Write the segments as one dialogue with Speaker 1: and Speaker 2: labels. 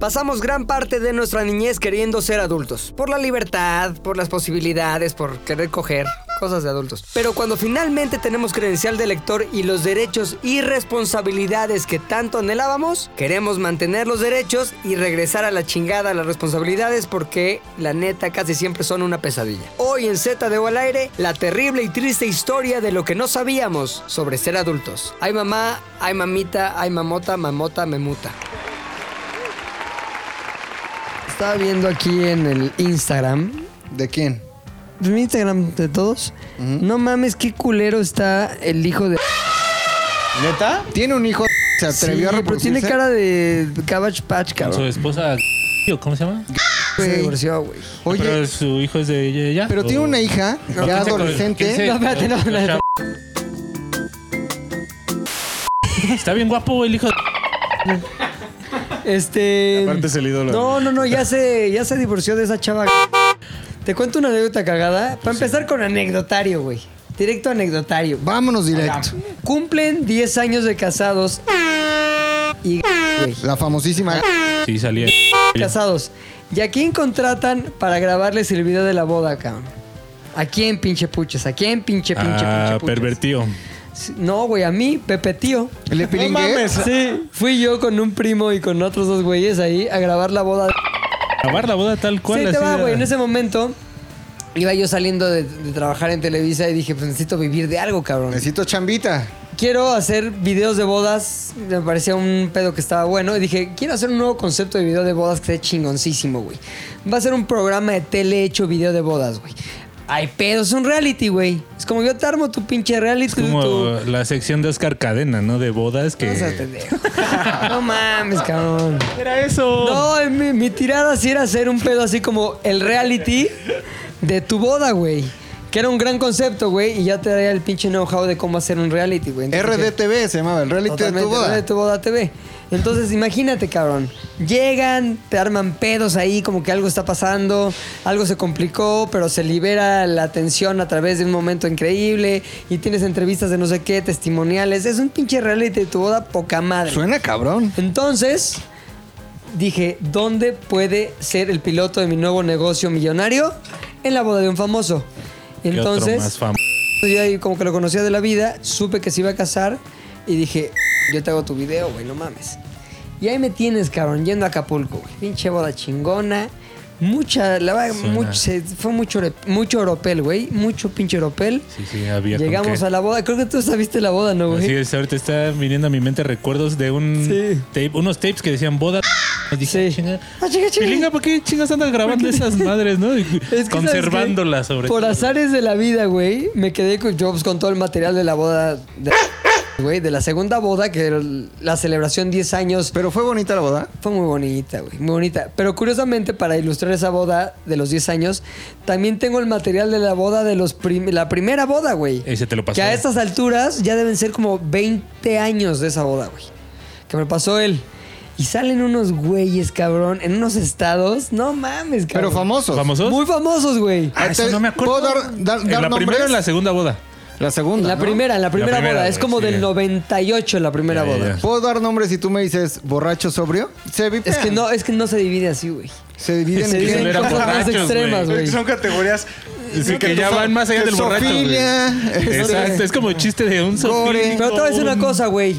Speaker 1: Pasamos gran parte de nuestra niñez queriendo ser adultos. Por la libertad, por las posibilidades, por querer coger, cosas de adultos. Pero cuando finalmente tenemos credencial de elector y los derechos y responsabilidades que tanto anhelábamos, queremos mantener los derechos y regresar a la chingada a las responsabilidades porque la neta casi siempre son una pesadilla. Hoy en Z de O al aire, la terrible y triste historia de lo que no sabíamos sobre ser adultos. Ay mamá, ay mamita, ay mamota, mamota, memuta. Estaba viendo aquí en el Instagram
Speaker 2: ¿De quién?
Speaker 1: pues, mi Instagram de todos. No mames, qué culero está el hijo de.
Speaker 2: ¿Neta? Tiene un hijo. Se atrevió a
Speaker 1: Sí, pero
Speaker 2: reproducirse.
Speaker 1: tiene cara de Cabbage Patch,
Speaker 3: Con su
Speaker 1: cabrón.
Speaker 3: esposa, ¿o ¿cómo se llama?
Speaker 1: Se
Speaker 2: güey.
Speaker 1: divorció, güey.
Speaker 2: Oye,
Speaker 3: pero
Speaker 2: pero,
Speaker 3: su hijo es de ella. ella, o-
Speaker 4: Oh.
Speaker 2: tiene una hija
Speaker 3: ¿O
Speaker 2: ya
Speaker 3: quién se co-
Speaker 2: adolescente.
Speaker 3: quién se-
Speaker 1: No, espérate, no, no, no.
Speaker 3: Está bien guapo el hijo de...
Speaker 1: Este.
Speaker 4: Aparte es el ídolo.
Speaker 1: No, no, no, ya se, ya se divorció de esa chava. Te cuento una anécdota cagada. Para empezar con anecdotario, güey. Directo anecdotario.
Speaker 2: Vámonos directo.
Speaker 1: Cumplen 10 años de casados. Y. güey.
Speaker 2: La famosísima.
Speaker 3: Sí, salía.
Speaker 1: casados. ¿Y a quién contratan para grabarles el video de la boda, cabrón? ¿A quién, pinche puches? ¿A quién, pinche, pinche,
Speaker 3: Ah,
Speaker 1: pinche puches?
Speaker 3: pervertido.
Speaker 1: Sí, No, güey, a mí, Pepe Tío.
Speaker 2: Le piringué.
Speaker 1: Sí, fui yo con un primo y con otros dos güeyes ahí a grabar la boda. de-
Speaker 3: Grabar la boda tal cual.
Speaker 1: Sí, te
Speaker 3: así
Speaker 1: va,
Speaker 3: era.
Speaker 1: güey. En ese momento iba yo saliendo de, de trabajar en Televisa y dije, pues necesito vivir de algo, cabrón.
Speaker 2: Necesito chambita.
Speaker 1: quiero hacer videos de bodas. Me parecía un pedo que estaba bueno. Y dije, quiero hacer un nuevo concepto de video de bodas que esté chingoncísimo, güey. Va a ser un programa de tele hecho video de bodas, güey. Ay, pedo, es un reality, güey. Es como yo te armo tu pinche reality.
Speaker 3: Como
Speaker 1: tu-
Speaker 3: la sección de Oscar Cadena, ¿no? De bodas que...
Speaker 1: No seas pendejo. No mames, cabrón.
Speaker 3: Era eso.
Speaker 1: No, eh, mi, mi tirada sí era hacer un pedo así como el reality de tu boda, güey. Que era un gran concepto, güey. Y ya te daría el pinche know-how de cómo hacer un reality, güey. Entonces dije,
Speaker 2: RDTV se llamaba, el reality de
Speaker 1: Totalmente,
Speaker 2: tu boda.
Speaker 1: de tu boda TV. Entonces, imagínate, cabrón. Llegan, te arman pedos ahí, como que algo está pasando, algo se complicó, pero se libera la tensión a través de un momento increíble y tienes entrevistas de no sé qué, testimoniales. Es un pinche reality de tu boda poca madre.
Speaker 2: Suena cabrón.
Speaker 1: Entonces, dije, ¿dónde puede ser el piloto de mi nuevo negocio millonario? En la boda de un famoso.
Speaker 3: ¿Qué otro
Speaker 1: Entonces,
Speaker 3: más fam-
Speaker 1: yo ahí como que lo conocía de la vida, supe que se iba a casar y dije, yo te hago tu video, güey, no mames. Y ahí me tienes, cabrón, yendo a Acapulco, güey. Pinche boda chingona. Mucha, la verdad,
Speaker 3: Suena.
Speaker 1: mucho- se- fue mucho, ore- mucho oropel, güey. Mucho pinche oropel.
Speaker 3: Sí, sí, había con
Speaker 1: Llegamos
Speaker 3: qué.
Speaker 1: a la boda. Creo que tú sabiste la boda, ¿no, güey?
Speaker 3: Así es, ahorita está viniendo a mi mente recuerdos de un
Speaker 1: Sí.
Speaker 3: tape, unos tapes que decían boda. Y dije,
Speaker 1: Sí.
Speaker 3: "Chinga,
Speaker 1: Ah, chinga, chinga.
Speaker 3: Pilinga, ¿por qué chingas andas grabando esas madres, no? Y
Speaker 1: Es que,
Speaker 3: Conservándolas
Speaker 1: ¿sabes qué?
Speaker 3: sobre
Speaker 1: Por
Speaker 3: todo.
Speaker 1: azares de la vida, güey, me quedé con Jobs con todo el material de la boda de, güey, de la segunda boda, que era la celebración 10 años
Speaker 2: Pero fue bonita la boda.
Speaker 1: fue muy bonita, güey, muy bonita. Pero curiosamente, para ilustrar esa boda de los 10 años, también tengo el material de la boda de los prim- la primera boda, güey.
Speaker 3: Ese te lo pasó.
Speaker 1: Que a estas alturas ya deben ser como 20 años de esa boda, güey. Que me pasó él. Y salen unos güeyes, cabrón, en unos estados. No mames, cabrón.
Speaker 2: Pero famosos.
Speaker 3: ¿Famosos?
Speaker 1: Muy famosos, güey.
Speaker 3: Ah, eso no me acuerdo.
Speaker 2: ¿Puedo dar, dar-
Speaker 3: ¿En
Speaker 2: dar
Speaker 3: la primera o
Speaker 2: nombres?
Speaker 3: en la segunda boda?
Speaker 2: La segunda.
Speaker 1: La
Speaker 2: ¿no?
Speaker 1: primera, la primera
Speaker 3: primera,
Speaker 1: boda. Es
Speaker 3: güey,
Speaker 1: como
Speaker 3: sí.
Speaker 1: del 98 la primera
Speaker 3: Ya, ya,
Speaker 1: boda.
Speaker 3: ya.
Speaker 2: ¿Puedo dar nombres si tú me dices borracho sobrio? Se vipean.
Speaker 1: Es que no, es que no se divide así, güey.
Speaker 2: Se dividen
Speaker 1: Se
Speaker 2: en
Speaker 3: solo
Speaker 1: dividen
Speaker 3: eran
Speaker 1: en cosas más
Speaker 3: borrachos,
Speaker 1: extremas,
Speaker 3: güey.
Speaker 1: güey.
Speaker 4: Son categorías.
Speaker 3: Sí, que
Speaker 2: que
Speaker 3: ya
Speaker 2: tú
Speaker 3: van
Speaker 2: sabes-
Speaker 3: más allá
Speaker 2: que
Speaker 3: del borracho. güey.
Speaker 2: sofilia, este-
Speaker 3: Exacto, es como el chiste de un
Speaker 2: Gore.
Speaker 3: sofílico.
Speaker 1: Pero te voy a decir una
Speaker 3: un-
Speaker 1: cosa, güey.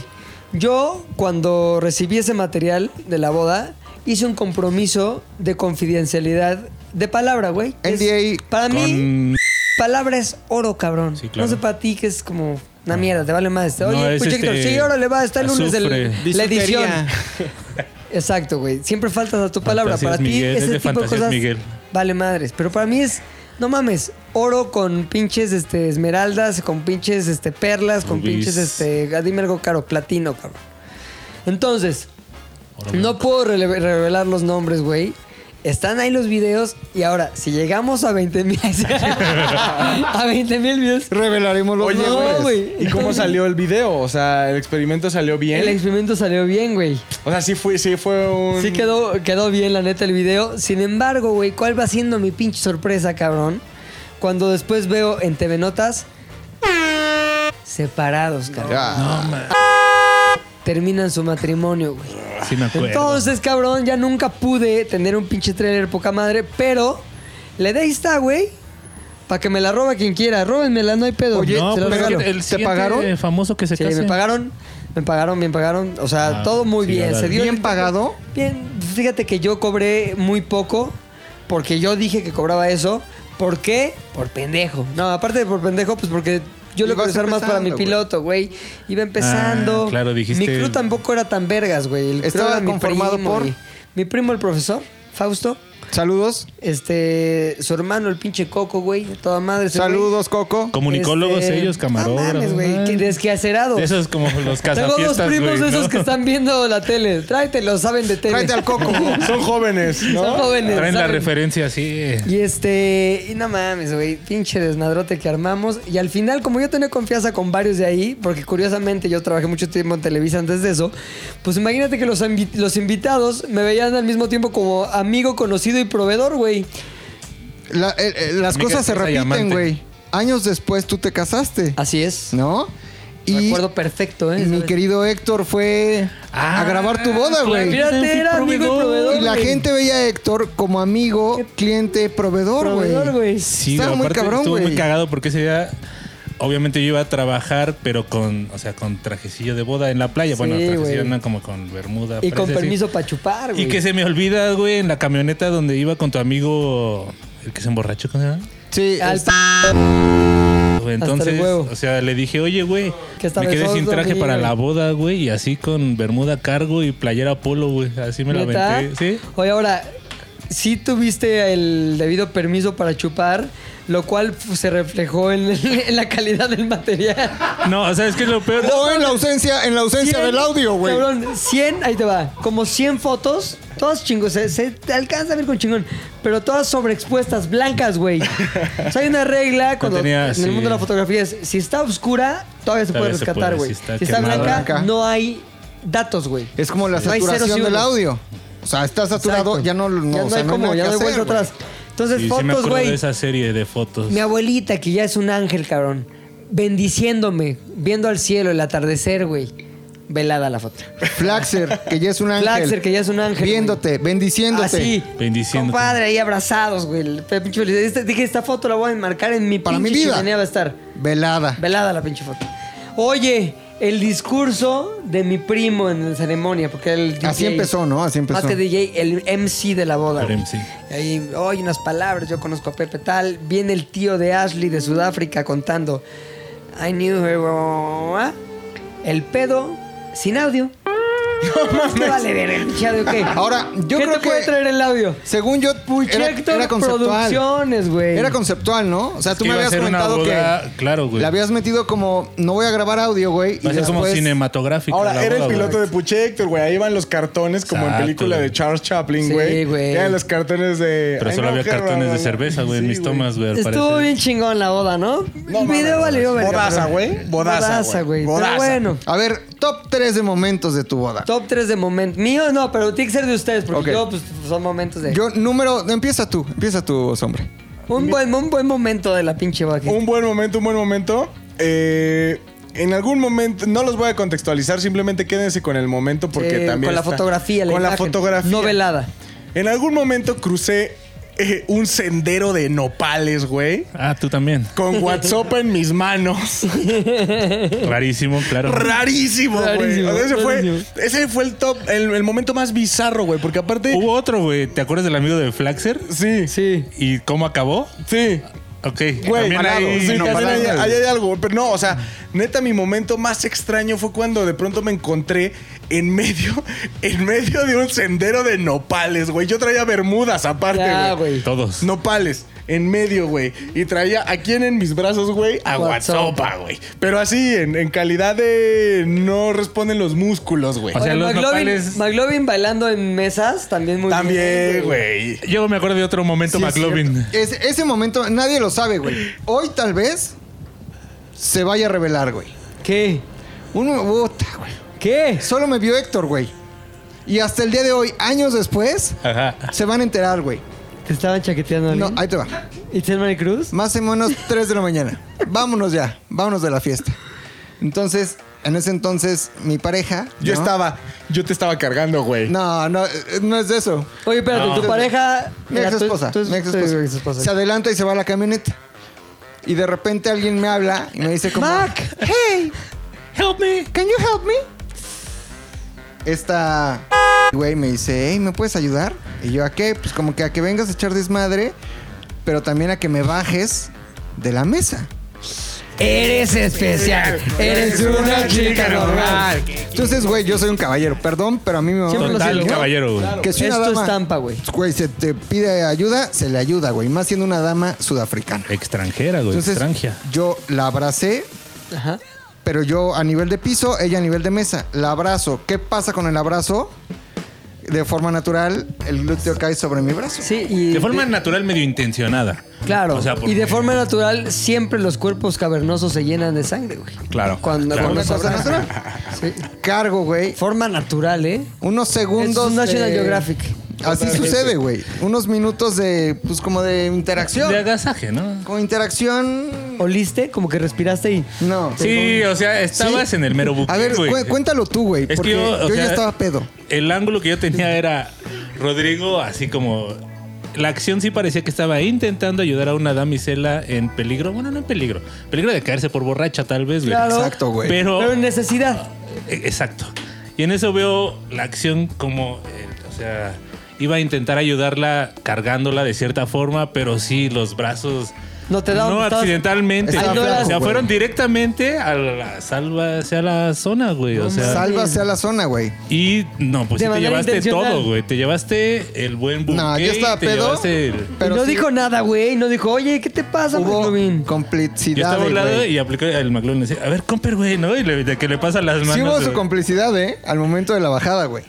Speaker 1: Yo, cuando recibí ese material de la boda, hice un compromiso de confidencialidad de palabra, güey. Es-
Speaker 2: NDA
Speaker 1: Para mí,
Speaker 3: Con...
Speaker 1: palabra es oro, cabrón.
Speaker 3: Sí, claro. Ah.
Speaker 1: No sé para ti que es como una mierda, te vale más.
Speaker 3: No,
Speaker 1: Oye,
Speaker 3: es
Speaker 1: Puchector,
Speaker 3: este,
Speaker 1: sí, órale, va, está el lunes el-
Speaker 3: azufre.
Speaker 1: la edición.
Speaker 2: Bisutería.
Speaker 1: Exacto, güey. Siempre faltas a tu palabra. para
Speaker 3: Fantasías
Speaker 1: ti,
Speaker 3: Miguel, es
Speaker 1: ese
Speaker 3: de
Speaker 1: tipo
Speaker 3: Fantasías
Speaker 1: de cosas
Speaker 3: Miguel.
Speaker 1: vale madres. Pero para mí es, no mames, oro con pinches este, esmeraldas, con pinches este, perlas, con
Speaker 3: Rubíes.
Speaker 1: pinches, este, ah, dime algo caro, platino, cabrón. Entonces, no puedo rele- revelar los nombres, güey. Están ahí los videos y ahora, si llegamos a 20 mil, a 20 mil videos,
Speaker 2: Revelaremos los
Speaker 1: Oye,
Speaker 2: nombres.
Speaker 1: No, güey.
Speaker 4: ¿Y cómo salió el video? O sea, el experimento salió
Speaker 1: el
Speaker 4: bien.
Speaker 1: experimento salió bien, güey.
Speaker 4: O sea, sí fue, sí fue un.
Speaker 1: Sí quedó, quedó bien, la neta, el video. Sin embargo, güey, ¿cuál va siendo mi pinche sorpresa, cabrón? Cuando después veo en TV Notas... Separados, cabrón.
Speaker 2: Ya.
Speaker 1: terminan su matrimonio, güey.
Speaker 3: Sí me acuerdo.
Speaker 1: Entonces, cabrón, ya nunca pude tener un pinche trailer poca madre, pero le de está, güey. Para que me la roba quien quiera. Róbenmela, no hay pedo.
Speaker 2: Oye,
Speaker 1: Se la
Speaker 2: pero
Speaker 1: regalo.
Speaker 2: ¿te pagaron?
Speaker 3: pues, El famoso que se
Speaker 1: Sí,
Speaker 3: case.
Speaker 1: me pagaron, me pagaron, bien pagaron. O sea,
Speaker 3: Ah,
Speaker 1: todo muy
Speaker 3: sí,
Speaker 1: bien.
Speaker 3: dale.
Speaker 1: Se dio
Speaker 2: ¿Bien pagado?
Speaker 1: Bien. Fíjate que yo cobré muy poco porque yo dije que cobraba eso. ¿Por qué? Por pendejo. No, aparte de por pendejo, pues porque yo lo
Speaker 2: Ibas
Speaker 1: quiero usar más para mi
Speaker 2: empezando, güey.
Speaker 1: piloto, güey. Iba empezando.
Speaker 3: Ah, claro, dijiste-
Speaker 1: Mi crew tampoco era tan vergas, güey. El crew
Speaker 2: Estaba
Speaker 1: era mi
Speaker 2: conformado
Speaker 1: primo,
Speaker 2: por-
Speaker 1: güey. Mi primo, el profesor, Fausto.
Speaker 2: Saludos.
Speaker 1: Este, su hermano, el pinche Coco, güey. de Toda madre. ese güey.
Speaker 2: Saludos, Coco.
Speaker 3: Comunicólogos
Speaker 1: Este,
Speaker 3: ellos,
Speaker 1: No
Speaker 3: camarógrafos.
Speaker 1: mames, güey.
Speaker 3: ah.
Speaker 1: que Desquacerados.
Speaker 3: De esos como los
Speaker 1: Tengo
Speaker 3: cazafiestas,
Speaker 1: dos primos de
Speaker 3: güey,
Speaker 1: esos
Speaker 3: ¿no?
Speaker 1: que están viendo la tele. Tráetelo, saben de tele.
Speaker 2: Tráete al Coco.
Speaker 4: Son jóvenes,
Speaker 1: Son
Speaker 4: ¿no?
Speaker 1: jóvenes.
Speaker 3: Traen la
Speaker 1: saben.
Speaker 3: referencia así.
Speaker 1: Y este, y no mames, güey, pinche desmadrote que armamos. Y al final, como yo tenía confianza con varios de ahí, porque curiosamente yo trabajé mucho tiempo en Televisa antes de eso, pues imagínate que los, invi- los invitados me veían al mismo tiempo como amigo, conocido y proveedor, güey.
Speaker 2: La- eh, eh, las
Speaker 3: Amiga,
Speaker 2: cosas se
Speaker 3: esposa y
Speaker 2: repiten,
Speaker 3: amante.
Speaker 2: güey. Años después tú te casaste,
Speaker 1: Así es.
Speaker 2: ¿no? Y
Speaker 1: Recuerdo perfecto, ¿eh?
Speaker 2: y mi
Speaker 1: ¿sabes?
Speaker 2: querido Héctor fue
Speaker 4: Ah,
Speaker 2: a grabar tu boda,
Speaker 4: pues,
Speaker 3: claro.
Speaker 2: güey.
Speaker 1: Fíjate, era amigo y proveedor.
Speaker 2: Y la
Speaker 1: güey.
Speaker 2: gente veía a Héctor como amigo, cliente, proveedor,
Speaker 1: proveedor,
Speaker 2: güey.
Speaker 1: güey.
Speaker 3: Sí,
Speaker 2: Estaba
Speaker 3: güey,
Speaker 2: muy
Speaker 3: aparte
Speaker 2: cabrón,
Speaker 3: Estuvo
Speaker 2: güey.
Speaker 3: muy cagado porque ese día. Obviamente yo iba a trabajar, pero con, o sea, con trajecillo de boda en la playa. bueno,
Speaker 1: Sí,
Speaker 3: trajecillo
Speaker 1: güey.
Speaker 3: no, como con bermuda.
Speaker 1: Y con
Speaker 3: fresa, así.
Speaker 1: permiso para chupar, güey.
Speaker 3: Y que se me olvida, güey, en la camioneta donde iba con tu amigo, el que se emborrachó, ¿cómo se llama?
Speaker 2: Sí,
Speaker 1: Al
Speaker 2: este,
Speaker 3: Güey,
Speaker 1: Hasta el
Speaker 3: Entonces,
Speaker 1: huevo.
Speaker 3: o sea, le dije, oye, güey,
Speaker 1: Que hasta
Speaker 3: me quedé
Speaker 1: besos
Speaker 3: sin traje
Speaker 1: dormí,
Speaker 3: para
Speaker 1: güey.
Speaker 3: la boda, güey, y así con bermuda cargo y playera polo, güey. Así me la
Speaker 1: ¿Neta?
Speaker 3: aventé. ¿Sí?
Speaker 1: Oye, ahora, sí tuviste el debido permiso para chupar, lo cual pues, se reflejó en, en la calidad del material.
Speaker 3: No, o sea, es que lo peor.
Speaker 2: o en la ausencia, en la ausencia
Speaker 1: 100,
Speaker 2: del audio, güey.
Speaker 1: Cabrón, 100, ahí te va. Como 100 fotos, todas chingos, se, se te alcanza a ver con chingón, pero todas sobreexpuestas, blancas, güey. o sea, hay una regla cuando,
Speaker 3: tenía,
Speaker 1: en
Speaker 3: sí.
Speaker 1: el mundo de la fotografía es, si está oscura, todavía se
Speaker 3: Todavía
Speaker 1: puede
Speaker 3: se
Speaker 1: rescatar,
Speaker 3: puede,
Speaker 1: güey.
Speaker 3: si está
Speaker 1: si está
Speaker 3: quemada.
Speaker 1: blanca,
Speaker 2: Blanca.
Speaker 1: no hay datos, güey.
Speaker 2: Es como la
Speaker 1: No hay ceros y
Speaker 2: saturación del
Speaker 1: unos.
Speaker 2: audio. O sea, está saturado,
Speaker 1: Exacto.
Speaker 2: ya no, no,
Speaker 1: ya no
Speaker 2: o sea,
Speaker 1: hay
Speaker 2: no hay
Speaker 1: como,
Speaker 2: nada
Speaker 1: ya
Speaker 2: que
Speaker 1: no hay
Speaker 2: hacer,
Speaker 1: vuelta
Speaker 2: güey.
Speaker 1: atrás. Entonces,
Speaker 3: Sí, sí me
Speaker 1: fotos,
Speaker 3: acuerdo
Speaker 1: güey.
Speaker 3: de esa serie de fotos.
Speaker 1: Mi abuelita, que ya es un ángel, cabrón, bendiciéndome, viendo al cielo el atardecer, güey. Velada la foto.
Speaker 2: Flaxer, que ya es un ángel.
Speaker 1: Flaxer, que ya es un ángel,
Speaker 2: Viéndote, bendiciéndote.
Speaker 1: Así.
Speaker 3: Bendiciéndote.
Speaker 1: Compadre, ahí abrazados, güey. el pe- pinche felicidad. Esta- Dije, esta foto la voy a enmarcar en mi
Speaker 2: Para mi
Speaker 1: pinche
Speaker 2: vida.
Speaker 1: chimenea va a estar.
Speaker 2: Velada.
Speaker 1: Velada la pinche foto. Oye, el discurso de mi primo en la ceremonia, porque él.
Speaker 2: Así empezó, ¿no? Así empezó.
Speaker 1: Más que DJ, el MC de la boda.
Speaker 3: El
Speaker 1: güey.
Speaker 3: MC.
Speaker 1: Y Ahí, oye, unas palabras, yo conozco a Pepe tal. Viene el tío de Ashley de Sudáfrica contando. I knew her. ah, El pedo sin audio. No mames. vale ver el pinche audio, ¿qué?
Speaker 2: Ahora, yo
Speaker 1: ¿Qué
Speaker 2: creo
Speaker 1: te puede
Speaker 2: que-
Speaker 1: traer el audio?
Speaker 2: Según yo, era,
Speaker 1: Héctor
Speaker 2: era conceptual.
Speaker 1: Producciones, güey.
Speaker 2: Era conceptual, ¿no? O sea, tú
Speaker 3: que
Speaker 2: me
Speaker 3: iba a
Speaker 2: habías
Speaker 3: ser una
Speaker 2: comentado
Speaker 3: boda-
Speaker 2: que.
Speaker 3: claro, güey.
Speaker 2: Le habías metido como, no voy a grabar audio, güey. y
Speaker 3: Va a ser como
Speaker 2: después-
Speaker 3: cinematográfica.
Speaker 4: Ahora,
Speaker 3: la
Speaker 4: era el
Speaker 3: boda,
Speaker 4: piloto
Speaker 3: güey.
Speaker 4: de Puchector, güey. Ahí van los cartones como
Speaker 3: Exacto,
Speaker 4: en película
Speaker 3: güey.
Speaker 4: de Charles Chaplin,
Speaker 1: Sí,
Speaker 4: güey.
Speaker 1: güey.
Speaker 4: Eran los cartones de.
Speaker 3: Pero
Speaker 4: Ay,
Speaker 3: solo
Speaker 4: no,
Speaker 3: había
Speaker 4: qué
Speaker 3: cartones de
Speaker 4: raro,
Speaker 3: cerveza, güey, en
Speaker 4: Sí,
Speaker 3: mis tomas, güey. al
Speaker 1: Estuvo
Speaker 3: parecer.
Speaker 1: bien chingón la boda, ¿no? el video valió verga,
Speaker 4: Bodaza,
Speaker 1: pero-
Speaker 4: güey. Bodaza,
Speaker 1: güey.
Speaker 4: güey.
Speaker 1: Pero
Speaker 4: Bodaza.
Speaker 1: bueno.
Speaker 2: A ver, top 3 de momentos de tu boda.
Speaker 1: Top 3 de momento. Mío no, pero tiene que ser de ustedes, porque
Speaker 2: Ok.
Speaker 1: yo, pues, son momentos de.
Speaker 2: Yo, número. Empieza tú, empieza tú, hombre.
Speaker 1: un, buen, un buen momento de la pinche vaca.
Speaker 4: Un buen momento, un buen momento. Eh, en algún momento, no los voy a contextualizar, simplemente quédense con el momento porque
Speaker 1: Eh,
Speaker 4: también.
Speaker 1: Con la
Speaker 4: está-
Speaker 1: fotografía, la
Speaker 4: Con la
Speaker 1: imagen,
Speaker 4: fotografía.
Speaker 1: No velada.
Speaker 4: En algún momento crucé eh, un sendero de nopales, güey.
Speaker 3: Ah, tú también.
Speaker 4: Con WhatsApp en mis manos.
Speaker 3: Rarísimo, claro.
Speaker 4: Rarísimo, güey.
Speaker 1: Rarísimo,
Speaker 4: O sea, ese,
Speaker 1: rarísimo.
Speaker 4: fue, ese fue el top, el, el momento más bizarro, güey. Porque aparte.
Speaker 3: Hubo otro, güey. ¿Te acuerdas del amigo de Flaxer?
Speaker 4: Sí,
Speaker 1: Sí.
Speaker 3: ¿Y cómo acabó?
Speaker 4: sí.
Speaker 3: Ok.
Speaker 4: Güey,
Speaker 3: también
Speaker 4: parado,
Speaker 3: ahí-
Speaker 4: sí,
Speaker 3: no,
Speaker 4: también
Speaker 3: parado,
Speaker 4: ahí-
Speaker 3: güey.
Speaker 4: ahí hay algo. Pero no, o sea, neta, mi momento más extraño fue cuando de pronto me encontré en medio, en medio de un sendero de nopales, güey. Yo traía bermudas
Speaker 1: Ya,
Speaker 4: aparte, güey.
Speaker 1: güey.
Speaker 3: Todos.
Speaker 4: Nopales. En medio, güey. Y traía a quien en mis brazos, güey, a Guatsopa, güey. Pero así, en, en calidad de no responden los músculos, güey.
Speaker 3: O sea,
Speaker 1: Oye,
Speaker 3: los
Speaker 1: McLovin,
Speaker 3: nopales-
Speaker 1: McLovin bailando en mesas también muy
Speaker 4: También,
Speaker 1: bien, ¿eh?
Speaker 4: güey.
Speaker 3: Yo me acuerdo de otro momento,
Speaker 2: Sí, es
Speaker 3: McLovin.
Speaker 2: cierto. Es- ese momento nadie lo sabe, güey. Hoy tal vez se vaya a revelar, güey.
Speaker 1: ¿Qué?
Speaker 2: Uno, puta, güey.
Speaker 1: ¿Qué?
Speaker 2: Solo me vio Héctor, güey. Y hasta el día de hoy, años después,
Speaker 3: Ajá.
Speaker 2: se van a enterar, güey.
Speaker 1: ¿Te estaban chaqueteando a
Speaker 2: No,
Speaker 1: alguien?
Speaker 2: ahí te va.
Speaker 1: ¿Y Thelma y Cruz?
Speaker 2: Más o menos 3 de la mañana. Vámonos ya. Vámonos de la fiesta. Entonces, En ese entonces, mi pareja.
Speaker 4: Yo
Speaker 2: ¿no?
Speaker 4: estaba, yo te estaba cargando, güey.
Speaker 2: No, no, eh, no es de eso.
Speaker 1: Oye, espérate,
Speaker 3: No.
Speaker 1: tu pareja.
Speaker 2: Mi
Speaker 1: Mira,
Speaker 2: ex
Speaker 1: tú-
Speaker 2: esposa.
Speaker 1: tú-
Speaker 2: Mi ex esposa.
Speaker 1: tu
Speaker 2: Se adelanta y se va a la camioneta. Y de repente alguien me habla y me dice como...
Speaker 1: Mac,
Speaker 2: hey,
Speaker 3: Help me.
Speaker 2: can you help me? Esta güey me dice, hey, ¿me puedes ayudar? Y yo, ¿a qué? Pues como que a que vengas a echar desmadre, pero también a que me bajes de la mesa.
Speaker 1: Eres especial. Eres una chica normal.
Speaker 2: Entonces, güey, yo soy un caballero, perdón, pero a mí me
Speaker 1: Siempre lo
Speaker 2: va
Speaker 1: has
Speaker 3: Total,
Speaker 1: sido.
Speaker 3: caballero, güey.
Speaker 2: Que si una
Speaker 1: Es tu
Speaker 2: dama-
Speaker 1: estampa, güey.
Speaker 2: Güey, se te pide ayuda, se le ayuda, güey. Más siendo una dama sudafricana.
Speaker 3: Extranjera, güey.
Speaker 2: Entonces,
Speaker 3: Extranjia.
Speaker 2: yo la abracé,
Speaker 1: Ajá.
Speaker 2: pero yo a nivel de piso, ella a nivel de mesa. La abrazo. ¿Qué pasa con el abrazo? De forma natural, el glúteo cae sobre mi brazo.
Speaker 1: Sí, y.
Speaker 3: De forma natural, medio intencionada.
Speaker 1: Claro.
Speaker 3: O sea, porque-
Speaker 1: y de forma natural, siempre los cuerpos cavernosos se llenan de sangre, güey.
Speaker 3: Claro,
Speaker 1: Cuando
Speaker 3: claro.
Speaker 1: cuando
Speaker 2: Una
Speaker 1: se
Speaker 2: cosa
Speaker 1: abrazan.
Speaker 2: natural.
Speaker 1: Sí.
Speaker 2: Cargo, güey.
Speaker 1: Forma natural, ¿eh?
Speaker 2: Unos segundos.
Speaker 1: Es National
Speaker 2: de-
Speaker 1: Geographic.
Speaker 2: Así sucede, güey. Unos minutos de, pues como de interacción.
Speaker 3: De agasaje, ¿no?
Speaker 2: Como interacción.
Speaker 1: ¿Oliste? Como que respiraste y.
Speaker 2: No.
Speaker 3: Sí, o sea, estabas
Speaker 2: Sí.
Speaker 3: en el mero buque.
Speaker 2: A ver,
Speaker 3: güey.
Speaker 2: cué- cuéntalo tú, güey.
Speaker 3: Es
Speaker 2: Porque
Speaker 3: que yo, o
Speaker 2: yo,
Speaker 3: sea,
Speaker 2: ya estaba pedo.
Speaker 3: El ángulo que yo tenía era Rodrigo, así como. La acción sí parecía que estaba intentando ayudar a una damisela en peligro. Bueno, no en peligro. Peligro de caerse por borracha, tal vez, güey.
Speaker 1: Claro.
Speaker 2: Exacto, güey.
Speaker 3: Pero.
Speaker 1: Pero en necesidad.
Speaker 3: Eh, Exacto. Y en eso veo la acción como. eh, o sea, iba a intentar ayudarla cargándola de cierta forma, pero sí, los brazos.
Speaker 1: No te daban,
Speaker 3: No,
Speaker 1: estabas-
Speaker 3: accidentalmente.
Speaker 2: Estaba
Speaker 3: Ay, no,
Speaker 2: flaco,
Speaker 3: o sea,
Speaker 2: güey.
Speaker 3: fueron directamente a la salva hacia la zona, güey. O sea.
Speaker 2: Sálvase a la zona, güey.
Speaker 3: Y no, pues
Speaker 1: De
Speaker 3: sí te
Speaker 1: manera
Speaker 3: llevaste
Speaker 1: intencional.
Speaker 3: todo, güey. Te llevaste el buen buque.
Speaker 2: No, yo estaba
Speaker 3: y te
Speaker 2: pedo.
Speaker 3: llevaste el-
Speaker 1: Y
Speaker 2: Pero
Speaker 1: no
Speaker 2: sí
Speaker 1: dijo nada, güey. No dijo, oye, ¿qué te pasa,
Speaker 2: Hubo
Speaker 1: McLovin?
Speaker 2: complicidad.
Speaker 3: Yo estaba a
Speaker 2: güey.
Speaker 3: un lado y aplicó el McLuhan. le decía, a ver, comper, güey, ¿no? Y le, de que le pasa las manos.
Speaker 2: Sí hubo su
Speaker 3: güey.
Speaker 2: complicidad, ¿eh? Al momento de la bajada, güey.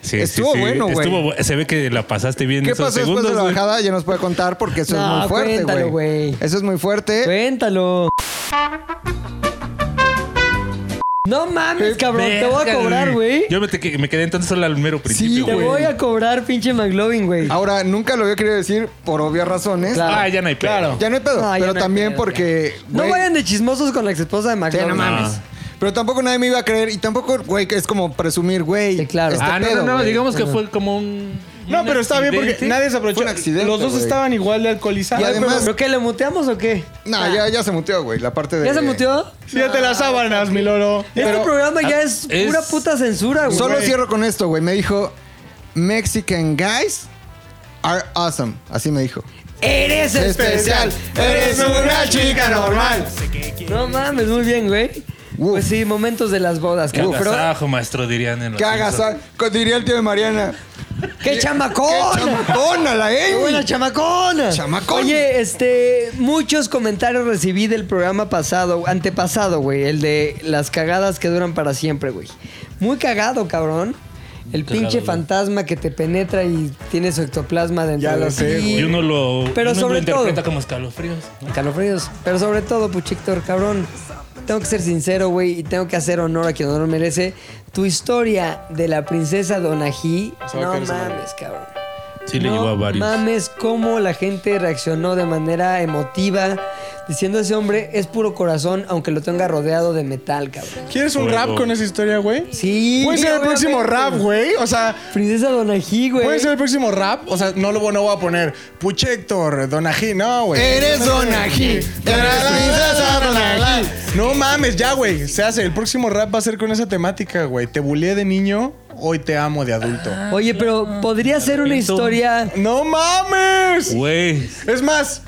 Speaker 3: Sí,
Speaker 2: Estuvo bueno, güey.
Speaker 3: Estuvo bu- Se ve que la pasaste bien
Speaker 2: ¿Qué
Speaker 3: esos
Speaker 2: pasó
Speaker 3: segundos.
Speaker 2: después de la
Speaker 3: güey.
Speaker 2: bajada? Ya nos puede contar porque eso
Speaker 1: No,
Speaker 2: es muy fuerte,
Speaker 1: cuéntalo,
Speaker 2: güey.
Speaker 1: güey.
Speaker 2: Eso es muy fuerte.
Speaker 1: Cuéntalo. No mames, cabrón. Te voy a
Speaker 3: Verga,
Speaker 1: cobrar, güey.
Speaker 3: Yo me, te que- me quedé entonces solo al
Speaker 2: Sí,
Speaker 3: mero
Speaker 2: Ah,
Speaker 3: principio.
Speaker 1: Te
Speaker 3: güey.
Speaker 2: güey.
Speaker 1: voy a cobrar, pinche McLovin, güey.
Speaker 2: Ahora, nunca lo había querido decir por obvias razones.
Speaker 1: Claro.
Speaker 3: ah, ya no hay pedo.
Speaker 1: Claro.
Speaker 2: Ya no hay pedo,
Speaker 1: No, ya
Speaker 2: pero
Speaker 1: no hay
Speaker 2: también
Speaker 1: pedo,
Speaker 2: porque...
Speaker 1: No
Speaker 2: güey,
Speaker 1: vayan de chismosos con la ex esposa de
Speaker 2: sí,
Speaker 1: McLovin.
Speaker 2: no mames.
Speaker 3: No.
Speaker 2: Pero tampoco nadie me iba a creer y tampoco, güey, que es como presumir, güey.
Speaker 1: Sí, claro.
Speaker 2: este
Speaker 3: Ah, no,
Speaker 2: pedo,
Speaker 3: no, no,
Speaker 2: güey.
Speaker 3: digamos que fue como un.
Speaker 4: No,
Speaker 3: un
Speaker 4: pero está bien porque
Speaker 3: accidente.
Speaker 4: nadie se aprovechó.
Speaker 2: Fue un accidente,
Speaker 4: Los dos
Speaker 2: güey.
Speaker 4: estaban igual de
Speaker 2: Y
Speaker 4: alcoholizados.
Speaker 2: además-
Speaker 1: ¿Pero qué? ¿Le muteamos o qué?
Speaker 2: No, ya, ya se muteó, güey, la parte de...
Speaker 1: ¿Ya se muteó?
Speaker 4: Fíjate las sábanas, mi loro.
Speaker 1: este programa ya es,
Speaker 3: ah, es-
Speaker 1: pura puta censura, Pues, güey.
Speaker 2: Solo cierro con esto, güey. Me dijo, Mexican guys are awesome. Así me dijo.
Speaker 1: ¡Eres especial!
Speaker 2: Eres una chica normal.
Speaker 1: No mames, muy bien, güey.
Speaker 2: Uf.
Speaker 1: Pues sí, momentos de las bodas,
Speaker 3: Qué
Speaker 1: cabrón. Pero,
Speaker 3: agasajo, maestro, dirían en los
Speaker 2: Que hagas,
Speaker 3: Simpsons.
Speaker 2: diría el tío de Mariana.
Speaker 1: ¡Qué chamacón!
Speaker 2: Chamacona la eh,
Speaker 1: ¡Qué buena
Speaker 2: Amy.
Speaker 1: chamacona!
Speaker 2: Chamacón.
Speaker 1: Oye, este, muchos comentarios recibí del programa pasado, antepasado, güey. El de las cagadas que duran para siempre, güey. Muy cagado, cabrón. El
Speaker 3: Cagado,
Speaker 1: pinche
Speaker 3: güey.
Speaker 1: fantasma que te penetra y tiene su ectoplasma dentro
Speaker 4: Ya lo
Speaker 1: de
Speaker 4: sé,
Speaker 1: ti.
Speaker 4: güey.
Speaker 3: Y uno lo,
Speaker 1: Pero
Speaker 3: uno
Speaker 1: sobre
Speaker 3: lo interpreta
Speaker 1: todo-
Speaker 3: como escalofríos. ¿no?
Speaker 1: Calofríos. Pero sobre todo, Puchictor, cabrón. Tengo que ser sincero, güey, y tengo que hacer honor a quien honor merece. Tu historia de la princesa Donají,
Speaker 4: Se va a
Speaker 1: no
Speaker 4: caer su madre.
Speaker 1: mames, cabrón.
Speaker 3: Sí, le
Speaker 1: no
Speaker 3: llegó a varios.
Speaker 1: mames cómo la gente reaccionó de manera emotiva, diciendo ese hombre es puro corazón, aunque lo tenga rodeado de metal, cabrón.
Speaker 4: ¿Quieres un
Speaker 3: Luego.
Speaker 4: rap con esa historia, güey?
Speaker 1: Sí.
Speaker 4: Puede ser el
Speaker 1: obviamente.
Speaker 4: próximo rap, güey. O sea,
Speaker 1: Princesa Donají, güey.
Speaker 4: puede ser el próximo rap. O sea, no lo no voy a poner Puchector, Donají, no, güey.
Speaker 2: Eres Donají. Eres princesa Donají.
Speaker 4: No mames, ya, güey. Se hace. El próximo rap va a ser con esa temática, güey. Te bullié de niño, hoy te amo de adulto.
Speaker 1: Oye, pero podría ser una
Speaker 3: arrepiento.
Speaker 1: historia.
Speaker 4: ¡No mames!
Speaker 3: Güey.
Speaker 4: Es más,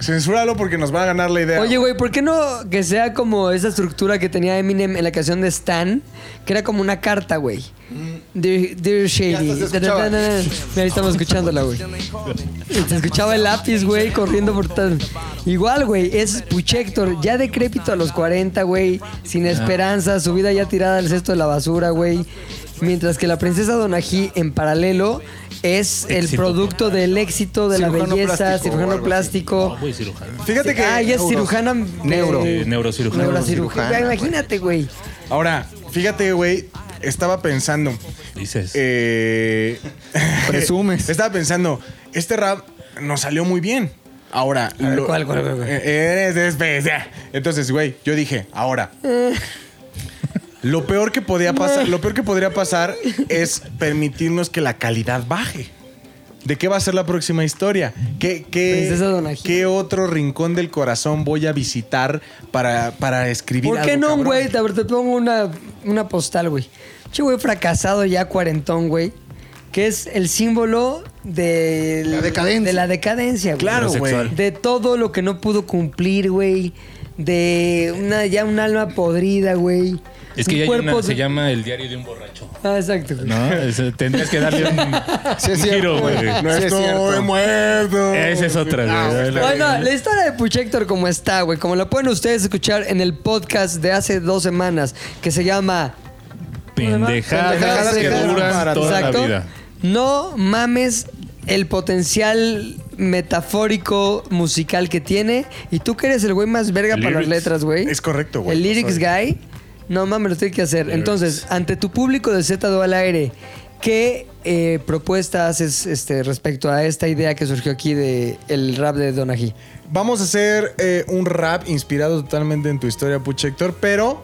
Speaker 4: censúralo porque nos va a ganar la idea.
Speaker 1: Oye, güey, ¿por qué no que sea como esa estructura que tenía Eminem en la canción de Stan? Que era como una carta, güey. Dear, Dear Shady.
Speaker 2: Mm. hasta se
Speaker 1: Da,
Speaker 2: escuchaba.
Speaker 1: da, da, da. Mira, ahí estamos escuchándola, güey. Se escuchaba el lápiz, güey, corriendo por todo. Igual, güey, es Puchector, ya decrépito a los 40, güey. Sin esperanza, su vida ya tirada al cesto de la basura, güey. Mientras que la princesa Donají, en paralelo, es el
Speaker 3: Éxito.
Speaker 1: producto del éxito, de la
Speaker 2: Cirujano
Speaker 1: belleza,
Speaker 2: plástico o
Speaker 1: cirujano
Speaker 2: algo
Speaker 1: plástico.
Speaker 3: No, güey, cirujano.
Speaker 4: Fíjate que.
Speaker 1: Ah, ella es cirujana.
Speaker 2: Neuro.
Speaker 3: Eh, neurocirujano.
Speaker 1: Neurocirujana.
Speaker 2: Neurocirujana,
Speaker 1: Imagínate, güey.
Speaker 4: Ahora, fíjate, güey. Estaba pensando.
Speaker 3: Dices.
Speaker 4: Eh,
Speaker 2: Presumes.
Speaker 4: Estaba pensando, este rap nos salió muy bien. Ahora,
Speaker 1: ver, ¿cuál, cuál, cuál, cuál?
Speaker 4: Eh, Eres especial. Entonces, güey, yo dije, ahora. Lo peor que podía pasar, lo peor que podría pasar es permitirnos que la calidad baje. ¿De qué va a ser la próxima historia? ¿Qué, qué,
Speaker 1: Princesa Donají.
Speaker 4: qué otro rincón del corazón voy a visitar para, para escribir
Speaker 1: ¿Por qué
Speaker 4: algo,
Speaker 1: no,
Speaker 4: cabrón?
Speaker 1: güey? A ver, te pongo una, una postal, güey. Che, güey, fracasado ya cuarentón, güey. Que es el símbolo de
Speaker 2: La decadencia.
Speaker 1: De la decadencia, güey.
Speaker 4: Claro, güey.
Speaker 1: De todo lo que no pudo cumplir, güey. De una, ya un alma podrida, güey.
Speaker 3: Es que
Speaker 1: Un
Speaker 3: ya hay una-
Speaker 1: cuerpo
Speaker 3: se
Speaker 1: de-
Speaker 3: llama el diario de un borracho.
Speaker 1: Ah, exacto. güey.
Speaker 3: ¿No? Ese- tendrías que darle un,
Speaker 2: Sí, es
Speaker 3: un giro,
Speaker 2: cierto.
Speaker 3: güey.
Speaker 4: No
Speaker 2: Sí, es
Speaker 4: estoy
Speaker 2: cierto.
Speaker 4: muerto.
Speaker 3: Esa es otra, güey.
Speaker 1: Ay, no, la historia de Puchector como está, güey. Como la pueden ustedes escuchar en el podcast de hace dos semanas que se llama
Speaker 3: Pendejadas que
Speaker 1: Pendejadas
Speaker 3: duran
Speaker 4: para
Speaker 3: toda la
Speaker 1: Exacto.
Speaker 3: vida.
Speaker 1: No mames el potencial metafórico musical que tiene. Y tú que eres el güey más verga para las
Speaker 3: Lyrics.
Speaker 1: letras, güey.
Speaker 4: Es correcto, güey.
Speaker 1: El lyrics guy. No mames, lo tiene que hacer.
Speaker 3: Lyrics.
Speaker 1: Entonces, ante tu público de Z2 al aire, ¿qué eh, propuesta haces este, respecto a esta idea que surgió aquí de el rap de Donají?
Speaker 4: Vamos a hacer eh, un rap inspirado totalmente en tu historia, Puchector, pero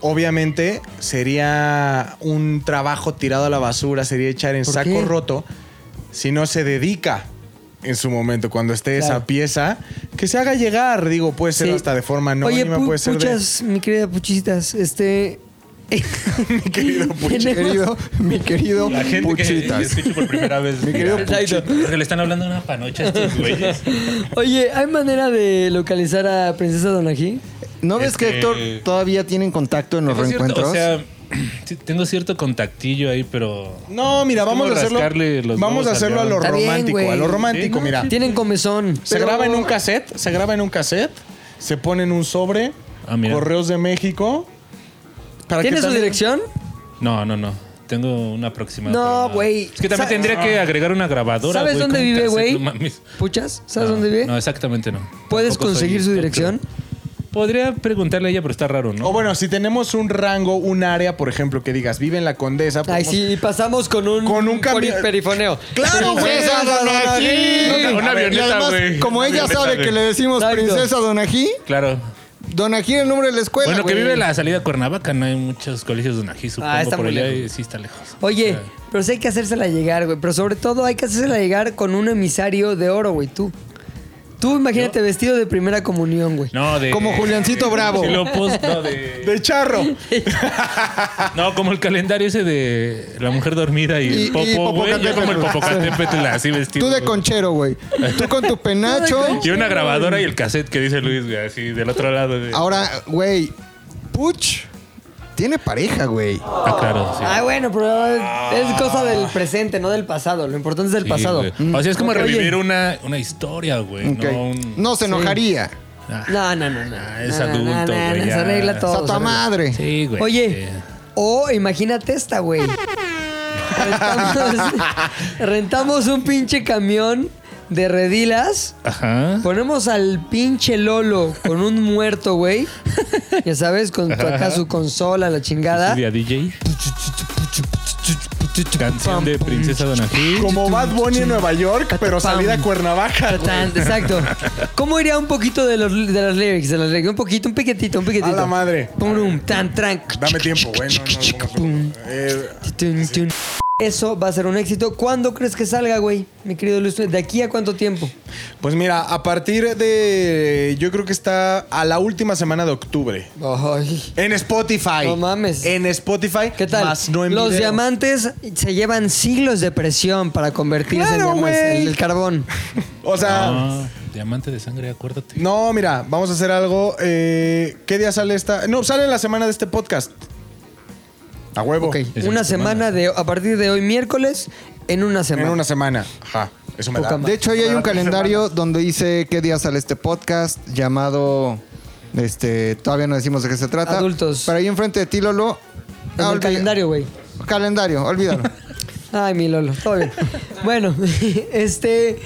Speaker 4: obviamente sería un trabajo tirado a la basura, sería echar en
Speaker 1: ¿Por
Speaker 4: saco
Speaker 1: qué?
Speaker 4: roto si no se dedica en su momento, cuando esté
Speaker 1: Claro.
Speaker 4: esa pieza, que se haga llegar, digo, puede ser
Speaker 1: Sí.
Speaker 4: hasta de forma
Speaker 1: Oye,
Speaker 4: anónima,
Speaker 1: pu-
Speaker 4: puede ser de-
Speaker 1: puchas, mi querida puchisitas, este... mi
Speaker 4: querido
Speaker 2: Mi querido, mi querido
Speaker 3: La gente
Speaker 2: Puchitas.
Speaker 3: que escucho por primera vez.
Speaker 2: Mi querido
Speaker 3: mira,
Speaker 1: Puchito.
Speaker 3: Porque le están hablando una panocha a estos güeyes.
Speaker 1: Oye, ¿hay manera de localizar a Princesa Donají?
Speaker 2: ¿No ves que
Speaker 3: Este-
Speaker 2: Héctor todavía tienen contacto en los
Speaker 3: Tengo cierto-
Speaker 2: reencuentros?
Speaker 3: o sea, sí, tengo cierto contactillo ahí, pero.
Speaker 4: No, mira,
Speaker 3: Es como
Speaker 4: vamos a
Speaker 3: rascarle
Speaker 4: hacerlo,
Speaker 3: los huevos
Speaker 4: vamos a,
Speaker 3: al
Speaker 4: hacerlo a lo
Speaker 3: diablo.
Speaker 1: Está bien,
Speaker 4: romántico,
Speaker 1: güey.
Speaker 4: a lo
Speaker 3: Sí,
Speaker 4: romántico,
Speaker 3: no,
Speaker 4: Oh, mira.
Speaker 3: sí.
Speaker 1: Tienen comezón.
Speaker 4: Se graba en un cassette, se graba en un cassette, se pone en un sobre,
Speaker 3: Ah, mira.
Speaker 4: Correos de México. Para que
Speaker 1: ¿Tiene su
Speaker 4: también-
Speaker 1: dirección?
Speaker 3: No, no, no. Tengo una aproximada.
Speaker 1: No,
Speaker 3: pero
Speaker 1: güey.
Speaker 3: Es que también
Speaker 1: Sa-
Speaker 3: tendría que agregar una grabadora.
Speaker 1: ¿Sabes
Speaker 3: güey,
Speaker 1: dónde
Speaker 3: con un
Speaker 1: vive,
Speaker 3: cassette,
Speaker 1: güey?
Speaker 3: no mames.
Speaker 1: ¿Puchas? ¿Sabes
Speaker 3: No,
Speaker 1: dónde vive?
Speaker 3: No, exactamente no.
Speaker 1: ¿Puedes
Speaker 3: Tampoco soy
Speaker 1: conseguir su
Speaker 3: doctor.
Speaker 1: dirección?
Speaker 3: Podría preguntarle a ella, pero está raro, ¿no?
Speaker 4: O
Speaker 2: Oh,
Speaker 4: bueno, si tenemos un rango, un área, por ejemplo, que digas, vive en la Condesa.
Speaker 1: Ay,
Speaker 4: podemos-
Speaker 1: sí, pasamos con un,
Speaker 4: Con un cami-
Speaker 1: peri- perifoneo.
Speaker 4: ¡Claro, güey!
Speaker 1: Princesa
Speaker 3: Una-
Speaker 1: Donají.
Speaker 3: una
Speaker 2: A ver, y
Speaker 3: avioneta,
Speaker 2: además,
Speaker 3: güey.
Speaker 2: como
Speaker 3: Una
Speaker 2: ella
Speaker 3: avioneta,
Speaker 2: sabe
Speaker 3: güey.
Speaker 2: que le decimos
Speaker 1: Exacto.
Speaker 2: princesa Donají,
Speaker 3: Claro.
Speaker 2: Donají era el nombre de la escuela.
Speaker 3: Bueno, que
Speaker 2: güey.
Speaker 3: vive la salida a Cuernavaca, no hay muchos colegios de Nají, supongo,
Speaker 1: Ah, está
Speaker 3: por
Speaker 1: muy
Speaker 3: allá
Speaker 1: lejos.
Speaker 3: y sí está lejos.
Speaker 1: Oye, pero sí hay que hacérsela llegar, güey. Pero sobre todo hay que hacérsela llegar con un emisario de oro, güey, tú. Tú imagínate vestido de primera comunión, güey.
Speaker 3: No, de...
Speaker 2: Como Juliancito Bravo.
Speaker 3: Sí, lo pos- no, de-
Speaker 4: De charro.
Speaker 3: No, como el calendario ese de la mujer dormida
Speaker 2: Y-
Speaker 3: y, el
Speaker 2: y
Speaker 3: popo, güey. Yo
Speaker 2: Popocatépetl.
Speaker 3: como el popocatépetl así vestido.
Speaker 2: Tú de
Speaker 3: güey.
Speaker 2: conchero, güey. Tú con tu penacho.
Speaker 3: Y una grabadora y el cassette que dice Luis, güey, así del otro lado. güey.
Speaker 2: Ahora, güey, Puch tiene pareja, güey.
Speaker 3: Ah, claro, sí.
Speaker 1: Ah, bueno, pero es cosa del presente, no del pasado. Lo importante es del
Speaker 3: Ah. Sí,
Speaker 1: pasado.
Speaker 3: güey. O sea, es como
Speaker 1: Oye,
Speaker 3: revivir una, una historia, güey.
Speaker 2: Ok.
Speaker 3: No, un-
Speaker 2: No se enojaría.
Speaker 3: Ah,
Speaker 1: No, no, no, no.
Speaker 3: Ah, es
Speaker 1: No, no,
Speaker 3: adulto,
Speaker 1: no, no,
Speaker 3: güey,
Speaker 1: no, Se
Speaker 3: ya.
Speaker 1: arregla todo. se
Speaker 2: Santa
Speaker 1: arregla.
Speaker 2: madre.
Speaker 3: Sí, güey.
Speaker 1: Oye,
Speaker 3: eh,
Speaker 1: o imagínate esta, güey. Rentamos, rentamos un pinche camión de redilas.
Speaker 3: Ajá.
Speaker 1: Ponemos al pinche Lolo con un muerto, güey. Ya sabes, con tu- acá su consola, la chingada.
Speaker 3: Estudia DJ. Canción de Princesa Donají.
Speaker 4: Como Bad Bunny en Nueva York, pero salida a Cuernavaca. güey.
Speaker 1: Tan- Exacto. ¿Cómo iría un poquito de los, de los lyrics? De los lyrics? Un poquito, un piquetito, un piquetito.
Speaker 4: A la madre.
Speaker 1: Pum, pum, tan, tran.
Speaker 4: Dame tiempo, güey. No, no, no,
Speaker 1: Pum.
Speaker 4: Eh,
Speaker 1: Tun, tun. Eso va a ser un éxito. ¿Cuándo crees que salga, güey? Mi querido Luis, ¿de aquí a cuánto tiempo?
Speaker 4: pues mira, a partir de. Yo creo que está a la última semana de octubre.
Speaker 1: Ay.
Speaker 4: En Spotify.
Speaker 1: No mames.
Speaker 4: En Spotify.
Speaker 1: ¿Qué tal?
Speaker 4: más no en
Speaker 1: Los
Speaker 4: video.
Speaker 1: diamantes se llevan siglos de presión para convertirse
Speaker 4: Claro,
Speaker 1: en diamantes.
Speaker 4: güey.
Speaker 1: El, el carbón.
Speaker 4: O sea.
Speaker 3: Ah, diamante de sangre, acuérdate.
Speaker 4: No, mira, vamos a hacer algo. eh, ¿Qué día sale esta? No, sale en la semana de este podcast. A huevo.
Speaker 1: Ok.
Speaker 3: Es
Speaker 1: Una
Speaker 3: una semana.
Speaker 1: semana de a partir de hoy miércoles en una semana.
Speaker 4: En una semana. Ajá. Eso me
Speaker 1: Poca
Speaker 4: da.
Speaker 1: madre.
Speaker 2: De hecho, ahí hay un calendario donde dice qué día sale este podcast llamado. Este, todavía no decimos de qué se trata.
Speaker 1: Adultos.
Speaker 2: Pero ahí enfrente de ti, Lolo.
Speaker 1: En
Speaker 2: ah,
Speaker 1: el
Speaker 2: olvi-
Speaker 1: calendario, güey.
Speaker 2: Calendario, olvídalo.
Speaker 1: Ay, mi Lolo, todo bien. bueno, este.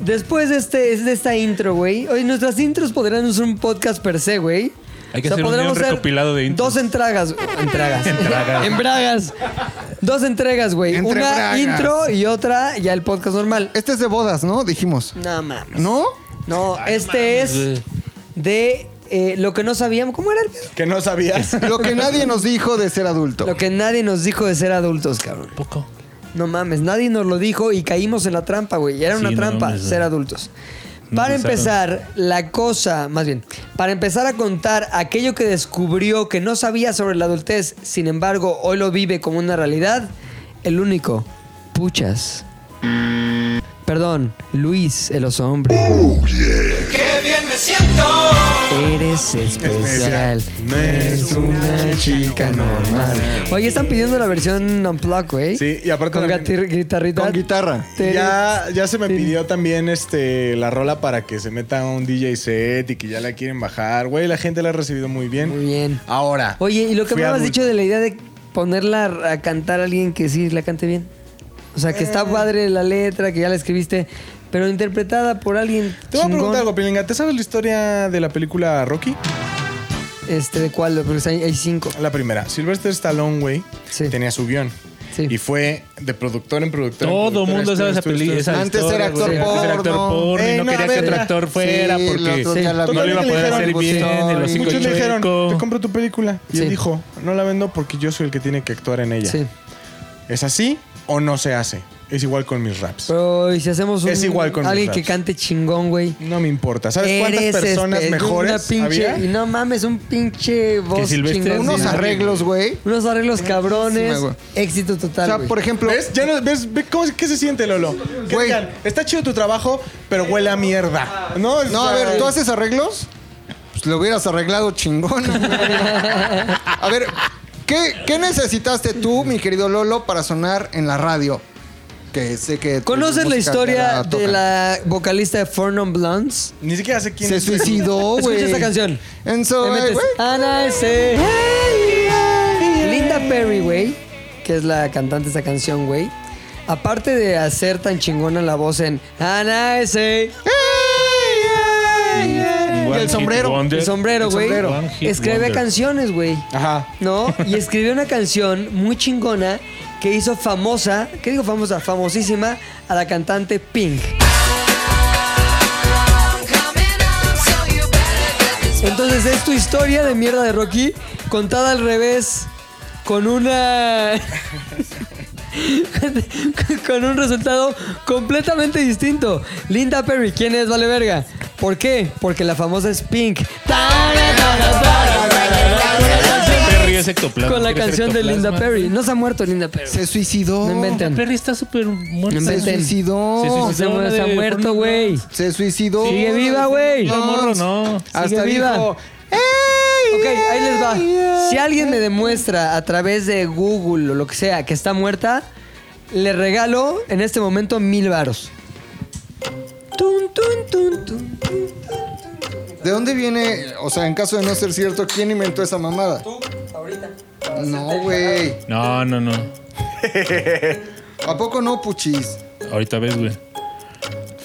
Speaker 1: Después de, este, de esta intro, güey. Oye, nuestras intros podrían ser un podcast per se, güey.
Speaker 3: Hay que hacer un
Speaker 1: podríamos
Speaker 3: día un
Speaker 1: hacer
Speaker 3: recopilado de intros.
Speaker 1: Dos entragas. Entragas.
Speaker 3: Entragas.
Speaker 1: en bragas. Dos entregas, güey.
Speaker 2: Entre
Speaker 1: Una
Speaker 2: bragas.
Speaker 1: intro y otra ya el podcast normal.
Speaker 2: este es de bodas, ¿no? Dijimos.
Speaker 1: No mames.
Speaker 2: ¿No?
Speaker 1: No,
Speaker 3: Ay,
Speaker 1: este
Speaker 3: mames,
Speaker 1: es de eh, lo que no sabíamos. ¿Cómo era el pedo?
Speaker 4: Que no sabías.
Speaker 2: Lo que nadie nos dijo de ser adulto.
Speaker 1: Lo que nadie nos dijo de ser adultos, cabrón.
Speaker 3: Poco.
Speaker 1: No mames, nadie nos lo dijo y caímos en la trampa, güey. Era
Speaker 3: Sí,
Speaker 1: una
Speaker 3: no
Speaker 1: trampa
Speaker 3: mames,
Speaker 1: ser
Speaker 3: güey.
Speaker 1: adultos.
Speaker 3: No
Speaker 1: Para
Speaker 3: pensaron.
Speaker 1: empezar, la cosa, más bien, para empezar a contar aquello que descubrió que no sabía sobre la adultez, sin embargo, hoy lo vive como una realidad, el único, puchas. Perdón, Luis, el oso hombre. Eres especial.
Speaker 4: Eres una chica normal.
Speaker 1: Oye, están pidiendo la versión unplugged, güey.
Speaker 4: Sí, y aparte
Speaker 1: Con
Speaker 4: también-
Speaker 1: gati- guitarrita.
Speaker 2: Con guitarra.
Speaker 1: Este,
Speaker 4: Ya, ya se me
Speaker 1: Tere.
Speaker 4: pidió también este la rola para que se meta un DJ set y que ya la quieren bajar. Güey, la gente la ha recibido muy bien.
Speaker 1: Muy bien.
Speaker 4: Ahora.
Speaker 1: Oye, y lo que
Speaker 4: fui
Speaker 1: me habías
Speaker 4: adulto.
Speaker 1: dicho de la idea de ponerla a cantar a alguien que sí la cante bien. O sea, que
Speaker 4: Eh.
Speaker 1: está padre la letra, que ya la escribiste, pero interpretada por alguien.
Speaker 4: Te voy a
Speaker 1: chingón.
Speaker 4: preguntar algo, Pilinga. ¿Te sabes la historia de la película Rocky?
Speaker 1: Este, ¿de cuál? Porque hay, hay cinco.
Speaker 4: La primera. Sylvester Stallone, güey,
Speaker 1: Sí.
Speaker 4: tenía su guión.
Speaker 1: Sí.
Speaker 4: Y fue de productor en productor. en
Speaker 3: Todo
Speaker 4: productor,
Speaker 3: mundo
Speaker 4: estuvo,
Speaker 3: sabe esa
Speaker 4: estuvo,
Speaker 3: película.
Speaker 4: estuvo,
Speaker 3: esa
Speaker 2: Antes
Speaker 3: historia,
Speaker 2: era
Speaker 3: güey.
Speaker 2: actor
Speaker 3: Antes era actor
Speaker 2: porno.
Speaker 3: porno y
Speaker 4: Eh,
Speaker 3: no
Speaker 4: no,
Speaker 3: quería
Speaker 4: a ver,
Speaker 3: que otro
Speaker 4: la-
Speaker 3: actor fuera
Speaker 2: Sí, la
Speaker 3: porque
Speaker 2: otra ya la-
Speaker 1: Sí.
Speaker 3: no le iba a
Speaker 4: Totalmente
Speaker 3: poder
Speaker 4: le
Speaker 3: hacer bien
Speaker 2: dijeron,
Speaker 3: el hocico
Speaker 4: Muchos le dijeron, te
Speaker 3: chueco.
Speaker 4: compro tu película. Y
Speaker 1: Sí.
Speaker 4: él dijo, no la vendo porque yo soy el que tiene que actuar en ella.
Speaker 1: Sí.
Speaker 4: ¿Es así o no se hace? Es igual con mis raps.
Speaker 1: Pero, ¿y si hacemos un.
Speaker 4: Es igual con
Speaker 1: Alguien
Speaker 4: mis
Speaker 1: que
Speaker 4: raps.
Speaker 1: cante chingón, güey.
Speaker 4: No me importa. ¿Sabes cuántas
Speaker 1: Eres
Speaker 4: personas
Speaker 1: espe- una
Speaker 4: mejores
Speaker 1: pinche,
Speaker 4: había?
Speaker 1: Y no mames, un pinche voz
Speaker 3: Silvestre
Speaker 1: chingón.
Speaker 3: Unos
Speaker 2: Unos
Speaker 1: Sí.
Speaker 2: arreglos, güey.
Speaker 1: Unos arreglos cabrones.
Speaker 2: Sí, güey.
Speaker 1: éxito
Speaker 2: O
Speaker 1: total.
Speaker 2: sea,
Speaker 1: güey.
Speaker 2: por ejemplo,
Speaker 4: ¿Ves? Ya no, ¿ves? ¿Ve cómo, ¿Qué se siente, Lolo? Que
Speaker 2: Güey.
Speaker 4: digan, está chido tu trabajo, pero huele a mierda. No, O
Speaker 2: no, a
Speaker 4: sea,
Speaker 2: ver, ¿tú haces arreglos? Pues lo hubieras arreglado chingón. güey. A ver, ¿qué, qué necesitaste tú, mi querido Lolo, para sonar en la radio? Que sé que. tu
Speaker 1: ¿Conoces la
Speaker 2: música
Speaker 1: historia de
Speaker 2: tocan.
Speaker 1: la vocalista de Four Non Blondes?
Speaker 4: Ni siquiera sé quién
Speaker 2: Se
Speaker 4: es.
Speaker 2: suicidó, güey.
Speaker 1: Escucha esta canción.
Speaker 2: And so,
Speaker 1: Te
Speaker 2: eh,
Speaker 1: metes,
Speaker 2: güey.
Speaker 1: "And I say, hey, yeah". Linda Perry, güey, que es la cantante de esta canción, güey. Aparte de hacer tan chingona la voz en And I say, hey, yeah, yeah".
Speaker 3: One
Speaker 2: Y el
Speaker 3: hit
Speaker 2: sombrero.
Speaker 3: wonder.
Speaker 1: El sombrero,
Speaker 2: El
Speaker 1: güey.
Speaker 2: sombrero.
Speaker 3: One hit
Speaker 1: Escribe
Speaker 3: wonder.
Speaker 1: canciones, güey.
Speaker 4: Ajá.
Speaker 1: ¿no? Y escribió una canción muy chingona que hizo famosa, ¿qué digo famosa? Famosísima a la cantante Pink. Entonces es tu historia de mierda de Rocky contada al revés con una con un resultado completamente distinto. Linda Perry, ¿quién es vale verga? ¿Por qué? Porque la famosa es Pink.
Speaker 3: Perry es ectoplasma,
Speaker 1: Con la
Speaker 3: ¿quieres
Speaker 1: canción de
Speaker 3: ectoplasma?
Speaker 1: Linda Perry. No se ha muerto Linda Perry.
Speaker 2: Se suicidó.
Speaker 1: No inventen.
Speaker 3: Perry está súper muerto.
Speaker 1: Se
Speaker 2: Se suicidó.
Speaker 3: Se suicidó.
Speaker 1: Oh, Se, eh, mu- se ha
Speaker 3: de-
Speaker 1: muerto, güey.
Speaker 2: Se suicidó.
Speaker 1: Sigue viva, güey.
Speaker 3: No, morro, no.
Speaker 2: Hasta
Speaker 1: Sigue viva.
Speaker 2: dijo. "Ey,
Speaker 1: Ok, ahí les va.
Speaker 2: ey,
Speaker 1: Si alguien me
Speaker 2: ey".
Speaker 1: demuestra a través de Google o lo que sea que está muerta, le regalo en este momento mil varos. Tun, tun, tun, tun, tun.
Speaker 2: ¿De dónde viene? O sea, en caso de no ser cierto, ¿quién inventó esa mamada? Tú, ahorita. No, güey.
Speaker 3: No, no, no.
Speaker 2: ¿A poco no, puchis?
Speaker 3: Ahorita ves, güey.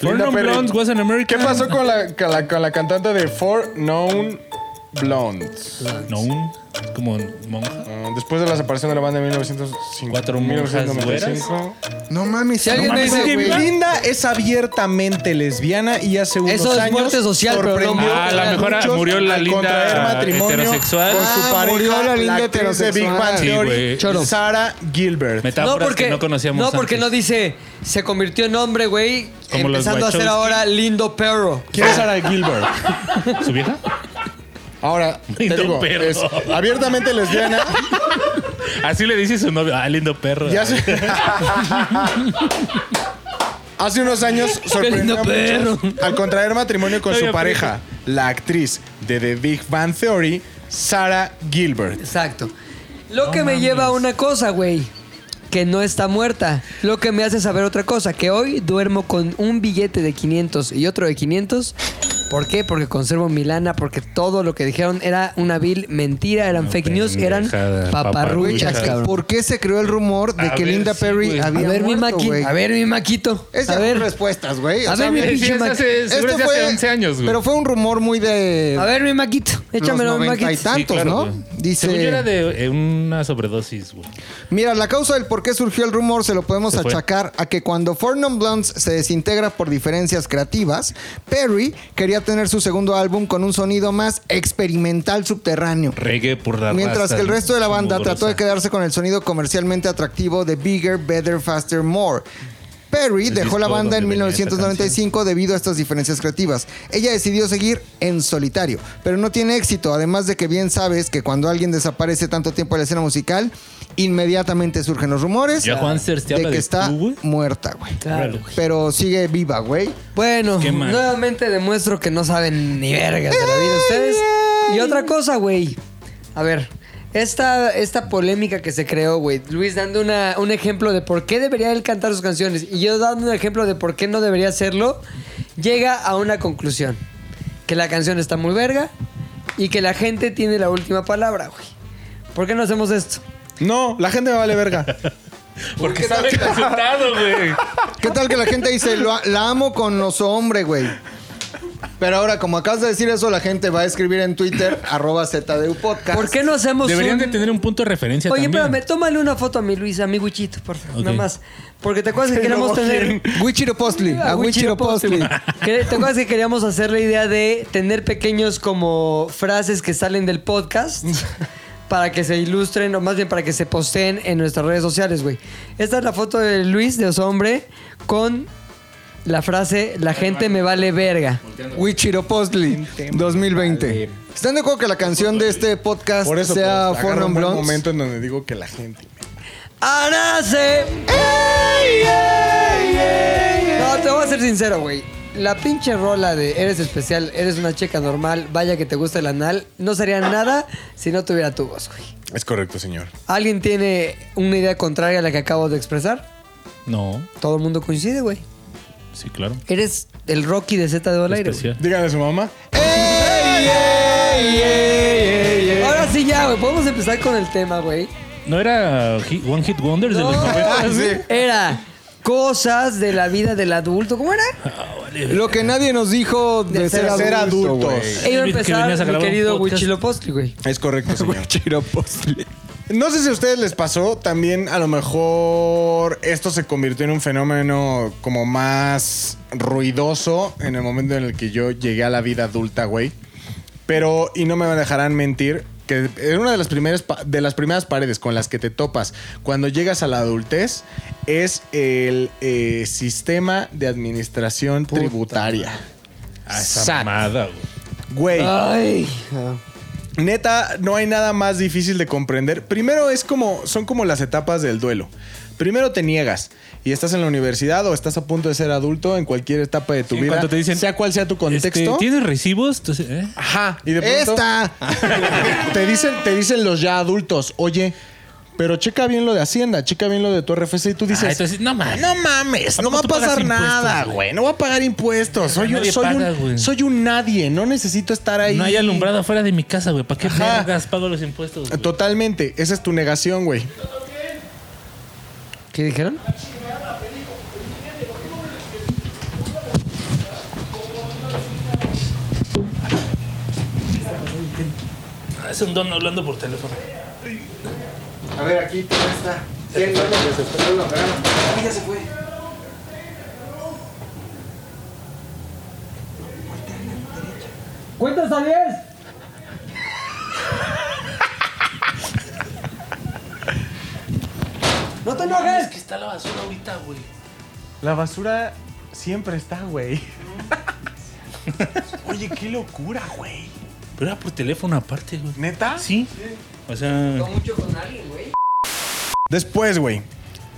Speaker 4: Linda
Speaker 3: Linda
Speaker 4: Perry.
Speaker 3: Blondes was an
Speaker 4: ¿Qué
Speaker 3: American.
Speaker 4: pasó con la, con la, con la cantante de Four Known Blondes?
Speaker 3: No, un- como monja.
Speaker 4: Ah, Después de la separación de la banda en 1905.
Speaker 3: Cuatro monjas
Speaker 4: 1995.
Speaker 2: No mames.
Speaker 1: Si alguien
Speaker 2: no
Speaker 1: me
Speaker 2: mames,
Speaker 1: dice que
Speaker 2: güey.
Speaker 1: viva-
Speaker 4: Linda es abiertamente lesbiana y hace unos
Speaker 1: Eso es
Speaker 4: años
Speaker 1: muerte social, pero no
Speaker 4: sorprendió
Speaker 1: muerte.
Speaker 3: Ah, la
Speaker 4: a
Speaker 3: mejor
Speaker 4: muchos
Speaker 3: murió la
Speaker 4: al
Speaker 3: linda
Speaker 4: contraer matrimonio
Speaker 3: heterosexual.
Speaker 4: con su
Speaker 2: Ah,
Speaker 4: pareja,
Speaker 2: murió la
Speaker 4: la
Speaker 2: linda
Speaker 4: actriz de Big
Speaker 2: heterosexual.
Speaker 4: Bang
Speaker 3: Sí,
Speaker 4: Theory,
Speaker 3: güey.
Speaker 1: Choro.
Speaker 4: Sara Gilbert.
Speaker 1: No,
Speaker 3: Metáforas
Speaker 1: porque
Speaker 3: que no conocíamos
Speaker 1: no, porque no
Speaker 3: antes.
Speaker 1: dice se convirtió en hombre, güey.
Speaker 3: Como los
Speaker 1: Empezando a ser
Speaker 3: Wachowski.
Speaker 1: ahora lindo perro.
Speaker 4: ¿Quién es Sara Gilbert?
Speaker 3: ¿Su vieja?
Speaker 4: Ahora, te
Speaker 3: Lindo
Speaker 4: digo,
Speaker 3: perro.
Speaker 4: es abiertamente lesbiana
Speaker 3: Así le dice su novio. Ah, lindo perro.
Speaker 4: y hace... Hace unos años sorprendió a
Speaker 1: lindo
Speaker 4: muchos al contraer matrimonio con
Speaker 3: No
Speaker 4: su
Speaker 3: había
Speaker 4: pareja, la actriz de The Big Bang Theory, Sara Gilbert.
Speaker 1: Exacto. Lo que me lleva a una cosa, güey. Que no está muerta. Lo que me hace saber otra cosa. Que hoy duermo con un billete de 500 y otro de 500. ¿Por qué? Porque conservo mi lana. Porque todo lo que dijeron era una vil mentira. Eran
Speaker 3: No,
Speaker 1: fake news. Eran
Speaker 3: pendejada,
Speaker 1: paparruchas,
Speaker 3: paparruchas.
Speaker 1: cabrón.
Speaker 2: ¿Por qué se creó el rumor de
Speaker 3: A
Speaker 2: que
Speaker 3: ver,
Speaker 2: Linda
Speaker 3: sí,
Speaker 2: Perry
Speaker 3: güey.
Speaker 2: había
Speaker 1: A ver, mi
Speaker 2: muerto,
Speaker 1: maqui,
Speaker 2: güey?
Speaker 1: a ver, mi maquito.
Speaker 2: Esas
Speaker 1: A
Speaker 2: son
Speaker 1: ver,
Speaker 2: respuestas, güey.
Speaker 1: A
Speaker 2: O sea,
Speaker 1: ver, mi
Speaker 2: bien-
Speaker 1: pinche
Speaker 3: Sí, es
Speaker 1: Mac.
Speaker 3: hace,
Speaker 2: Esto
Speaker 3: seguro es de hace 11 años, güey.
Speaker 2: Pero fue un rumor muy de.
Speaker 1: a ver, mi maquito. Échamelo,
Speaker 2: los
Speaker 1: mi
Speaker 2: noventa y
Speaker 1: maquito.
Speaker 2: tantos, ¿no?
Speaker 3: güey.
Speaker 2: Dice-
Speaker 3: Según yo era de eh, una sobredosis, güey.
Speaker 2: Mira, la causa del por qué surgió el rumor se lo podemos
Speaker 3: Se fue.
Speaker 2: achacar a que cuando Four Non Blondes se desintegra por diferencias creativas, Perry quería obtener su segundo álbum con un sonido más experimental subterráneo.
Speaker 3: Reggae por la
Speaker 2: Mientras
Speaker 3: raza
Speaker 2: que el resto de la banda
Speaker 3: mugrosa.
Speaker 2: trató de quedarse con el sonido comercialmente atractivo de Bigger, Better, Faster, More. Perry
Speaker 3: El
Speaker 2: dejó la
Speaker 3: disco
Speaker 2: banda en
Speaker 3: donde venía esta
Speaker 2: 1995 debido a estas diferencias creativas. Ella decidió seguir en solitario, pero no tiene éxito, además de que bien sabes que cuando alguien desaparece tanto tiempo de la escena musical, inmediatamente surgen los rumores
Speaker 3: Ya Juan Sers te
Speaker 2: de
Speaker 3: habla
Speaker 2: que
Speaker 3: de
Speaker 2: está
Speaker 3: tú, güey.
Speaker 2: muerta, güey.
Speaker 1: Claro.
Speaker 3: Órale.
Speaker 2: Pero sigue viva, güey.
Speaker 1: Bueno,
Speaker 3: Qué mal.
Speaker 1: nuevamente demuestro que no saben ni vergas de la vida ustedes. Y otra cosa, güey. A ver, esta, esta polémica que se creó, güey. Luis dando una, un ejemplo de por qué debería él cantar sus canciones y yo dando un ejemplo de por qué no debería hacerlo, llega a una conclusión. Que la canción está muy verga y que la gente tiene la última palabra, güey. ¿Por qué no hacemos esto?
Speaker 4: No, la gente me vale verga.
Speaker 3: Porque está bien presentado, güey.
Speaker 2: ¿Qué tal que la gente dice, "Lo- la amo con los hombres, güey? Pero ahora, como acabas de decir eso, la gente va a escribir en Twitter, arroba ZDU Podcast.
Speaker 1: ¿Por qué no
Speaker 2: Pues
Speaker 1: hacemos
Speaker 3: Deberían de
Speaker 1: un-
Speaker 3: tener un punto de referencia
Speaker 1: Oye,
Speaker 3: también.
Speaker 1: espérame, tómale una foto a mi Luis, a mi Wichito, por favor,
Speaker 3: Ok.
Speaker 1: nada más. Porque te acuerdas que queremos tener.
Speaker 2: Wichiro Postli, a Wichiro Postli.
Speaker 1: Ah, Que- ¿Te acuerdas que queríamos hacer la idea de tener pequeños como frases que salen del podcast? Para que se ilustren, o más bien para que se posteen en nuestras redes sociales, güey. Esta es la foto de Luis, de su hombre, con la frase: La gente me vale verga.
Speaker 2: Wichiro Postli, 2020. ¿Están de acuerdo que la canción de este podcast
Speaker 4: Por eso
Speaker 2: sea
Speaker 4: pues, agarra
Speaker 2: Phone
Speaker 4: un
Speaker 2: on
Speaker 4: buen
Speaker 2: Blondes?
Speaker 4: momento en donde digo que la gente.
Speaker 1: ¡Arase! No, te voy a ser sincero, güey. La pinche rola de Eres especial, eres una chica normal, vaya que te gusta el anal, no sería nada si no tuviera tu voz, güey.
Speaker 4: Es correcto, señor.
Speaker 1: ¿Alguien tiene una idea contraria a la que acabo de expresar?
Speaker 3: No,
Speaker 1: Todo el mundo coincide, güey.
Speaker 3: sí, claro.
Speaker 1: Eres el Rocky de Z de Aire. güey.
Speaker 3: Especial.
Speaker 4: Díganle a su mamá.
Speaker 1: Ahora sí ya, güey. Podemos empezar con el tema, güey.
Speaker 3: ¿No era Hi- One Hit Wonders de los
Speaker 1: No.
Speaker 3: 90?
Speaker 1: Era cosas de la vida del adulto. ¿Cómo era?
Speaker 3: Ah,
Speaker 2: Lo que nadie nos dijo de,
Speaker 1: De
Speaker 2: ser,
Speaker 1: ser
Speaker 4: Ser
Speaker 2: adultos.
Speaker 4: adultos.
Speaker 2: güey.
Speaker 1: Iba a
Speaker 3: Que venías a
Speaker 1: empezar mi
Speaker 3: grabar un
Speaker 1: querido
Speaker 3: podcast.
Speaker 1: Wichilo Postri, güey.
Speaker 4: Es correcto, señor.
Speaker 2: Wichiro Postli.
Speaker 4: No sé si a ustedes les pasó, también a lo mejor esto se convirtió en un fenómeno como más ruidoso en el momento en el que yo llegué a la vida adulta, güey. Pero, y no me dejarán mentir, que es una de las primeras, pa- de las primeras paredes con las que te topas cuando llegas a la adultez es el eh, sistema de administración tributaria.
Speaker 3: Ah, esa
Speaker 4: Sat.
Speaker 3: mamada, güey. Este,
Speaker 4: Güey.
Speaker 1: Ay.
Speaker 4: Neta, no hay nada más difícil de comprender. Primero es como, son como las etapas del duelo. Primero te niegas y estás en la universidad o estás a punto de ser adulto en cualquier etapa de tu
Speaker 3: En
Speaker 4: vida.
Speaker 3: cuanto te dicen,
Speaker 4: sea cual sea tu contexto.
Speaker 3: Este, ¿Tienes recibos? Entonces, ¿eh?
Speaker 4: Ajá. Y de pronto
Speaker 2: ¡Esta!
Speaker 4: Ah. te dicen, te dicen los ya adultos, oye, pero checa bien lo de Hacienda, checa bien lo de tu RFC y tú dices.
Speaker 3: Ah, entonces, no mames.
Speaker 4: No mames,
Speaker 3: ¿A
Speaker 4: no va a
Speaker 3: poco tú
Speaker 4: pasar
Speaker 3: pagas
Speaker 4: nada,
Speaker 3: impuestos,
Speaker 4: güey. No voy a pagar impuestos. Soy, un,
Speaker 3: Nadie
Speaker 4: soy,
Speaker 3: paga,
Speaker 4: un,
Speaker 3: güey.
Speaker 4: soy un nadie. No necesito estar ahí.
Speaker 3: No hay alumbrado afuera de mi casa, güey. ¿Para qué
Speaker 4: Ajá.
Speaker 3: vergas pago los impuestos? güey?
Speaker 4: Totalmente. Esa es tu negación, güey.
Speaker 1: ¿Qué dijeron?
Speaker 3: Ah, Es un don hablando por teléfono.
Speaker 2: A ver, aquí, ¿cómo está?
Speaker 4: Ah, ya se fue.
Speaker 1: ¡Cuentas a 10! ¡No te enojes!
Speaker 3: está la basura ahorita, güey.
Speaker 4: La basura siempre está, güey. Oye, qué locura, güey.
Speaker 3: Pero era por teléfono aparte, güey.
Speaker 4: ¿Neta?
Speaker 3: Sí. O sea,
Speaker 1: mucho con alguien, güey.
Speaker 4: Después, güey.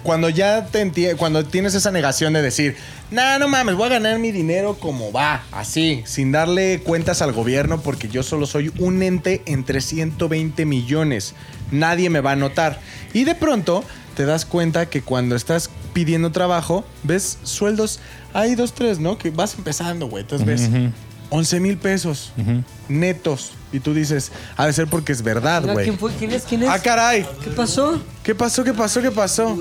Speaker 4: Cuando ya te enti- cuando tienes esa negación de decir, nah, no mames, voy a ganar mi dinero como va, así, sin darle cuentas al gobierno porque yo solo soy un ente entre 120 millones. Nadie me va a notar. Y de pronto te das cuenta que cuando estás pidiendo trabajo, ves sueldos, hay dos, tres, ¿no? Que vas empezando, güey. Entonces ves 11 mil pesos netos. Y tú dices, ha de ser porque es verdad, güey.
Speaker 1: ¿Quién fue? ¿Quién es? ¿Quién es?
Speaker 4: Ah, caray.
Speaker 1: ¿Qué pasó?
Speaker 4: ¿Qué pasó? ¿Qué pasó? ¿Qué pasó?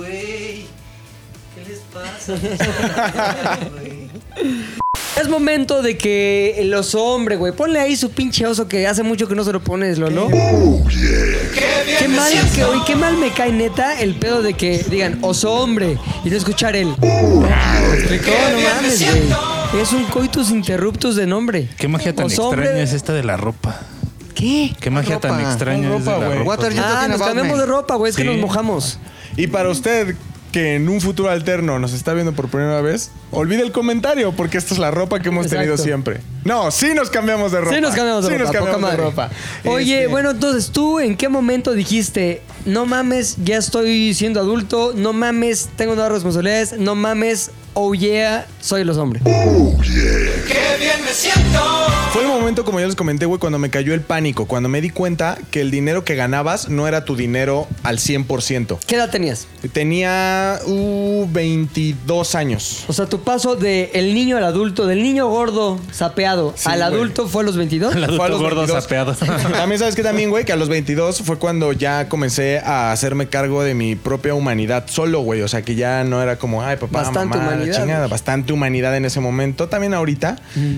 Speaker 1: Es momento de que los hombres, güey, ponle ahí su pinche oso que hace mucho que no se lo pones, Lolo. Qué mal que hoy, qué mal me cae neta el pedo de que digan oso hombre y no escuchar el. Me explicó, no mames, güey. Es un coitus interruptus de nombre.
Speaker 3: ¿Qué magia tan
Speaker 1: O sobre-
Speaker 3: extraña es esta de la ropa?
Speaker 2: ¿Qué?
Speaker 3: ¿Qué magia tan
Speaker 2: Ropa.
Speaker 3: extraña
Speaker 4: Con
Speaker 3: es de
Speaker 4: ropa,
Speaker 3: la
Speaker 4: güey.
Speaker 3: ropa?
Speaker 2: Water-
Speaker 3: güey?
Speaker 1: Ah,
Speaker 2: tiene
Speaker 1: nos
Speaker 2: Batman.
Speaker 1: cambiamos de ropa, güey. Es que
Speaker 3: Sí.
Speaker 1: nos mojamos.
Speaker 4: Y para usted que en un futuro alterno nos está viendo por primera vez, olvide el comentario porque esta es la ropa que hemos tenido
Speaker 1: Exacto.
Speaker 4: siempre. No, sí nos cambiamos de ropa.
Speaker 1: Sí, nos cambiamos de
Speaker 4: Sí
Speaker 1: ropa.
Speaker 4: nos cambiamos
Speaker 1: poca
Speaker 4: de
Speaker 1: madre.
Speaker 4: ropa.
Speaker 1: Oye,
Speaker 4: Este,
Speaker 1: bueno, entonces, ¿tú en qué momento dijiste, no mames, ya estoy siendo adulto, no mames, tengo nuevas responsabilidades, no mames, oh yeah, soy los hombres?
Speaker 4: Fue el momento, como ya les comenté, güey, cuando me cayó el pánico, cuando me di cuenta que el dinero que ganabas no era tu dinero al 100%.
Speaker 1: ¿Qué edad tenías?
Speaker 4: Tenía uh, 22 años.
Speaker 1: O sea, tu paso de el niño al adulto, del niño gordo sapeado al
Speaker 4: güey.
Speaker 1: adulto fue a los 22.
Speaker 3: El
Speaker 4: Fue a
Speaker 3: adulto
Speaker 4: los
Speaker 3: gordo
Speaker 4: 22.
Speaker 3: sapeado.
Speaker 4: También sabes que también, güey, que a los 22 fue cuando ya comencé a hacerme cargo de mi propia humanidad solo, güey. O sea, que ya no era como, ay, papá,
Speaker 1: Bastante
Speaker 4: mamá, la
Speaker 1: humanidad,
Speaker 4: chingada.
Speaker 1: güey. Mm.
Speaker 4: Bastante humanidad en ese momento. También ahorita,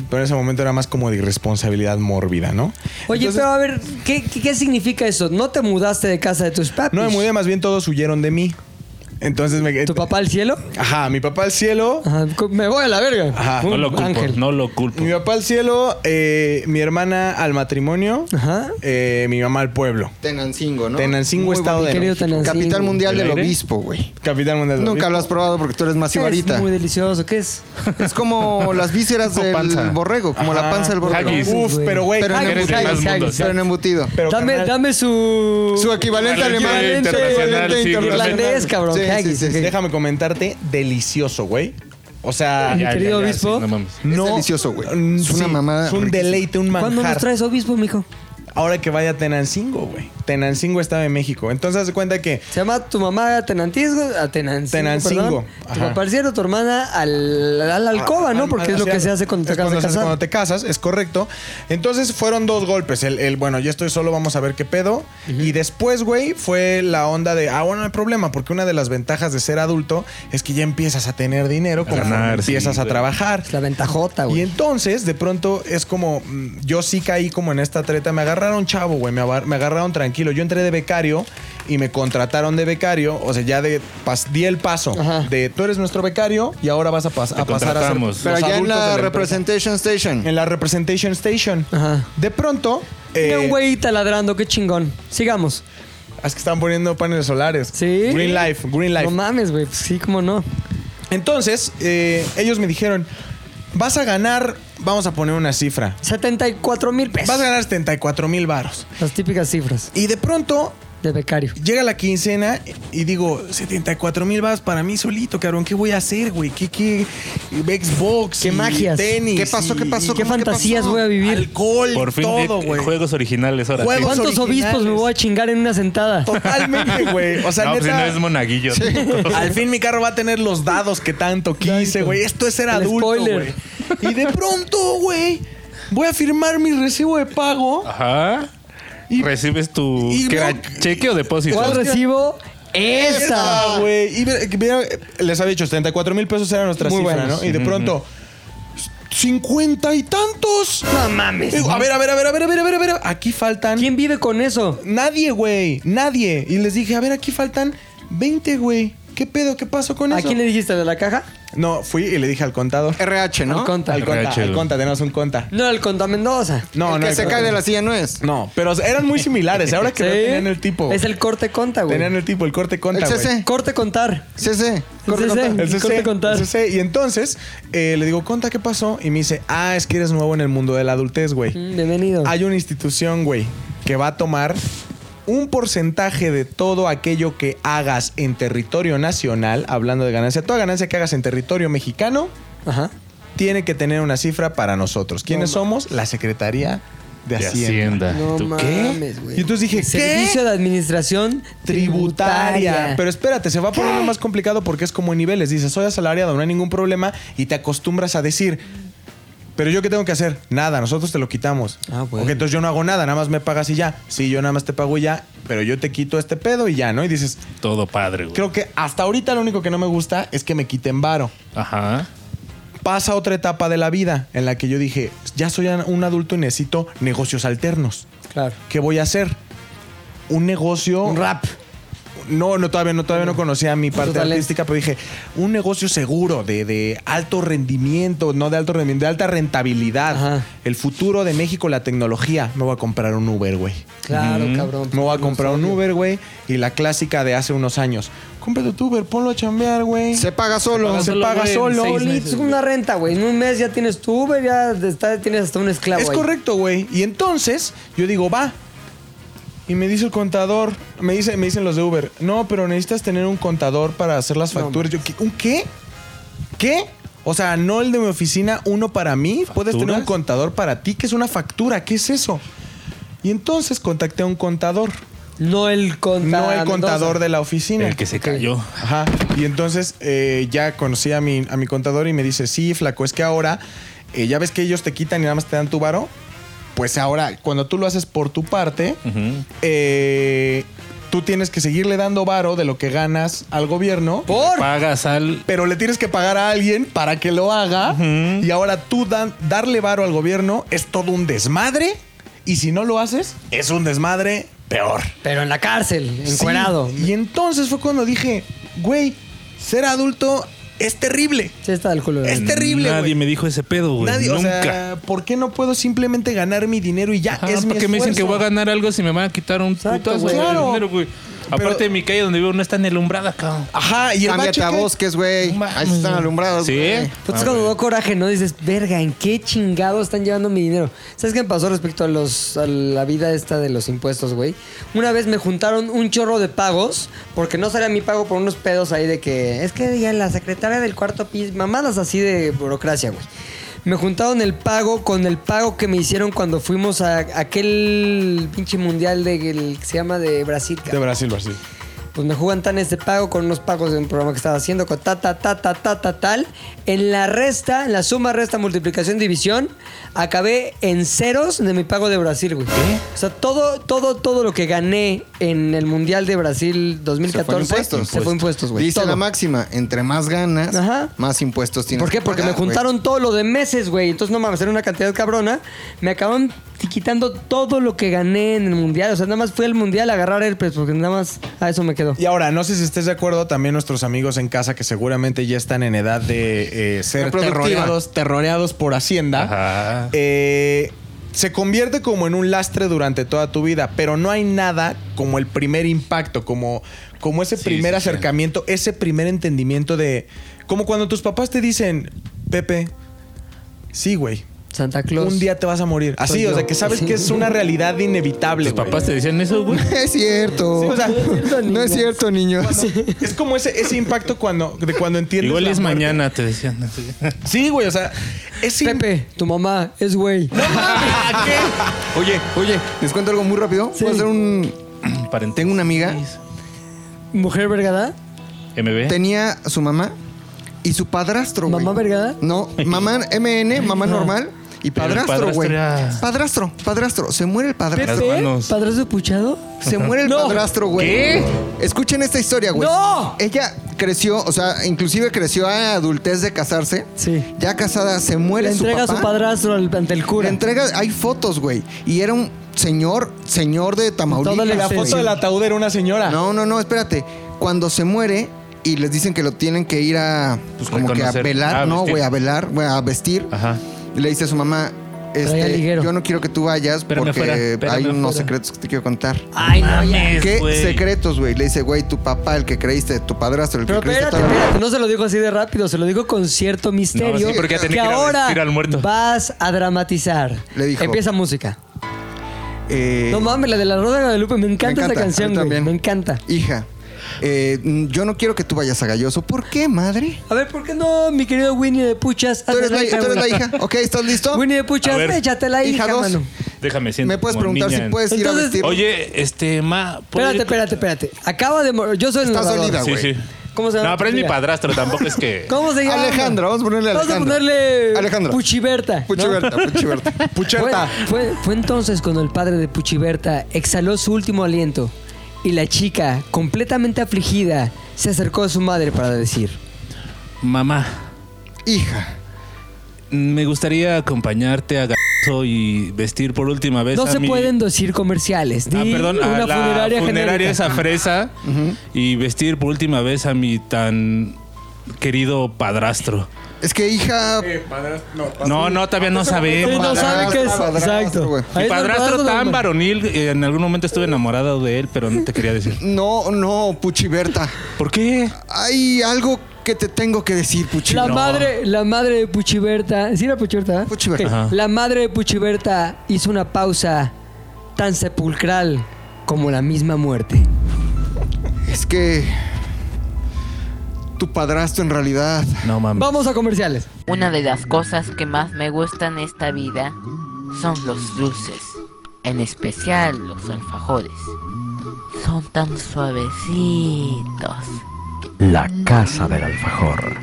Speaker 4: pero en ese momento era más como de irresponsabilidad mórbida, ¿no?
Speaker 1: Oye,
Speaker 4: Entonces,
Speaker 1: pero a ver, ¿qué, qué, qué significa eso? ¿No te mudaste de casa de tus papás?
Speaker 4: No me mudé, más bien todos huyeron de mí. Entonces me...
Speaker 1: ¿Tu papá al cielo?
Speaker 4: Ajá, mi papá al cielo...
Speaker 1: Ajá, cu- me voy a la verga.
Speaker 4: Ajá.
Speaker 3: No lo culpo,
Speaker 1: Ángel.
Speaker 3: no lo culpo.
Speaker 4: Mi papá al cielo, eh, mi hermana al matrimonio,
Speaker 1: Ajá.
Speaker 4: eh, mi mamá al pueblo.
Speaker 2: Tenancingo, ¿no?
Speaker 4: Tenancingo,
Speaker 2: Muy
Speaker 4: estado
Speaker 1: Mi
Speaker 4: de...
Speaker 1: querido Tenancingo.
Speaker 2: Capital mundial
Speaker 3: ¿Del
Speaker 2: del
Speaker 3: aire?
Speaker 2: obispo, güey.
Speaker 4: Capital Mundial.
Speaker 2: Nunca lo has probado porque tú eres más
Speaker 1: Es
Speaker 2: ibarita.
Speaker 1: muy delicioso, ¿qué es?
Speaker 2: Es como las vísceras
Speaker 3: Como
Speaker 2: del
Speaker 3: panza.
Speaker 2: borrego, como la
Speaker 4: Ajá.
Speaker 2: panza del borrego.
Speaker 3: Haggis.
Speaker 4: Uf,
Speaker 1: güey.
Speaker 4: pero güey,
Speaker 2: Pero en
Speaker 1: Haggis,
Speaker 3: eres de
Speaker 1: haggis,
Speaker 3: más mundo,
Speaker 1: haggis,
Speaker 2: Pero en embutido.
Speaker 4: Pero,
Speaker 1: dame,
Speaker 4: carnal,
Speaker 1: dame su.
Speaker 2: Su equivalente
Speaker 3: Para el
Speaker 2: alemán.
Speaker 3: equivalente
Speaker 2: internacional,
Speaker 3: internacional, sí,
Speaker 1: irlandés, cabrón.
Speaker 2: Sí, sí,
Speaker 1: haggis,
Speaker 2: sí,
Speaker 1: ok.
Speaker 2: sí.
Speaker 4: Pues déjame comentarte, delicioso, güey. O sea,
Speaker 1: Mi querido obispo.
Speaker 3: sí, no mames.
Speaker 4: no.
Speaker 2: Es delicioso, güey.
Speaker 4: Mm,
Speaker 2: Es una mamada
Speaker 4: Es un
Speaker 2: riquísima.
Speaker 4: deleite, un
Speaker 1: ¿Cuándo nos
Speaker 4: manjar.
Speaker 1: traes obispo, mijo?
Speaker 4: Ahora que vaya a Tenancingo, güey. Tenancingo estaba en México. Entonces, haz de cuenta que
Speaker 1: Se llama tu mamá a Tenancingo, a Tenancingo,
Speaker 4: Tenancingo,
Speaker 1: perdón. Tu
Speaker 4: ajá.
Speaker 1: papá al cielo, tu hermana al, a la alcoba,
Speaker 4: Ah,
Speaker 1: ¿no? Porque es lo que
Speaker 4: así
Speaker 1: se hace cuando te
Speaker 4: es
Speaker 1: acabas de
Speaker 4: se hace
Speaker 1: casar.
Speaker 4: Cuando te casas, es correcto. Entonces fueron dos golpes. El, el, bueno, yo estoy solo, vamos a ver qué pedo. Y después, güey, fue la onda de, ah, bueno, no hay problema, porque una de las ventajas de ser adulto es que ya empiezas a tener dinero, como
Speaker 3: ganar,
Speaker 4: empiezas
Speaker 3: sí,
Speaker 4: a
Speaker 3: güey.
Speaker 4: trabajar.
Speaker 1: Es la ventajota,
Speaker 4: Y
Speaker 1: güey.
Speaker 4: entonces, de pronto, es como, mm, yo sí caí como en esta treta. Me agarraron chavo, güey, me, abar- me agarraron tranquilo. Yo entré de becario y me contrataron de becario. O sea, ya de, pas- di el paso
Speaker 1: Ajá.
Speaker 4: de tú eres nuestro becario y ahora vas a, pas- a pasar a ser
Speaker 3: contratamos.
Speaker 4: los
Speaker 2: Pero allá en
Speaker 4: adultos de
Speaker 2: la
Speaker 4: empresa.
Speaker 2: Representation Station.
Speaker 4: En la Representation Station.
Speaker 1: Ajá.
Speaker 4: De pronto...
Speaker 1: Mira
Speaker 4: eh,
Speaker 1: un güey taladrando, qué chingón. Sigamos.
Speaker 4: es que están poniendo paneles solares.
Speaker 1: Sí.
Speaker 4: Green Life, Green Life.
Speaker 1: No mames, güey. pues Sí, cómo no.
Speaker 4: Entonces, eh, ellos me dijeron, vas a ganar, vamos a poner una cifra.
Speaker 1: 74 mil
Speaker 4: Vas a
Speaker 1: pesos.
Speaker 4: ganar 74 mil varos.
Speaker 1: Las típicas cifras
Speaker 4: Y de pronto
Speaker 1: de becario.
Speaker 4: Llega la quincena y digo, 74 mil vas para mí solito, cabrón. ¿Qué voy a hacer, güey? ¿Qué, qué? Xbox,
Speaker 1: ¿Qué
Speaker 4: y
Speaker 1: magias?
Speaker 4: tenis.
Speaker 2: ¿Qué pasó?
Speaker 4: y-
Speaker 2: ¿Qué pasó?
Speaker 4: y
Speaker 1: ¿Qué
Speaker 2: ¿Cómo que
Speaker 1: fantasías
Speaker 2: pasó?
Speaker 1: voy a vivir?
Speaker 4: Alcohol,
Speaker 3: Por fin,
Speaker 4: todo,
Speaker 3: eh,
Speaker 4: güey.
Speaker 3: juegos originales ahora. sí.
Speaker 4: Juegos
Speaker 3: No,
Speaker 1: ¿Cuántos
Speaker 4: originales.
Speaker 1: obispos me voy a chingar en una sentada?
Speaker 4: Totalmente, güey. O sea,
Speaker 3: pues si no
Speaker 4: neta.
Speaker 3: es monaguillo.
Speaker 4: Al fin mi carro va a tener los dados que tanto quise,
Speaker 1: Exacto.
Speaker 4: güey. Esto es ser
Speaker 1: El
Speaker 4: adulto,
Speaker 1: spoiler.
Speaker 4: güey. Y de pronto, güey, voy a firmar mi recibo de pago.
Speaker 3: Ajá.
Speaker 4: Y-
Speaker 3: recibes tu
Speaker 4: y
Speaker 3: ¿qué
Speaker 4: veo-
Speaker 3: era? cheque o depósito.
Speaker 1: ¿Cuál recibo?
Speaker 4: Esa,
Speaker 1: ¡Esa!
Speaker 4: Ah, güey. Y ve- ve- les había dicho, 74 mil pesos era nuestra
Speaker 1: Muy
Speaker 4: cifra,
Speaker 1: buenos.
Speaker 4: ¿no? Y de pronto, 50 y tantos.
Speaker 1: No mames.
Speaker 4: Digo, a ver, a ver, a ver, a ver, a ver, a ver, a ver. Aquí faltan.
Speaker 1: ¿Quién vive con eso?
Speaker 4: Nadie, güey. Nadie. Y les dije, a ver, aquí faltan 20, güey. ¿Qué pedo? ¿Qué pasó con
Speaker 1: ¿A
Speaker 4: eso?
Speaker 1: quién le dijiste? ¿Al ¿De la caja?
Speaker 4: No, fui y le dije al contador.
Speaker 2: RH, ¿no?
Speaker 1: Al conta.
Speaker 4: Al conta,
Speaker 3: RH,
Speaker 4: al
Speaker 3: güey.
Speaker 4: conta, tenemos un conta.
Speaker 1: No, al conta Mendoza.
Speaker 4: No,
Speaker 2: el
Speaker 4: no.
Speaker 2: que
Speaker 4: al
Speaker 2: se
Speaker 4: conta.
Speaker 2: cae de la silla no es.
Speaker 4: No, pero eran muy similares. Ahora que
Speaker 1: ¿Sí?
Speaker 4: veo, tenían el tipo.
Speaker 1: Es el corte conta, güey.
Speaker 4: Tenían el tipo, el corte conta,
Speaker 2: El
Speaker 4: güey.
Speaker 2: CC.
Speaker 1: Corte contar.
Speaker 2: CC. corre,
Speaker 1: CC.
Speaker 2: contar.
Speaker 4: El CC,
Speaker 1: Corte contar.
Speaker 4: el CC. Y entonces eh, le digo, conta, ¿qué pasó? Y me dice, ah, es que eres nuevo en el mundo de la adultez, güey.
Speaker 1: Mm, Bienvenido.
Speaker 4: Hay una institución, güey, que va a tomar un porcentaje de todo aquello que hagas en territorio nacional, hablando de ganancia, toda ganancia que hagas en territorio mexicano,
Speaker 1: Ajá.
Speaker 4: tiene que tener una cifra para nosotros. ¿Quiénes somos? La Secretaría de,
Speaker 3: de
Speaker 4: Hacienda.
Speaker 3: Hacienda.
Speaker 1: No
Speaker 3: ¿Tú
Speaker 1: mames, güey.
Speaker 4: Y entonces dije, ¿qué?
Speaker 1: Servicio de Administración
Speaker 4: tributaria.
Speaker 1: Tributaria.
Speaker 4: Pero espérate, se va poniendo más complicado porque es como en niveles. Dices, soy asalariado, no hay ningún problema y te acostumbras a decir, pero yo qué tengo que hacer? Nada, nosotros te lo quitamos.
Speaker 1: Ah, bueno.
Speaker 4: Ok, entonces yo no hago nada, nada más me pagas y ya. Sí, yo nada más te pago y ya, pero yo te quito este pedo y ya, ¿no? Y dices,
Speaker 3: Todo padre, güey.
Speaker 4: creo que hasta ahorita lo único que no me gusta es que me quiten varo.
Speaker 3: Ajá.
Speaker 4: Pasa otra etapa de la vida en la que yo dije, ya soy un adulto y necesito negocios alternos.
Speaker 1: Claro.
Speaker 4: ¿Qué voy a hacer? Un negocio.
Speaker 1: Un rap.
Speaker 4: No, no, todavía no, todavía no conocía mi parte
Speaker 1: talento.
Speaker 4: artística, pero dije, un negocio seguro, de, de alto rendimiento, no de alto rendimiento, de alta rentabilidad.
Speaker 1: Ajá.
Speaker 4: El futuro de México, la tecnología. Me voy a comprar un Uber, güey.
Speaker 1: Claro, cabrón.
Speaker 4: Me voy a comprar un
Speaker 1: Uber.
Speaker 4: Uber, güey. Y la clásica de hace unos años. Cómprate tu Uber, ponlo a chambear, güey.
Speaker 2: Se paga solo.
Speaker 4: Se paga
Speaker 3: güey, en
Speaker 4: solo.
Speaker 3: seis
Speaker 1: Solito, es
Speaker 3: meses, güey.
Speaker 1: una renta, güey. En un mes ya tienes tu Uber, ya te está- tienes hasta un esclavo.
Speaker 4: Es
Speaker 1: ahí.
Speaker 4: correcto, güey. Y entonces yo digo, va. Y me dice el contador, me, dice, me dicen los de Uber, no, pero necesitas tener un contador para hacer las facturas. Yo, "¿Qué? ¿Un qué? ¿Qué? O sea, no el de mi oficina, uno para mí. Puedes tener un
Speaker 3: ¿Facturas?
Speaker 4: contador para ti, que es una factura. ¿Qué es eso? Y entonces contacté a un contador.
Speaker 1: No el contador.
Speaker 4: no el contador de la oficina.
Speaker 3: El que se cayó.
Speaker 4: Ajá. Y entonces eh, ya conocí a mi, a mi contador y me dice, sí, flaco, es que ahora, eh, ya ves que ellos te quitan y nada más te dan tu varo. Pues ahora, cuando tú lo haces por tu parte,
Speaker 3: Ujú.
Speaker 4: eh, tú tienes que seguirle dando varo de lo que ganas al gobierno.
Speaker 1: Por.
Speaker 3: Pagas al.
Speaker 4: Pero le tienes que pagar a alguien para que lo haga.
Speaker 3: Ujú.
Speaker 4: Y ahora tú dan- darle varo al gobierno es todo un desmadre. Y si no lo haces, es un desmadre peor.
Speaker 1: Pero en la cárcel, encuerado.
Speaker 4: Sí, Y entonces fue cuando dije, güey, ser adulto es terrible.
Speaker 1: Sí, está del culo.
Speaker 4: Es terrible,
Speaker 3: Nadie
Speaker 4: güey.
Speaker 3: me dijo ese pedo, güey.
Speaker 4: Nadie,
Speaker 3: Nunca.
Speaker 4: o sea, ¿por qué no puedo simplemente ganar mi dinero y ya?
Speaker 3: Ajá,
Speaker 4: es mi
Speaker 3: ¿Para qué Ah, me dicen que
Speaker 4: esfuerzo?
Speaker 3: voy a ganar algo si me van a quitar un
Speaker 1: Exacto,
Speaker 3: putazo
Speaker 1: güey.
Speaker 3: de
Speaker 4: Claro.
Speaker 3: dinero, güey?
Speaker 4: Pero-
Speaker 3: Aparte de mi calle donde vivo no está ni alumbrada, cabrón.
Speaker 4: Ajá, y el
Speaker 2: Cámbiate
Speaker 4: bache
Speaker 2: a
Speaker 4: que-
Speaker 2: bosques, güey.
Speaker 3: No
Speaker 2: Ahí están
Speaker 3: mames.
Speaker 2: alumbrados.
Speaker 3: Sí.
Speaker 2: güey.
Speaker 1: Pues es cuando da coraje, ¿no? Dices, verga, ¿en qué chingado están llevando mi dinero? ¿Sabes qué me pasó respecto a, los, a la vida esta de los impuestos, güey? Una vez me juntaron un chorro de pagos, porque no salía mi pago por unos pedos ahí de que, es que ya la secretaria del cuarto piso, mamadas así de burocracia, güey. Me juntaron el pago con el pago que me hicieron cuando fuimos a aquel pinche mundial de, el que se llama de Brasil.
Speaker 4: De
Speaker 1: cabrón
Speaker 4: Brasil, Brasil.
Speaker 1: pues me jugan tan este pago con unos pagos de un programa que estaba haciendo con ta ta ta ta ta ta tal. En la resta, en la suma, resta, multiplicación, división, acabé en ceros de mi pago de Brasil, güey. O sea, todo, todo, todo lo que gané en el Mundial de Brasil 2014
Speaker 2: Se fue en impuestos.
Speaker 1: se fue en impuestos, güey.
Speaker 2: Dice
Speaker 1: Todo.
Speaker 2: la máxima, entre más ganas,
Speaker 1: Ajá.
Speaker 2: más impuestos tienes
Speaker 1: ¿Por qué?
Speaker 2: que
Speaker 1: Porque me
Speaker 2: pagar, güey.
Speaker 1: juntaron todo lo de meses, güey. Entonces, no mames, era una cantidad cabrona. Me acaban quitando todo lo que gané en el mundial. O sea, nada más fui al mundial a agarrar el porque nada más a eso me quedó.
Speaker 4: Y ahora, no sé si estés de acuerdo, también nuestros amigos en casa que seguramente ya están en edad de eh, ser
Speaker 2: Reproductiva.
Speaker 4: terroreados, terroreados por Hacienda,
Speaker 3: Ajá.
Speaker 4: eh, se convierte como en un lastre durante toda tu vida, pero no hay nada como el primer impacto, como, como ese
Speaker 3: Sí,
Speaker 4: primer
Speaker 3: sí, sí.
Speaker 4: acercamiento, ese primer entendimiento de... Como cuando tus papás te dicen, Pepe, sí, güey.
Speaker 1: Santa Claus.
Speaker 4: Un día te vas a morir. Así,
Speaker 1: Soy
Speaker 4: o sea,
Speaker 1: yo.
Speaker 4: que sabes
Speaker 1: Sí.
Speaker 4: que es una realidad inevitable.
Speaker 3: ¿Tus
Speaker 4: güey.
Speaker 3: papás te decían eso, güey?
Speaker 2: Es cierto.
Speaker 4: Sí, o sea,
Speaker 2: no es cierto, niños.
Speaker 4: Es como ese, ese impacto cuando, de cuando entiendes.
Speaker 3: Igual
Speaker 4: la
Speaker 3: es
Speaker 4: muerte.
Speaker 3: mañana, te decían. así.
Speaker 4: Sí, güey, o sea, es im-
Speaker 1: Pepe, tu mamá es güey.
Speaker 2: Oye, oye, les cuento algo muy rápido.
Speaker 1: Sí.
Speaker 2: Puedo hacer un.
Speaker 3: Paréntesis.
Speaker 2: Tengo una amiga.
Speaker 1: ¿Mujer vergada?
Speaker 3: MB.
Speaker 2: Tenía su mamá y su padrastro, güey.
Speaker 1: ¿Eh? ¿Mamá vergada? Ah.
Speaker 2: No, mamá MN, mamá normal y
Speaker 3: Pero el
Speaker 2: padrastro, güey.
Speaker 3: padrastro era-
Speaker 2: Padrastro, padrastro. Se muere el padrastro.
Speaker 3: Pepe. manos.
Speaker 1: ¿Padrastro puchado?
Speaker 2: Se muere el
Speaker 1: No.
Speaker 2: padrastro, güey.
Speaker 3: ¿Qué?
Speaker 2: Escuchen esta historia, güey.
Speaker 1: ¡No!
Speaker 2: Ella creció, o sea, inclusive creció a adultez de casarse.
Speaker 1: Sí.
Speaker 2: Ya casada, se muere
Speaker 1: Le entrega a
Speaker 2: su
Speaker 1: su
Speaker 2: papá.
Speaker 1: padrastro al- ante el
Speaker 2: Le
Speaker 1: cura.
Speaker 2: entrega, hay fotos, güey. Y era un señor, señor de Tamaulipas.
Speaker 1: Todo el
Speaker 4: La
Speaker 1: Sí.
Speaker 4: foto del ataúd era una señora.
Speaker 2: No, no, no, espérate. Cuando se muere y les dicen que lo tienen que ir a, pues
Speaker 3: Pues,
Speaker 2: como que a
Speaker 3: reconocer.
Speaker 2: velar,
Speaker 3: Ah,
Speaker 2: no,
Speaker 3: vestir.
Speaker 2: güey, a velar, güey, a vestir.
Speaker 3: Ajá.
Speaker 2: Y le dice a su mamá,
Speaker 1: Traía
Speaker 2: este,
Speaker 1: liguero.
Speaker 2: yo no quiero que tú vayas
Speaker 3: Espérame
Speaker 2: porque
Speaker 3: afuera, espérame
Speaker 2: hay unos
Speaker 3: afuera.
Speaker 2: secretos que te quiero contar.
Speaker 1: Ay, no, ya.
Speaker 3: Mames,
Speaker 2: ¿Qué
Speaker 3: güey.
Speaker 2: secretos, güey? Le dice, güey, tu papá, el que creíste, tu padrastro, el
Speaker 1: Pero
Speaker 2: que creíste
Speaker 1: espérate,
Speaker 2: toda la vida.
Speaker 1: espérate, no se lo digo así de rápido, se lo digo con cierto misterio
Speaker 3: No, sí, porque ya
Speaker 1: que
Speaker 3: tenía que ir a
Speaker 1: ahora
Speaker 3: vestir al muerto.
Speaker 1: vas a dramatizar.
Speaker 2: Le dijo.
Speaker 1: Empieza música.
Speaker 2: Eh,
Speaker 1: No mames, la de la Roda de Guadalupe, me encanta, esa
Speaker 2: a
Speaker 1: canción,
Speaker 2: mí
Speaker 1: güey.
Speaker 2: también.
Speaker 1: Me encanta.
Speaker 2: Hija, eh, mm, yo no quiero que tú vayas a Galloso. ¿Por qué, madre?
Speaker 1: A ver, ¿por qué no, mi querido Winnie de Puchas?
Speaker 2: Tú eres la
Speaker 1: Hazle
Speaker 2: hija, tú eres la
Speaker 1: güey.
Speaker 2: hija. Ok, ¿estás listo?
Speaker 1: Winnie de Puchas,
Speaker 3: A ver.
Speaker 1: échate la hija,
Speaker 2: Hija dos.
Speaker 1: mano.
Speaker 3: Déjame siento.
Speaker 2: ¿Me puedes
Speaker 3: como
Speaker 2: preguntar
Speaker 3: niña.
Speaker 2: si puedes ir a
Speaker 1: Entonces-
Speaker 2: vestir?
Speaker 3: Oye, este, ma. ¿puedo
Speaker 1: Espérate,
Speaker 3: ir-
Speaker 1: espérate, espérate. Acaba de morir. Yo soy el
Speaker 2: Estás
Speaker 1: narrador.
Speaker 2: dolida,
Speaker 3: Sí,
Speaker 2: güey.
Speaker 3: sí.
Speaker 1: ¿Cómo se llama?
Speaker 3: No, pero es mi
Speaker 1: Mira.
Speaker 3: padrastro, tampoco es que.
Speaker 1: ¿Cómo se llama?
Speaker 2: Alejandra, vamos a ponerle
Speaker 1: Vamos a
Speaker 2: Alejandra.
Speaker 1: ponerle
Speaker 2: Alejandra.
Speaker 1: Puchiberta. ¿no?
Speaker 2: Puchiberta, Puchiberta.
Speaker 1: Fue,
Speaker 4: Pucherta.
Speaker 1: fue- fue entonces cuando el padre de Puchiberta exhaló su último aliento y la chica, completamente afligida, se acercó a su madre para decir:
Speaker 3: Mamá,
Speaker 2: Hija.
Speaker 3: me gustaría acompañarte a. ga- sexo y vestir por última vez
Speaker 1: No
Speaker 3: a
Speaker 1: se
Speaker 3: mi-
Speaker 1: pueden decir comerciales.
Speaker 3: Ah,
Speaker 1: Di
Speaker 3: perdón, a
Speaker 1: una
Speaker 3: la
Speaker 1: funeraria, genérica.
Speaker 3: esa fresa y vestir por última vez a mi tan querido padrastro.
Speaker 2: Es que hija.
Speaker 1: Eh.
Speaker 3: No, no, todavía no
Speaker 1: Sí,
Speaker 3: sabemos.
Speaker 1: no sabe qué es.
Speaker 2: Padrastro,
Speaker 1: Exacto.
Speaker 2: güey.
Speaker 1: Ahí
Speaker 3: Mi
Speaker 1: es
Speaker 3: padrastro
Speaker 1: padrastro,
Speaker 3: tan
Speaker 1: güey.
Speaker 3: varonil, eh, en algún momento estuve enamorado de él, pero no te quería decir.
Speaker 2: No, no, Puchiberta.
Speaker 3: ¿Por qué?
Speaker 2: Hay algo que te tengo que decir, Puchi.
Speaker 1: La madre, la madre de Puchiberta, ¿sí era Puchiberta?
Speaker 2: Puchiberta.
Speaker 1: Ok.
Speaker 3: Ajá.
Speaker 1: La madre de Puchiberta hizo una pausa tan sepulcral como la misma muerte.
Speaker 3: Mm.
Speaker 2: Es que. Tu padrastro en realidad.
Speaker 3: No mames.
Speaker 1: Vamos a comerciales.
Speaker 5: Una de las cosas que más me gustan en esta vida son los dulces, en especial los alfajores. Son tan suavecitos.
Speaker 6: La casa del alfajor.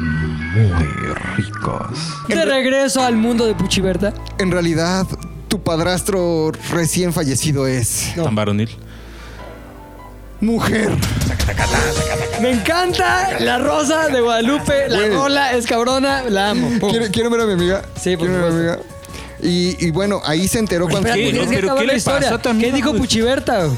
Speaker 6: Muy ricos.
Speaker 1: De regreso al mundo de Puchiberta.
Speaker 2: En realidad, tu padrastro recién fallecido es.
Speaker 3: Tan varonil.
Speaker 2: Mujer.
Speaker 1: Me encanta la rosa de Guadalupe, la
Speaker 2: Güey.
Speaker 1: rola es cabrona, la amo. Pum.
Speaker 2: ¿Quieren, quieren ver a mi amiga?
Speaker 1: Oh. Sí, por
Speaker 2: ¿Quieren ver a mi amiga?
Speaker 1: supuesto.
Speaker 2: Y, y bueno, ahí se enteró cuando.
Speaker 1: Espérate,
Speaker 3: ¿Qué?
Speaker 1: tienes que
Speaker 3: ¿Pero
Speaker 1: acabar
Speaker 3: qué
Speaker 1: la
Speaker 3: le
Speaker 1: historia.
Speaker 3: pasó también,
Speaker 1: ¿Qué dijo
Speaker 3: güey?
Speaker 1: Puchiberta?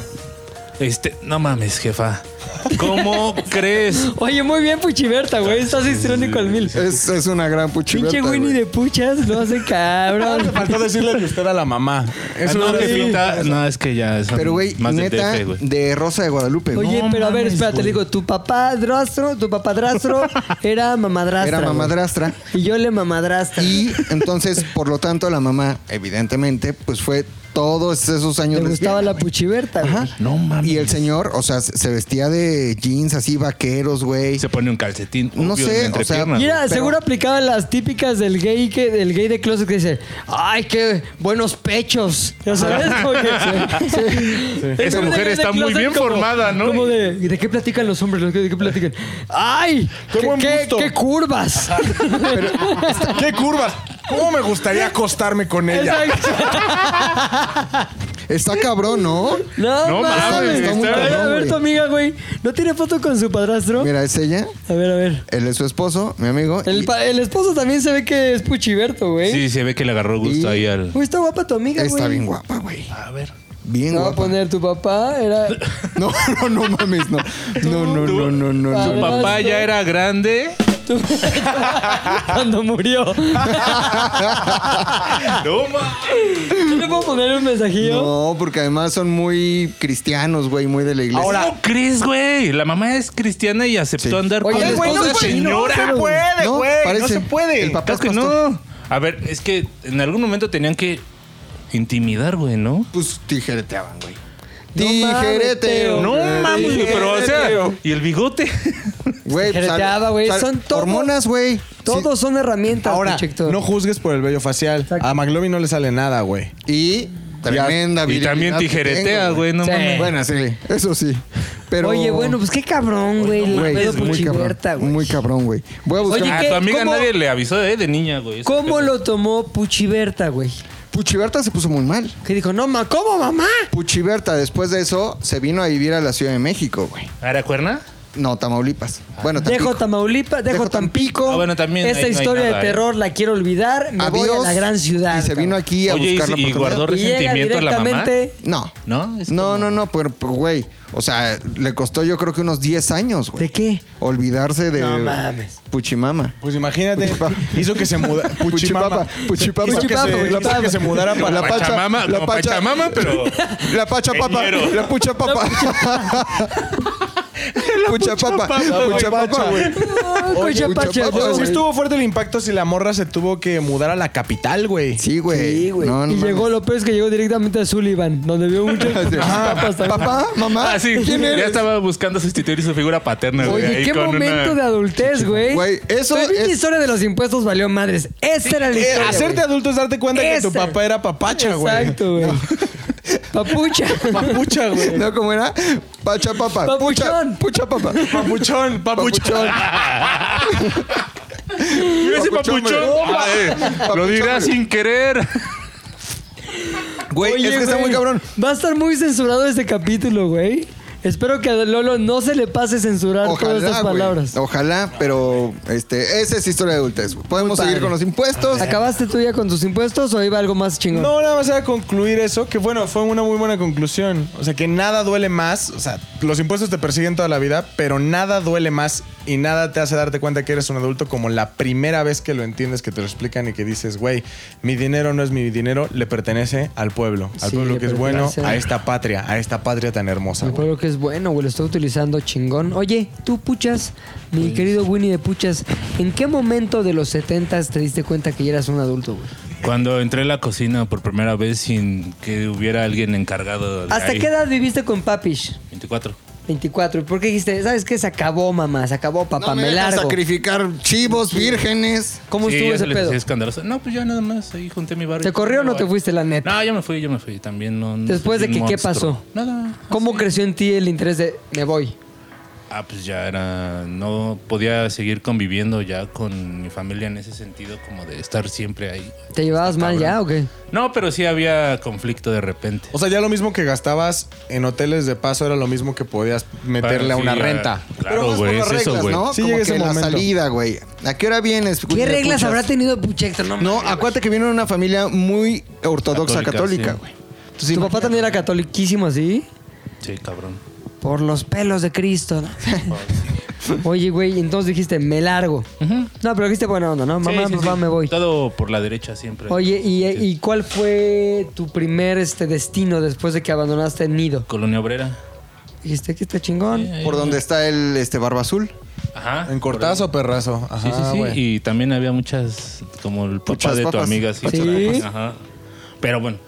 Speaker 3: Este, no mames, jefa. ¿Cómo crees?
Speaker 1: Oye, muy bien Puchiberta, güey, estás histriónico al mil.
Speaker 2: Es, es una gran Puchiberta.
Speaker 1: Pinche Winnie
Speaker 2: güey.
Speaker 1: de puchas, lo hace cabrón.
Speaker 4: Faltó decirle de usted a la mamá.
Speaker 3: Ah,
Speaker 4: Eso
Speaker 3: no,
Speaker 4: no es
Speaker 3: jefita, no, es que ya es
Speaker 2: Pero, güey,
Speaker 3: más del
Speaker 2: neta,
Speaker 3: DF, güey.
Speaker 2: de Rosa de Guadalupe.
Speaker 1: Oye,
Speaker 3: No
Speaker 1: pero a ver,
Speaker 3: mames,
Speaker 1: espérate,
Speaker 3: güey.
Speaker 1: le digo, tu papadrastro, tu papadrastro era mamadrastra.
Speaker 2: Era
Speaker 1: güey.
Speaker 2: mamadrastra.
Speaker 1: Y yo le mamadrastra.
Speaker 2: Y entonces, por lo tanto, la mamá, evidentemente, pues fue todos esos años
Speaker 1: Le gustaba
Speaker 2: lesbiana,
Speaker 1: la
Speaker 2: güey.
Speaker 1: puchiberta, güey.
Speaker 3: No mames.
Speaker 2: Y el señor, o sea, se vestía de jeans así, vaqueros, güey.
Speaker 3: se pone un calcetín.
Speaker 2: No
Speaker 3: obvio,
Speaker 2: sé,
Speaker 3: en la
Speaker 2: o sea,
Speaker 3: entrepierna,
Speaker 1: Y era,
Speaker 2: Pero-
Speaker 1: seguro aplicaba las típicas del gay que, del gay de closet que dice, ay, qué buenos pechos. Ya sabes, Como que- Es
Speaker 3: Esa
Speaker 1: un
Speaker 3: mujer
Speaker 1: gay de
Speaker 3: está muy
Speaker 1: closet
Speaker 3: bien formada, ¿no?
Speaker 1: Como de, ¿de qué platican los hombres? ¿De qué platican? ¡Ay!
Speaker 4: Qué buen busto.
Speaker 1: qué curvas!
Speaker 4: ¿Qué curvas? ¿Cómo me gustaría acostarme con ella?
Speaker 1: Exacto.
Speaker 2: Está cabrón, ¿no?
Speaker 1: No,
Speaker 3: No mames,
Speaker 1: mames.
Speaker 2: está muy
Speaker 1: a ver, a
Speaker 2: cabrón,
Speaker 1: ver tu
Speaker 2: güey.
Speaker 1: amiga, güey. ¿No tiene foto con su padrastro?
Speaker 2: Mira, es ella,
Speaker 1: A ver, a ver.
Speaker 2: él es su esposo, mi amigo.
Speaker 1: El,
Speaker 2: y-
Speaker 1: pa- el esposo también se ve que es Puchiberto, güey.
Speaker 3: Sí, se ve que le agarró gusto
Speaker 2: Y-
Speaker 3: ahí al.
Speaker 1: Uy, está guapa tu amiga, güey.
Speaker 2: está bien guapa, güey.
Speaker 3: A ver.
Speaker 2: Bien
Speaker 1: Te voy a
Speaker 2: guapa.
Speaker 1: poner tu papá, era...
Speaker 2: No, no, no mames, no. No, no, no, no, no.
Speaker 1: A
Speaker 3: Su
Speaker 1: ver,
Speaker 2: no.
Speaker 3: papá
Speaker 1: esto-
Speaker 3: ya era grande.
Speaker 1: tu- Cuando murió.
Speaker 2: Ah.
Speaker 3: No mames.
Speaker 1: ¿No le puedo poner un mensajillo?
Speaker 2: No, porque además son muy cristianos, güey, muy de la iglesia.
Speaker 4: Ahora-
Speaker 3: ¿Cómo crees, güey? La mamá es cristiana y aceptó andar
Speaker 1: Oye,
Speaker 3: con
Speaker 1: el güey no
Speaker 3: esposa
Speaker 1: puede-
Speaker 3: señora.
Speaker 1: no se puede.
Speaker 4: puede, güey, no se puede.
Speaker 2: El papá
Speaker 3: Claro
Speaker 2: es
Speaker 3: que
Speaker 2: pastor.
Speaker 3: no. A ver, es que en algún momento tenían que intimidar, güey, ¿no?
Speaker 2: Pues tijereteaban, güey.
Speaker 1: No mames,
Speaker 2: Tijereteo.
Speaker 1: Teo.
Speaker 3: No
Speaker 2: güey.
Speaker 3: mames, güey, pero o sea, y el bigote.
Speaker 2: Güey, pues,
Speaker 1: Tijereteaba,
Speaker 2: al-
Speaker 1: güey.
Speaker 2: sal-
Speaker 1: Son todo-
Speaker 2: Hormonas, güey.
Speaker 1: Todos son herramientas,
Speaker 4: Ahora,
Speaker 1: Puchector.
Speaker 4: no juzgues por el vello facial.
Speaker 1: Exacto.
Speaker 4: A McLovin no le sale nada, güey.
Speaker 2: Sí. Y tremenda
Speaker 3: y
Speaker 2: virilidad
Speaker 3: también
Speaker 2: que
Speaker 3: tijeretea,
Speaker 2: tengo,
Speaker 3: güey, no
Speaker 1: Sí.
Speaker 3: mames.
Speaker 2: Bueno, sí, eso sí. Pero.
Speaker 1: Oye, bueno, pues qué cabrón, güey. el
Speaker 2: Güey,
Speaker 1: pedo
Speaker 2: es muy cabrón.
Speaker 1: Puchiberta, güey.
Speaker 2: Muy cabrón, güey. Voy a buscar.
Speaker 1: Oye,
Speaker 3: a
Speaker 1: ¿qué?
Speaker 3: tu amiga
Speaker 1: ¿Cómo-
Speaker 3: nadie le avisó eh, de niña, güey. ese
Speaker 1: ¿Cómo
Speaker 3: pedo.
Speaker 1: lo tomó Puchiberta, güey?
Speaker 2: Puchiberta se puso muy mal.
Speaker 1: Que dijo, no, ma, ¿cómo, mamá?
Speaker 2: Puchiberta, después de eso, se vino a vivir a la Ciudad de México, güey.
Speaker 3: ¿Aracuerna?
Speaker 2: No, Tamaulipas. Bueno,
Speaker 1: Dejo
Speaker 2: Tampico.
Speaker 1: Tamaulipas, dejo,
Speaker 2: Dejo
Speaker 1: Tampico.
Speaker 3: Ah, bueno, también
Speaker 1: Esta
Speaker 3: ahí no hay
Speaker 1: historia
Speaker 3: nada,
Speaker 1: de
Speaker 3: ¿eh?
Speaker 1: terror la quiero olvidar. Me voy a
Speaker 2: Adiós.
Speaker 1: la gran ciudad.
Speaker 2: Y se vino
Speaker 1: cabrón.
Speaker 2: aquí a
Speaker 3: Oye,
Speaker 2: buscar
Speaker 3: y-
Speaker 2: la
Speaker 3: y
Speaker 2: oportunidad.
Speaker 3: guardó
Speaker 1: Y llega
Speaker 3: resentimiento a la mamá.
Speaker 1: directamente-
Speaker 2: No.
Speaker 3: ¿No? Es
Speaker 2: No,
Speaker 3: como-
Speaker 2: no, no, pero, pero, güey. O sea, le costó yo creo que unos 10 años, güey.
Speaker 1: ¿De qué?
Speaker 2: Olvidarse de
Speaker 1: No mames.
Speaker 2: Puchimama.
Speaker 4: Pues imagínate,
Speaker 2: Puchipapa.
Speaker 4: hizo que se mudara.
Speaker 2: Puchipapa, Puchipapa,
Speaker 4: hizo que
Speaker 1: Puchipapa,
Speaker 4: se- hizo
Speaker 1: Puchipapa.
Speaker 4: que se mudara para
Speaker 2: La
Speaker 4: la
Speaker 2: pacha-
Speaker 3: Pachamama,
Speaker 2: la
Speaker 3: no,
Speaker 2: pacha-
Speaker 3: Pachamama, pero...
Speaker 2: La pachapapa,
Speaker 3: Ingeniero.
Speaker 2: la puchapapa. La puchapapa, la puchapapa, güey.
Speaker 1: Ah, Cochapacha,
Speaker 2: Cochapacha,
Speaker 1: yo-
Speaker 4: Sí
Speaker 2: güey.
Speaker 4: estuvo fuerte el impacto si la morra se tuvo que mudar a la capital, güey.
Speaker 2: Sí, güey.
Speaker 1: Sí, güey.
Speaker 2: No, no
Speaker 1: y
Speaker 2: mames.
Speaker 1: llegó lo peor es que llegó directamente a Sullivan, donde vio muchas
Speaker 2: Ah,
Speaker 1: papas también.
Speaker 2: Papá, mamá.
Speaker 3: Ah, sí.
Speaker 2: ¿Quién
Speaker 3: Ya
Speaker 2: eres?
Speaker 3: estaba buscando sustituir su figura paterna, güey.
Speaker 1: Oye,
Speaker 3: ahí
Speaker 1: qué
Speaker 3: con
Speaker 1: momento de
Speaker 3: una-
Speaker 1: adultez, güey.
Speaker 2: Güey, eso
Speaker 1: Pero pinche
Speaker 2: es-
Speaker 1: historia de los impuestos valió madres. Esa era la
Speaker 4: Eh,
Speaker 1: historia.
Speaker 4: hacerte
Speaker 1: güey.
Speaker 4: adulto es darte cuenta que tu
Speaker 1: Ese.
Speaker 4: papá era papacha, güey.
Speaker 1: Exacto, güey. Papucha.
Speaker 4: Papucha, güey.
Speaker 2: No, ¿cómo era? Pachapapa.
Speaker 1: Papuchón.
Speaker 2: Pucha, puchapapa.
Speaker 4: Papuchón, papuchón.
Speaker 2: Papuchón.
Speaker 3: ¡Mira ese
Speaker 2: Papuchón,
Speaker 3: papuchón!
Speaker 2: güey.
Speaker 3: Ah, eh, Lo
Speaker 2: Papuchón,
Speaker 3: dirá
Speaker 2: güey.
Speaker 3: sin querer.
Speaker 2: Güey,
Speaker 1: Oye,
Speaker 2: es que está
Speaker 1: güey,
Speaker 2: muy cabrón.
Speaker 1: Va a estar muy censurado este capítulo, güey. Espero que a Lolo no se le pase censurar todas
Speaker 2: Ojalá,
Speaker 1: estas
Speaker 2: güey.
Speaker 1: palabras.
Speaker 2: Ojalá, pero este, esa es historia de adultez. güey. Podemos seguir
Speaker 1: padre.
Speaker 2: con los impuestos.
Speaker 1: ¿Acabaste tú ya con tus impuestos o iba algo más chingón?
Speaker 4: No, nada más era concluir eso, que bueno, fue una muy buena conclusión. O sea, que nada duele más. O sea, los impuestos te persiguen toda la vida, pero nada duele más y nada te hace darte cuenta que eres un adulto como la primera vez que lo entiendes, que te lo explican y que dices, güey, mi dinero no es mi dinero, le pertenece al pueblo. Al
Speaker 1: Sí,
Speaker 4: pueblo
Speaker 1: le
Speaker 4: que es bueno,
Speaker 1: pertenece.
Speaker 4: a esta patria, a esta patria tan hermosa.
Speaker 1: El
Speaker 4: güey.
Speaker 1: pueblo que es bueno, güey, lo está utilizando chingón. Oye, tú puchas, mi querido Winnie de Puchas, ¿en qué momento de los 70 te diste cuenta que ya eras un adulto, güey?
Speaker 3: Pues Cuando entré a la cocina por primera vez sin que hubiera alguien encargado de
Speaker 1: ¿Hasta
Speaker 3: ahí.
Speaker 1: qué edad viviste con Papish?
Speaker 3: 24.
Speaker 1: 24. ¿Y por qué dijiste, sabes qué? Se acabó, mamá, se acabó, papá,
Speaker 2: No me
Speaker 1: me
Speaker 2: dejan
Speaker 1: largo.
Speaker 2: sacrificar chivos, vírgenes.
Speaker 1: ¿Cómo
Speaker 3: Sí,
Speaker 1: estuvo
Speaker 3: ya se
Speaker 1: ese
Speaker 3: les
Speaker 1: pedo?
Speaker 3: hacía escandaloso. No, pues ya nada más ahí junté mi barrio.
Speaker 1: ¿Te corrió o no te fuiste, la neta?
Speaker 3: No, yo me fui, yo me fui también. No, no
Speaker 1: Después
Speaker 3: soy
Speaker 1: de
Speaker 3: un
Speaker 1: que, ¿qué
Speaker 3: monstruo.
Speaker 1: pasó?
Speaker 3: Nada.
Speaker 1: ¿Cómo creció en ti el interés de me voy?
Speaker 3: Ah, pues ya era, no podía seguir conviviendo ya con mi familia en ese sentido, como de estar siempre ahí.
Speaker 1: ¿Te llevabas mal ya o qué?
Speaker 3: No, pero sí había conflicto de repente.
Speaker 4: O sea, ya lo mismo que gastabas en hoteles de paso era lo mismo que podías meterle a
Speaker 3: Sí,
Speaker 4: una
Speaker 3: ya-
Speaker 4: renta.
Speaker 2: Pero
Speaker 3: Claro,
Speaker 2: más por
Speaker 3: güey,
Speaker 2: las
Speaker 3: es eso,
Speaker 2: reglas,
Speaker 3: güey.
Speaker 2: ¿no?
Speaker 4: Sí
Speaker 2: Como
Speaker 4: llega ese
Speaker 2: que la
Speaker 4: momento.
Speaker 2: salida, güey. ¿A qué hora vienes?
Speaker 1: ¿Qué
Speaker 2: Puchas?
Speaker 1: reglas habrá tenido Puchector? No,
Speaker 2: No,
Speaker 1: mames,
Speaker 2: acuérdate que viene de una familia muy ortodoxa
Speaker 3: Católica,
Speaker 2: católica,
Speaker 3: sí.
Speaker 2: güey.
Speaker 1: güey. ¿Tu papá también era catoliquísimo así?
Speaker 3: Sí, cabrón.
Speaker 1: Por los pelos de Cristo. ¿no? Oye, güey, entonces dijiste, me largo. No, pero dijiste buena onda, ¿no? Mamá,
Speaker 3: Sí, sí,
Speaker 1: papá,
Speaker 3: sí.
Speaker 1: me voy.
Speaker 3: Todo por la derecha siempre.
Speaker 1: Oye, ¿y,
Speaker 3: Sí.
Speaker 1: y cuál fue tu primer este, destino después de que abandonaste el nido?
Speaker 3: Colonia Obrera.
Speaker 1: Dijiste que está chingón.
Speaker 3: Sí,
Speaker 2: Por donde está el este barba azul.
Speaker 3: Ajá.
Speaker 4: ¿En cortazo o perrazo? Ajá,
Speaker 3: Sí, sí, sí.
Speaker 4: güey.
Speaker 3: Y también había muchas, como el papá
Speaker 2: Muchas
Speaker 3: de tu
Speaker 2: papas.
Speaker 3: amiga, sí.
Speaker 1: Sí.
Speaker 3: Muchas papas, Ajá. Pero bueno.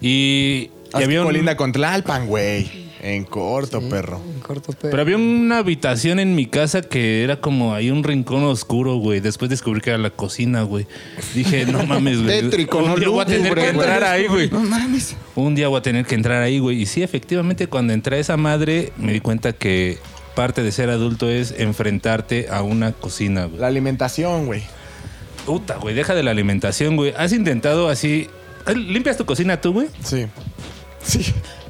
Speaker 3: Y, y
Speaker 4: Haz
Speaker 3: había un-
Speaker 4: colinda con Tlalpan, güey. En corto, perro.
Speaker 1: En corto pe-
Speaker 3: pero había una habitación en mi casa que era como ahí un rincón oscuro, güey. Después descubrí que era la cocina, güey. Dije, no mames, güey.
Speaker 2: Tétrico, no
Speaker 3: Un día voy a tener
Speaker 2: lúgubre,
Speaker 3: que
Speaker 2: güey.
Speaker 3: entrar ahí, güey.
Speaker 2: No mames.
Speaker 3: Un día voy a tener que entrar ahí, güey. Y sí, efectivamente, cuando entré a esa madre, me di cuenta que parte de ser adulto es enfrentarte a una cocina, güey.
Speaker 4: La alimentación, güey.
Speaker 3: Puta, güey, deja de la alimentación, güey. ¿Has intentado así? ¿Limpias tu cocina tú, güey?
Speaker 4: Sí.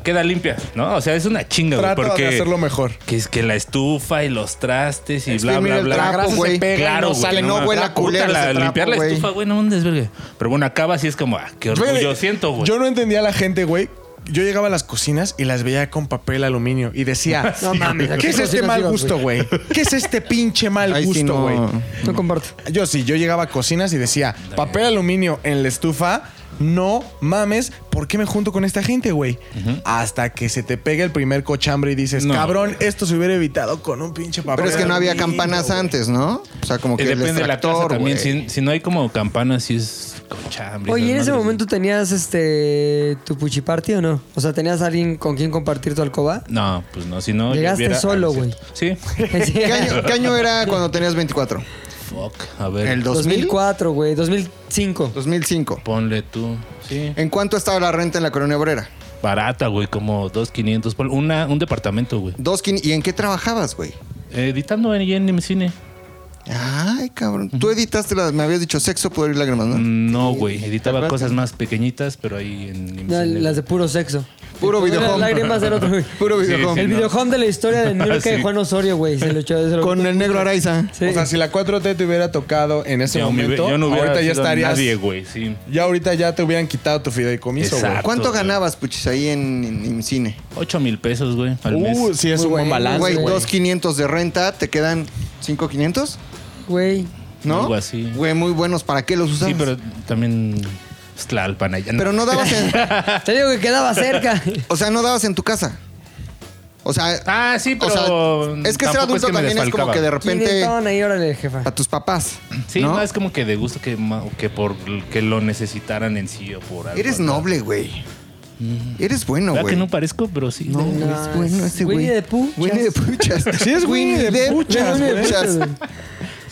Speaker 3: Queda limpia, ¿no? O sea, es una chinga, güey.
Speaker 4: Trata
Speaker 3: Porque
Speaker 4: de hacerlo mejor.
Speaker 3: que es que la estufa y los trastes y
Speaker 2: Es
Speaker 3: bla,
Speaker 2: que mira
Speaker 3: bla,
Speaker 2: el
Speaker 3: bla.
Speaker 2: trapo, güey.
Speaker 3: Claro,
Speaker 2: Que
Speaker 3: güey,
Speaker 2: no
Speaker 3: mames.
Speaker 2: huela
Speaker 3: Puta,
Speaker 2: culero
Speaker 3: la-
Speaker 2: ese trapo,
Speaker 3: limpiar la
Speaker 2: güey.
Speaker 3: estufa, güey, no un desvergue. Pero bueno, acaba así es como, ah, qué orgullo
Speaker 4: Yo
Speaker 3: siento, güey.
Speaker 4: Yo no entendía a la gente, güey. Yo llegaba a las cocinas y las veía con papel aluminio y decía,
Speaker 1: No mames, ¿a
Speaker 4: ¿qué es este
Speaker 1: cocinas
Speaker 4: mal
Speaker 1: ibas,
Speaker 4: gusto, güey? ¿Qué es este pinche mal
Speaker 2: Ahí sí
Speaker 4: gusto,
Speaker 2: no.
Speaker 4: güey?
Speaker 1: No comparto.
Speaker 4: Yo sí, yo llegaba a cocinas y decía, papel aluminio en la estufa, no mames, ¿por qué me junto con esta gente, güey? Hasta que se te pega el primer cochambre y dices,
Speaker 3: No.
Speaker 4: cabrón, esto se hubiera evitado con un pinche papel.
Speaker 2: Pero es que no había
Speaker 4: aluminio,
Speaker 2: campanas
Speaker 4: güey".
Speaker 2: antes, ¿no? O sea, como
Speaker 3: Eh,
Speaker 2: que el
Speaker 3: depende de la casa
Speaker 2: extractor,
Speaker 3: también.
Speaker 2: güey.
Speaker 3: Si, si no hay como campanas, si es cochambre.
Speaker 1: Oye, ¿en
Speaker 3: esas
Speaker 1: ese
Speaker 3: madres.
Speaker 1: momento tenías este tu puchiparty o no? O sea, ¿tenías alguien con quien compartir tu alcoba?
Speaker 3: No, pues no, si no. yo
Speaker 1: Llegaste
Speaker 3: hubiera-
Speaker 1: solo,
Speaker 3: Ah, no es cierto. Sí.
Speaker 1: Sí.
Speaker 2: ¿Qué año, qué año era cuando tenías 24?
Speaker 3: Fuck, a ver.
Speaker 2: ¿El 2000?
Speaker 1: 2004, güey, 2005.
Speaker 2: 2005.
Speaker 3: Ponle tú. Sí.
Speaker 2: ¿En cuánto estaba la renta en la colonia obrera?
Speaker 3: Barata, güey, como 2.500. por Una, un departamento, güey.
Speaker 2: Dos quin- ¿Y en qué trabajabas, güey?
Speaker 3: Editando en, en mi cine.
Speaker 2: Ay, cabrón. Tú editaste, la, me habías dicho sexo, poder y lágrimas,
Speaker 3: Mm.
Speaker 2: ¿no?
Speaker 3: No, güey. Editaba cosas más pequeñitas, pero ahí en mi
Speaker 1: No,
Speaker 3: cine,
Speaker 1: las de
Speaker 3: güey.
Speaker 1: puro sexo.
Speaker 2: Puro
Speaker 1: Las
Speaker 2: videojuego.
Speaker 1: lágrimas del otro, güey.
Speaker 2: Puro
Speaker 3: Sí,
Speaker 2: videojuego.
Speaker 1: El
Speaker 3: no.
Speaker 1: videojuego de la historia de New York de
Speaker 3: Ah, Sí.
Speaker 1: Juan Osorio, güey. Se lo echó se lo-
Speaker 2: Con el negro Araiza.
Speaker 1: Sí.
Speaker 4: O sea, si la 4T te hubiera tocado en ese
Speaker 3: Yo, me
Speaker 4: momento,
Speaker 3: hubie- yo no hubiera
Speaker 4: ahorita ya
Speaker 3: sido
Speaker 4: estarías.
Speaker 3: nadie, güey. Sí.
Speaker 4: Ya ahorita ya te hubieran quitado tu fideicomiso, güey.
Speaker 3: Exacto.
Speaker 2: ¿Cuánto
Speaker 3: güey.
Speaker 2: ganabas, puchis, ahí en, en- en cine?
Speaker 3: 8 mil pesos, güey, al mes.
Speaker 4: Uh, sí, es
Speaker 1: Muy
Speaker 4: un buen
Speaker 1: bueno,
Speaker 3: Ah,
Speaker 4: balance.
Speaker 2: Güey,
Speaker 1: güey.
Speaker 2: 2.500 de renta, te quedan 5.500,
Speaker 1: Güey.
Speaker 2: ¿no?
Speaker 3: Algo así.
Speaker 2: Güey, muy buenos, ¿para qué los usabas?
Speaker 3: Sí, pero también... pues, Tlalpan allá.
Speaker 2: Pero no dabas en,
Speaker 1: Te digo que quedaba cerca.
Speaker 2: o sea, no dabas en tu casa. O sea,
Speaker 3: Ah, sí,
Speaker 2: o
Speaker 3: pero...
Speaker 2: sea, es que ser
Speaker 3: tampoco
Speaker 2: adulto
Speaker 3: me
Speaker 2: también es como
Speaker 3: desfalcaba.
Speaker 2: que de repente
Speaker 1: Quinientón ahí, órale, jefa.
Speaker 2: a tus papás.
Speaker 3: Sí,
Speaker 2: ¿no?
Speaker 3: no, es como que de gusto que, ma- que por que lo necesitaran en sí o por algo.
Speaker 2: Eres
Speaker 3: acá.
Speaker 2: noble, güey. Eres bueno,
Speaker 3: ¿Verdad
Speaker 2: güey.
Speaker 3: que no parezco, pero sí?
Speaker 2: No,
Speaker 3: de-
Speaker 2: es bueno ese güey.
Speaker 1: Winnie the Pooh,
Speaker 2: Winnie the Puchas. Sí, es Winnie the Puchas.
Speaker 1: Winnie the Pooh, güey.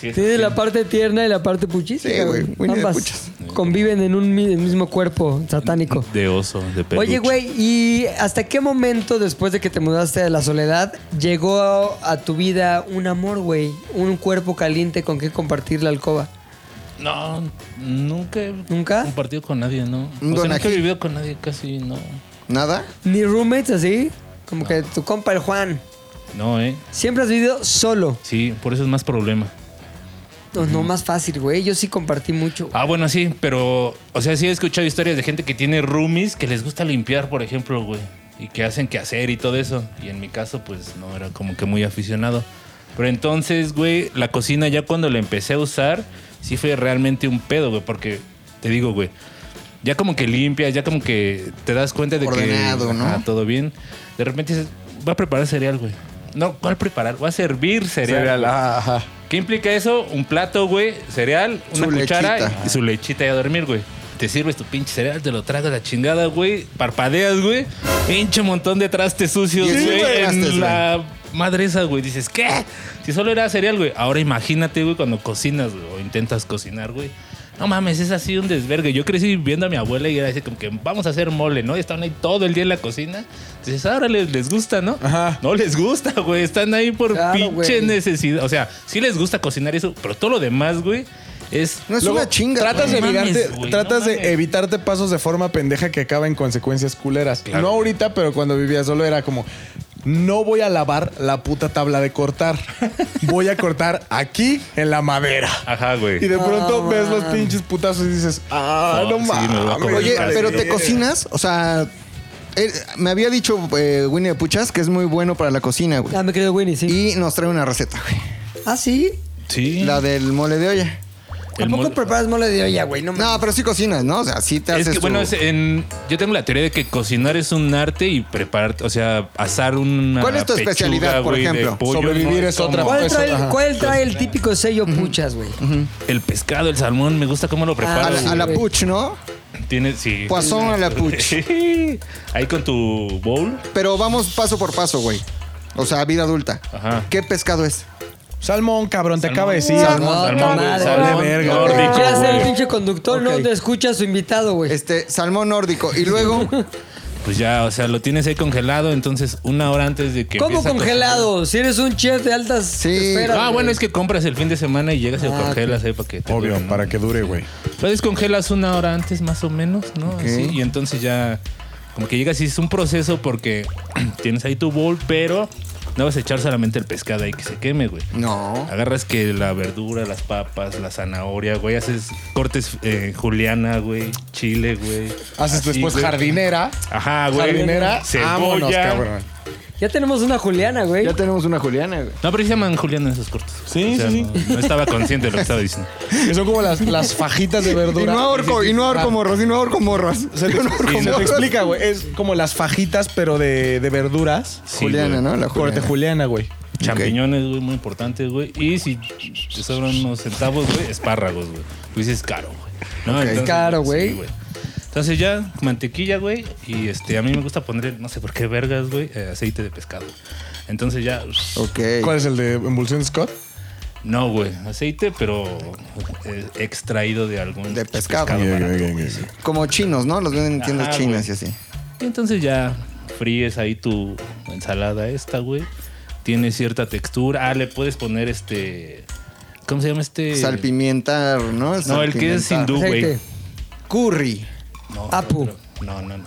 Speaker 3: sí, es-
Speaker 1: Tiene la parte tierna y la parte puchísima.
Speaker 2: Sí, güey, Winnie the
Speaker 1: Ambas
Speaker 2: Puchas.
Speaker 1: conviven en un mi- en el mismo cuerpo satánico.
Speaker 3: De oso, de Mm, peluche.
Speaker 1: Oye, güey, ¿y hasta qué momento después de que te mudaste de la soledad llegó a tu vida un amor, güey? Un cuerpo caliente con que compartir la alcoba.
Speaker 3: No, nunca he
Speaker 1: ¿Nunca?
Speaker 3: compartido con nadie, ¿no?
Speaker 2: Un
Speaker 3: O sea, nunca
Speaker 2: donají.
Speaker 3: he vivido con nadie casi, no.
Speaker 2: ¿Nada?
Speaker 1: ¿Ni roommates así? Como que tu compa el Juan.
Speaker 3: No, ¿eh?
Speaker 1: Siempre has vivido solo.
Speaker 3: Sí, por eso es más problema.
Speaker 1: No, no más fácil, güey. Yo sí compartí mucho.
Speaker 3: Ah, bueno, sí, pero. O sea, sí he escuchado historias de gente que tiene roomies que les gusta limpiar, por ejemplo, güey. Y que hacen que hacer y todo eso. Y en mi caso, pues no era como que muy aficionado. Pero entonces, güey, la cocina ya cuando la empecé a usar, sí fue realmente un pedo, güey. Porque te digo, güey, ya como que limpias, ya como que te das cuenta de
Speaker 2: Ordenado,
Speaker 3: que.
Speaker 2: ¿no?
Speaker 3: Ah, todo bien. De repente dices, va a preparar cereal, güey. No, ¿cuál preparar? Va a servir cereal.
Speaker 4: Sería la- ajá.
Speaker 3: ¿Qué implica eso? Un plato, güey, cereal, una
Speaker 2: Su
Speaker 3: cuchara
Speaker 2: lechita.
Speaker 3: y su lechita y a dormir, güey. Te sirves tu pinche cereal, te lo tragas la chingada, güey. Parpadeas, güey. Pinche montón de trastes sucios,
Speaker 2: Y encima
Speaker 3: güey.
Speaker 2: trastes, güey.
Speaker 3: en la madre esa, güey. Dices, ¿qué? Si solo era cereal, güey. Ahora imagínate, güey, cuando cocinas, güey, o intentas cocinar, güey. No mames, es así un desvergue. Yo crecí viendo a mi abuela y era así como que vamos a hacer mole, ¿no? Y estaban ahí todo el día en la cocina. Dices, ahora les, les gusta, ¿no?
Speaker 4: Ajá.
Speaker 3: No les gusta, güey. Están ahí por
Speaker 1: Claro,
Speaker 3: pinche
Speaker 1: güey.
Speaker 3: necesidad. O sea, sí les gusta cocinar eso, pero todo lo demás, güey, es.
Speaker 2: No es
Speaker 4: Luego,
Speaker 2: una chinga.
Speaker 4: Tratas,
Speaker 2: güey.
Speaker 4: de,
Speaker 3: No mames,
Speaker 4: evitarte,
Speaker 3: güey,
Speaker 4: tratas
Speaker 3: no mames.
Speaker 4: de evitarte pasos de forma pendeja que acaba en consecuencias culeras.
Speaker 3: Claro.
Speaker 4: No ahorita, pero cuando vivía solo era como, no voy a lavar la puta tabla de cortar. Voy a cortar aquí en la madera.
Speaker 3: Ajá,
Speaker 4: Y
Speaker 3: güey.
Speaker 4: de pronto
Speaker 1: No,
Speaker 4: ves los
Speaker 1: man.
Speaker 4: pinches putazos y dices, ah,
Speaker 3: Fuck,
Speaker 4: no
Speaker 3: sí, me voy a
Speaker 4: mames.
Speaker 3: comer
Speaker 2: Oye,
Speaker 3: Casi,
Speaker 2: pero
Speaker 3: ¿no?
Speaker 2: te cocinas, o sea, él- me había dicho eh, Winnie de Puchas que es muy bueno para la cocina, güey.
Speaker 1: Ah, me querido Winnie, sí.
Speaker 2: Y nos trae una receta, güey.
Speaker 1: Ah, sí.
Speaker 3: Sí.
Speaker 2: La del mole de olla.
Speaker 3: El
Speaker 1: Tampoco
Speaker 3: mol-
Speaker 1: preparas mole de olla, güey. No,
Speaker 2: No, pero sí cocinas, ¿no? O sea, sí te haces
Speaker 3: Es que,
Speaker 2: tu-
Speaker 3: bueno, es en- yo tengo la teoría de que cocinar es un arte y preparar, o sea, asar una.
Speaker 2: ¿Cuál es tu
Speaker 3: pechuga,
Speaker 2: especialidad, por
Speaker 3: güey, de
Speaker 2: ejemplo?
Speaker 3: pollo,
Speaker 4: Sobrevivir
Speaker 3: ¿no?
Speaker 4: es otra.
Speaker 3: Como
Speaker 1: ¿Cuál
Speaker 4: eso,
Speaker 1: trae, el-
Speaker 4: ajá.
Speaker 1: ¿Cuál trae el típico sello puchas, güey?
Speaker 3: El pescado, el salmón, me gusta cómo lo
Speaker 2: a,
Speaker 3: preparas.
Speaker 2: la, a la
Speaker 3: güey.
Speaker 2: puch, ¿no?
Speaker 3: Tiene, sí.
Speaker 2: Poisson a la puch.
Speaker 3: Sí. Ahí con tu bowl.
Speaker 2: Pero vamos paso por paso, güey. O sea, vida adulta.
Speaker 3: Ajá.
Speaker 2: ¿Qué pescado es?
Speaker 4: Salmón, cabrón, te acaba de decir.
Speaker 3: Salmón,
Speaker 1: No,
Speaker 3: salmón, güey,
Speaker 1: madre.
Speaker 3: salmón.
Speaker 4: Vale verga.
Speaker 3: nórdico,
Speaker 1: ¿Qué hace el
Speaker 3: güey.
Speaker 1: pinche conductor? No te escucha a su invitado, güey.
Speaker 2: Este, salmón nórdico. Y luego,
Speaker 3: Pues ya, o sea, lo tienes ahí congelado, entonces una hora antes de que.
Speaker 1: ¿Cómo
Speaker 3: empiece a
Speaker 1: congelado? Si eres un chef de altas
Speaker 2: Sí.
Speaker 1: esferas,
Speaker 3: Ah,
Speaker 1: güey.
Speaker 3: bueno, es que compras el fin de semana y llegas y lo
Speaker 1: Ah,
Speaker 3: congelas ahí para que te dure,
Speaker 4: Obvio,
Speaker 3: ¿no?
Speaker 4: para que dure, güey.
Speaker 3: Entonces congelas una hora antes más o menos, ¿no? Así, y entonces ya como que llegas y es un proceso porque tienes ahí tu bowl, pero no vas a echar solamente el pescado ahí que se queme, güey.
Speaker 2: no.
Speaker 3: Agarras que la verdura, las papas, la zanahoria, güey, haces cortes eh, juliana, güey, chile, güey.
Speaker 4: Haces
Speaker 3: Así,
Speaker 4: después
Speaker 3: güey.
Speaker 4: jardinera.
Speaker 3: Ajá, güey.
Speaker 4: Jardinera.
Speaker 3: cebolla.
Speaker 4: Vámonos, cabrón.
Speaker 1: Ya tenemos una Juliana, güey.
Speaker 2: Ya tenemos una Juliana, güey.
Speaker 3: No, pero sí se llaman juliana esos cortes.
Speaker 4: Sí, sí,
Speaker 3: no- no estaba consciente de lo que estaba diciendo.
Speaker 4: Que son como las, las fajitas de verdura.
Speaker 2: Y no ahorco, y no ahorco morros, y no ahorco morros.
Speaker 4: Se te,
Speaker 2: Y no ahorco
Speaker 4: se te
Speaker 2: morros.
Speaker 4: explica, güey. Es como las fajitas, pero de, de verduras.
Speaker 3: Sí,
Speaker 2: Juliana,
Speaker 3: güey.
Speaker 2: ¿no? La
Speaker 4: Corte
Speaker 2: Juliana.
Speaker 4: Juliana, güey.
Speaker 3: Champiñones, güey, muy importante, güey. Y si te sobran unos centavos, güey, espárragos, güey. Pues es caro, güey. No, entonces,
Speaker 1: Caro, güey.
Speaker 3: sí, entonces ya, mantequilla, güey. Y este, a mí me gusta poner, no sé por qué vergas, güey, eh, aceite de pescado. Entonces ya.
Speaker 4: ¿Cuál
Speaker 2: Ok.
Speaker 4: es el de Emulsión Scott?
Speaker 3: No, güey. Aceite, pero eh, extraído de algún.
Speaker 2: De pescado.
Speaker 3: barato, güey.
Speaker 2: Como chinos, ¿no? Los venden en tiendas
Speaker 3: Ajá,
Speaker 2: chinas
Speaker 3: güey.
Speaker 2: y así.
Speaker 3: Y entonces ya fríes ahí tu ensalada esta, güey. Tiene cierta textura. Ah, le puedes poner este. ¿Cómo se llama este?
Speaker 2: Salpimientar, ¿no?
Speaker 3: No, el que es
Speaker 2: Salpimentar.
Speaker 3: hindú, güey.
Speaker 1: Aceite.
Speaker 2: Curry.
Speaker 3: No,
Speaker 1: Apu.
Speaker 3: otro. No, no, no.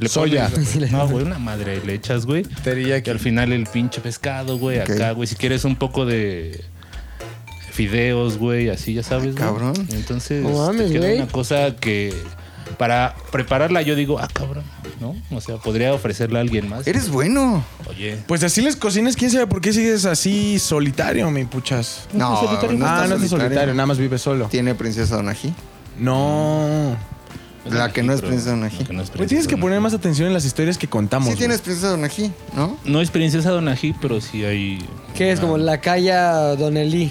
Speaker 3: Le
Speaker 4: Soya.
Speaker 3: pones- No, güey, una madre. Le echas, güey. Que al final el pinche pescado, güey.
Speaker 2: Ok.
Speaker 3: Acá, güey. Si quieres un poco de fideos, güey. Así, ya sabes, güey.
Speaker 2: cabrón.
Speaker 3: Entonces,
Speaker 1: No mames,
Speaker 3: te queda
Speaker 1: güey.
Speaker 3: una cosa que... Para prepararla yo digo, ah, cabrón, ¿no? O sea, podría ofrecerla a alguien más.
Speaker 2: Eres bueno.
Speaker 3: Oye,
Speaker 4: Pues así les cocinas. ¿Quién sabe por qué sigues así solitario, mi puchas?
Speaker 2: No, no,
Speaker 4: ah, no estás solitario. Nada más vives solo.
Speaker 2: Tiene princesa Donají.
Speaker 4: No.
Speaker 2: La que no es princesa Donají.
Speaker 3: la que no es
Speaker 4: Güey, Pues tienes
Speaker 3: princesa
Speaker 4: que poner
Speaker 3: Donají.
Speaker 4: más atención en las historias que contamos.
Speaker 2: Sí tienes princesa Donají, ¿no?
Speaker 3: No es princesa Donají, pero sí hay...
Speaker 1: Que es como la calle Donnelly.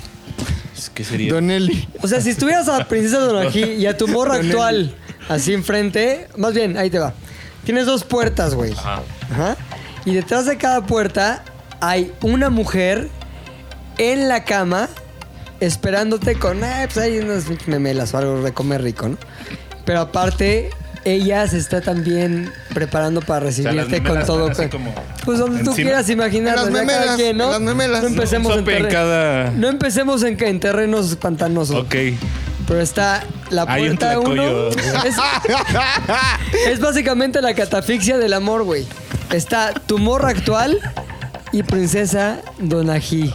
Speaker 3: ¿Qué sería?
Speaker 2: Donelli.
Speaker 1: O sea, si estuvieras a Princesa Donají y a tu morra actual así enfrente, más bien, ahí te va. Tienes dos puertas, güey.
Speaker 3: Ajá.
Speaker 1: Ajá. Y detrás de cada puerta hay una mujer en la cama esperándote con, "Ah, pues hay unas memelas o algo de comer rico, ¿no? Pero aparte, ella se está también preparando para
Speaker 3: O sea, las
Speaker 1: recibirte con
Speaker 3: memelas
Speaker 1: todo.
Speaker 3: están así
Speaker 1: que-
Speaker 3: como
Speaker 1: Pues donde tú
Speaker 3: encima.
Speaker 1: quieras imaginar.
Speaker 2: En las
Speaker 1: ¿verdad? Cada
Speaker 2: memelas,
Speaker 1: quien, ¿no?
Speaker 2: en las memelas.
Speaker 1: No empecemos
Speaker 3: Un sope en
Speaker 1: terre-
Speaker 3: cada-
Speaker 1: No empecemos en, en terrenos pantanosos.
Speaker 3: Ok.
Speaker 1: Pero está la
Speaker 3: Hay un
Speaker 1: puerta uno.
Speaker 3: tlacoyo.
Speaker 1: Es, es básicamente la catafixia del amor, güey. Está tu morra actual y princesa Donají.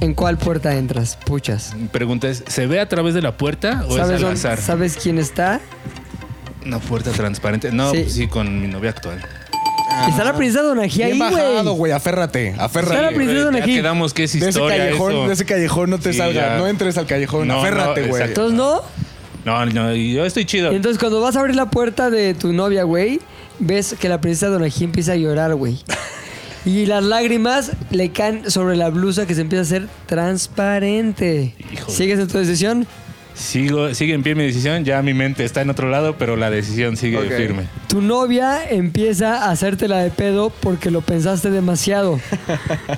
Speaker 1: ¿En cuál puerta entras? Puchas.
Speaker 3: Mi pregunta es, ¿se ve a través de la puerta o es al
Speaker 1: dónde-
Speaker 3: azar?
Speaker 1: ¿Sabes quién está?
Speaker 3: Una puerta transparente. No,
Speaker 1: Sí.
Speaker 3: pues sí, con mi novia actual. Ah.
Speaker 1: Está la princesa Donají ahí,
Speaker 4: Bien bajado,
Speaker 1: güey.
Speaker 4: güey. Aférrate,
Speaker 1: Está la
Speaker 4: aférrate.
Speaker 1: princesa
Speaker 3: Ya
Speaker 1: Donají.
Speaker 3: quedamos que es
Speaker 4: De ese
Speaker 3: historia
Speaker 4: callejón,
Speaker 3: eso.
Speaker 4: de ese callejón no te
Speaker 3: Sí,
Speaker 4: salgas,
Speaker 3: ya.
Speaker 4: no entres al callejón,
Speaker 3: No, no,
Speaker 4: aférrate, güey.
Speaker 3: exacto.
Speaker 1: Entonces, ¿no?
Speaker 3: No, no, yo estoy chido.
Speaker 1: Y entonces cuando vas a abrir la puerta de tu novia, güey, ves que la princesa Donají empieza a llorar, güey. Y las lágrimas le caen sobre la blusa que se empieza a hacer transparente.
Speaker 3: Híjole.
Speaker 1: ¿Sigues en tu decisión?
Speaker 3: Sigo, sigue en pie mi decisión. Ya mi mente está en otro lado, pero la decisión sigue
Speaker 2: Ok.
Speaker 3: firme.
Speaker 1: Tu novia empieza a hacértela de pedo porque lo pensaste demasiado.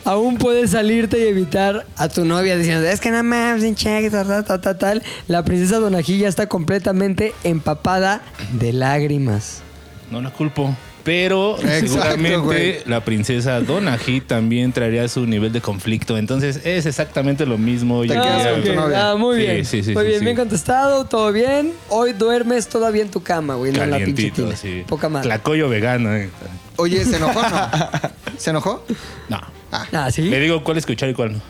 Speaker 1: Aún puedes salirte y evitar a tu novia diciendo, es que no mames, pinche, tal, tal, tal, tal, tal". La princesa Donají ya está completamente empapada de lágrimas.
Speaker 3: No la culpo. Pero
Speaker 2: Exacto,
Speaker 3: seguramente
Speaker 2: güey.
Speaker 3: la princesa Donají también traería su nivel de conflicto. Entonces es exactamente lo mismo.
Speaker 2: Te
Speaker 3: yo
Speaker 2: quedas
Speaker 3: diría.
Speaker 2: con tu novia.
Speaker 1: Ah, muy
Speaker 3: Sí,
Speaker 1: bien.
Speaker 3: sí, sí,
Speaker 1: muy
Speaker 3: sí,
Speaker 1: bien,
Speaker 3: sí.
Speaker 1: bien contestado, todo bien. Hoy duermes todavía en tu cama, güey, no en la pinche
Speaker 3: Calientito,
Speaker 1: tina.
Speaker 3: sí.
Speaker 1: Poca madre.
Speaker 3: Tlacoyo vegano. eh.
Speaker 2: Oye, ¿se enojó o no? ¿Se enojó?
Speaker 3: No.
Speaker 1: Ah, ¿sí?
Speaker 3: Le digo cuál escuchar y cuál no.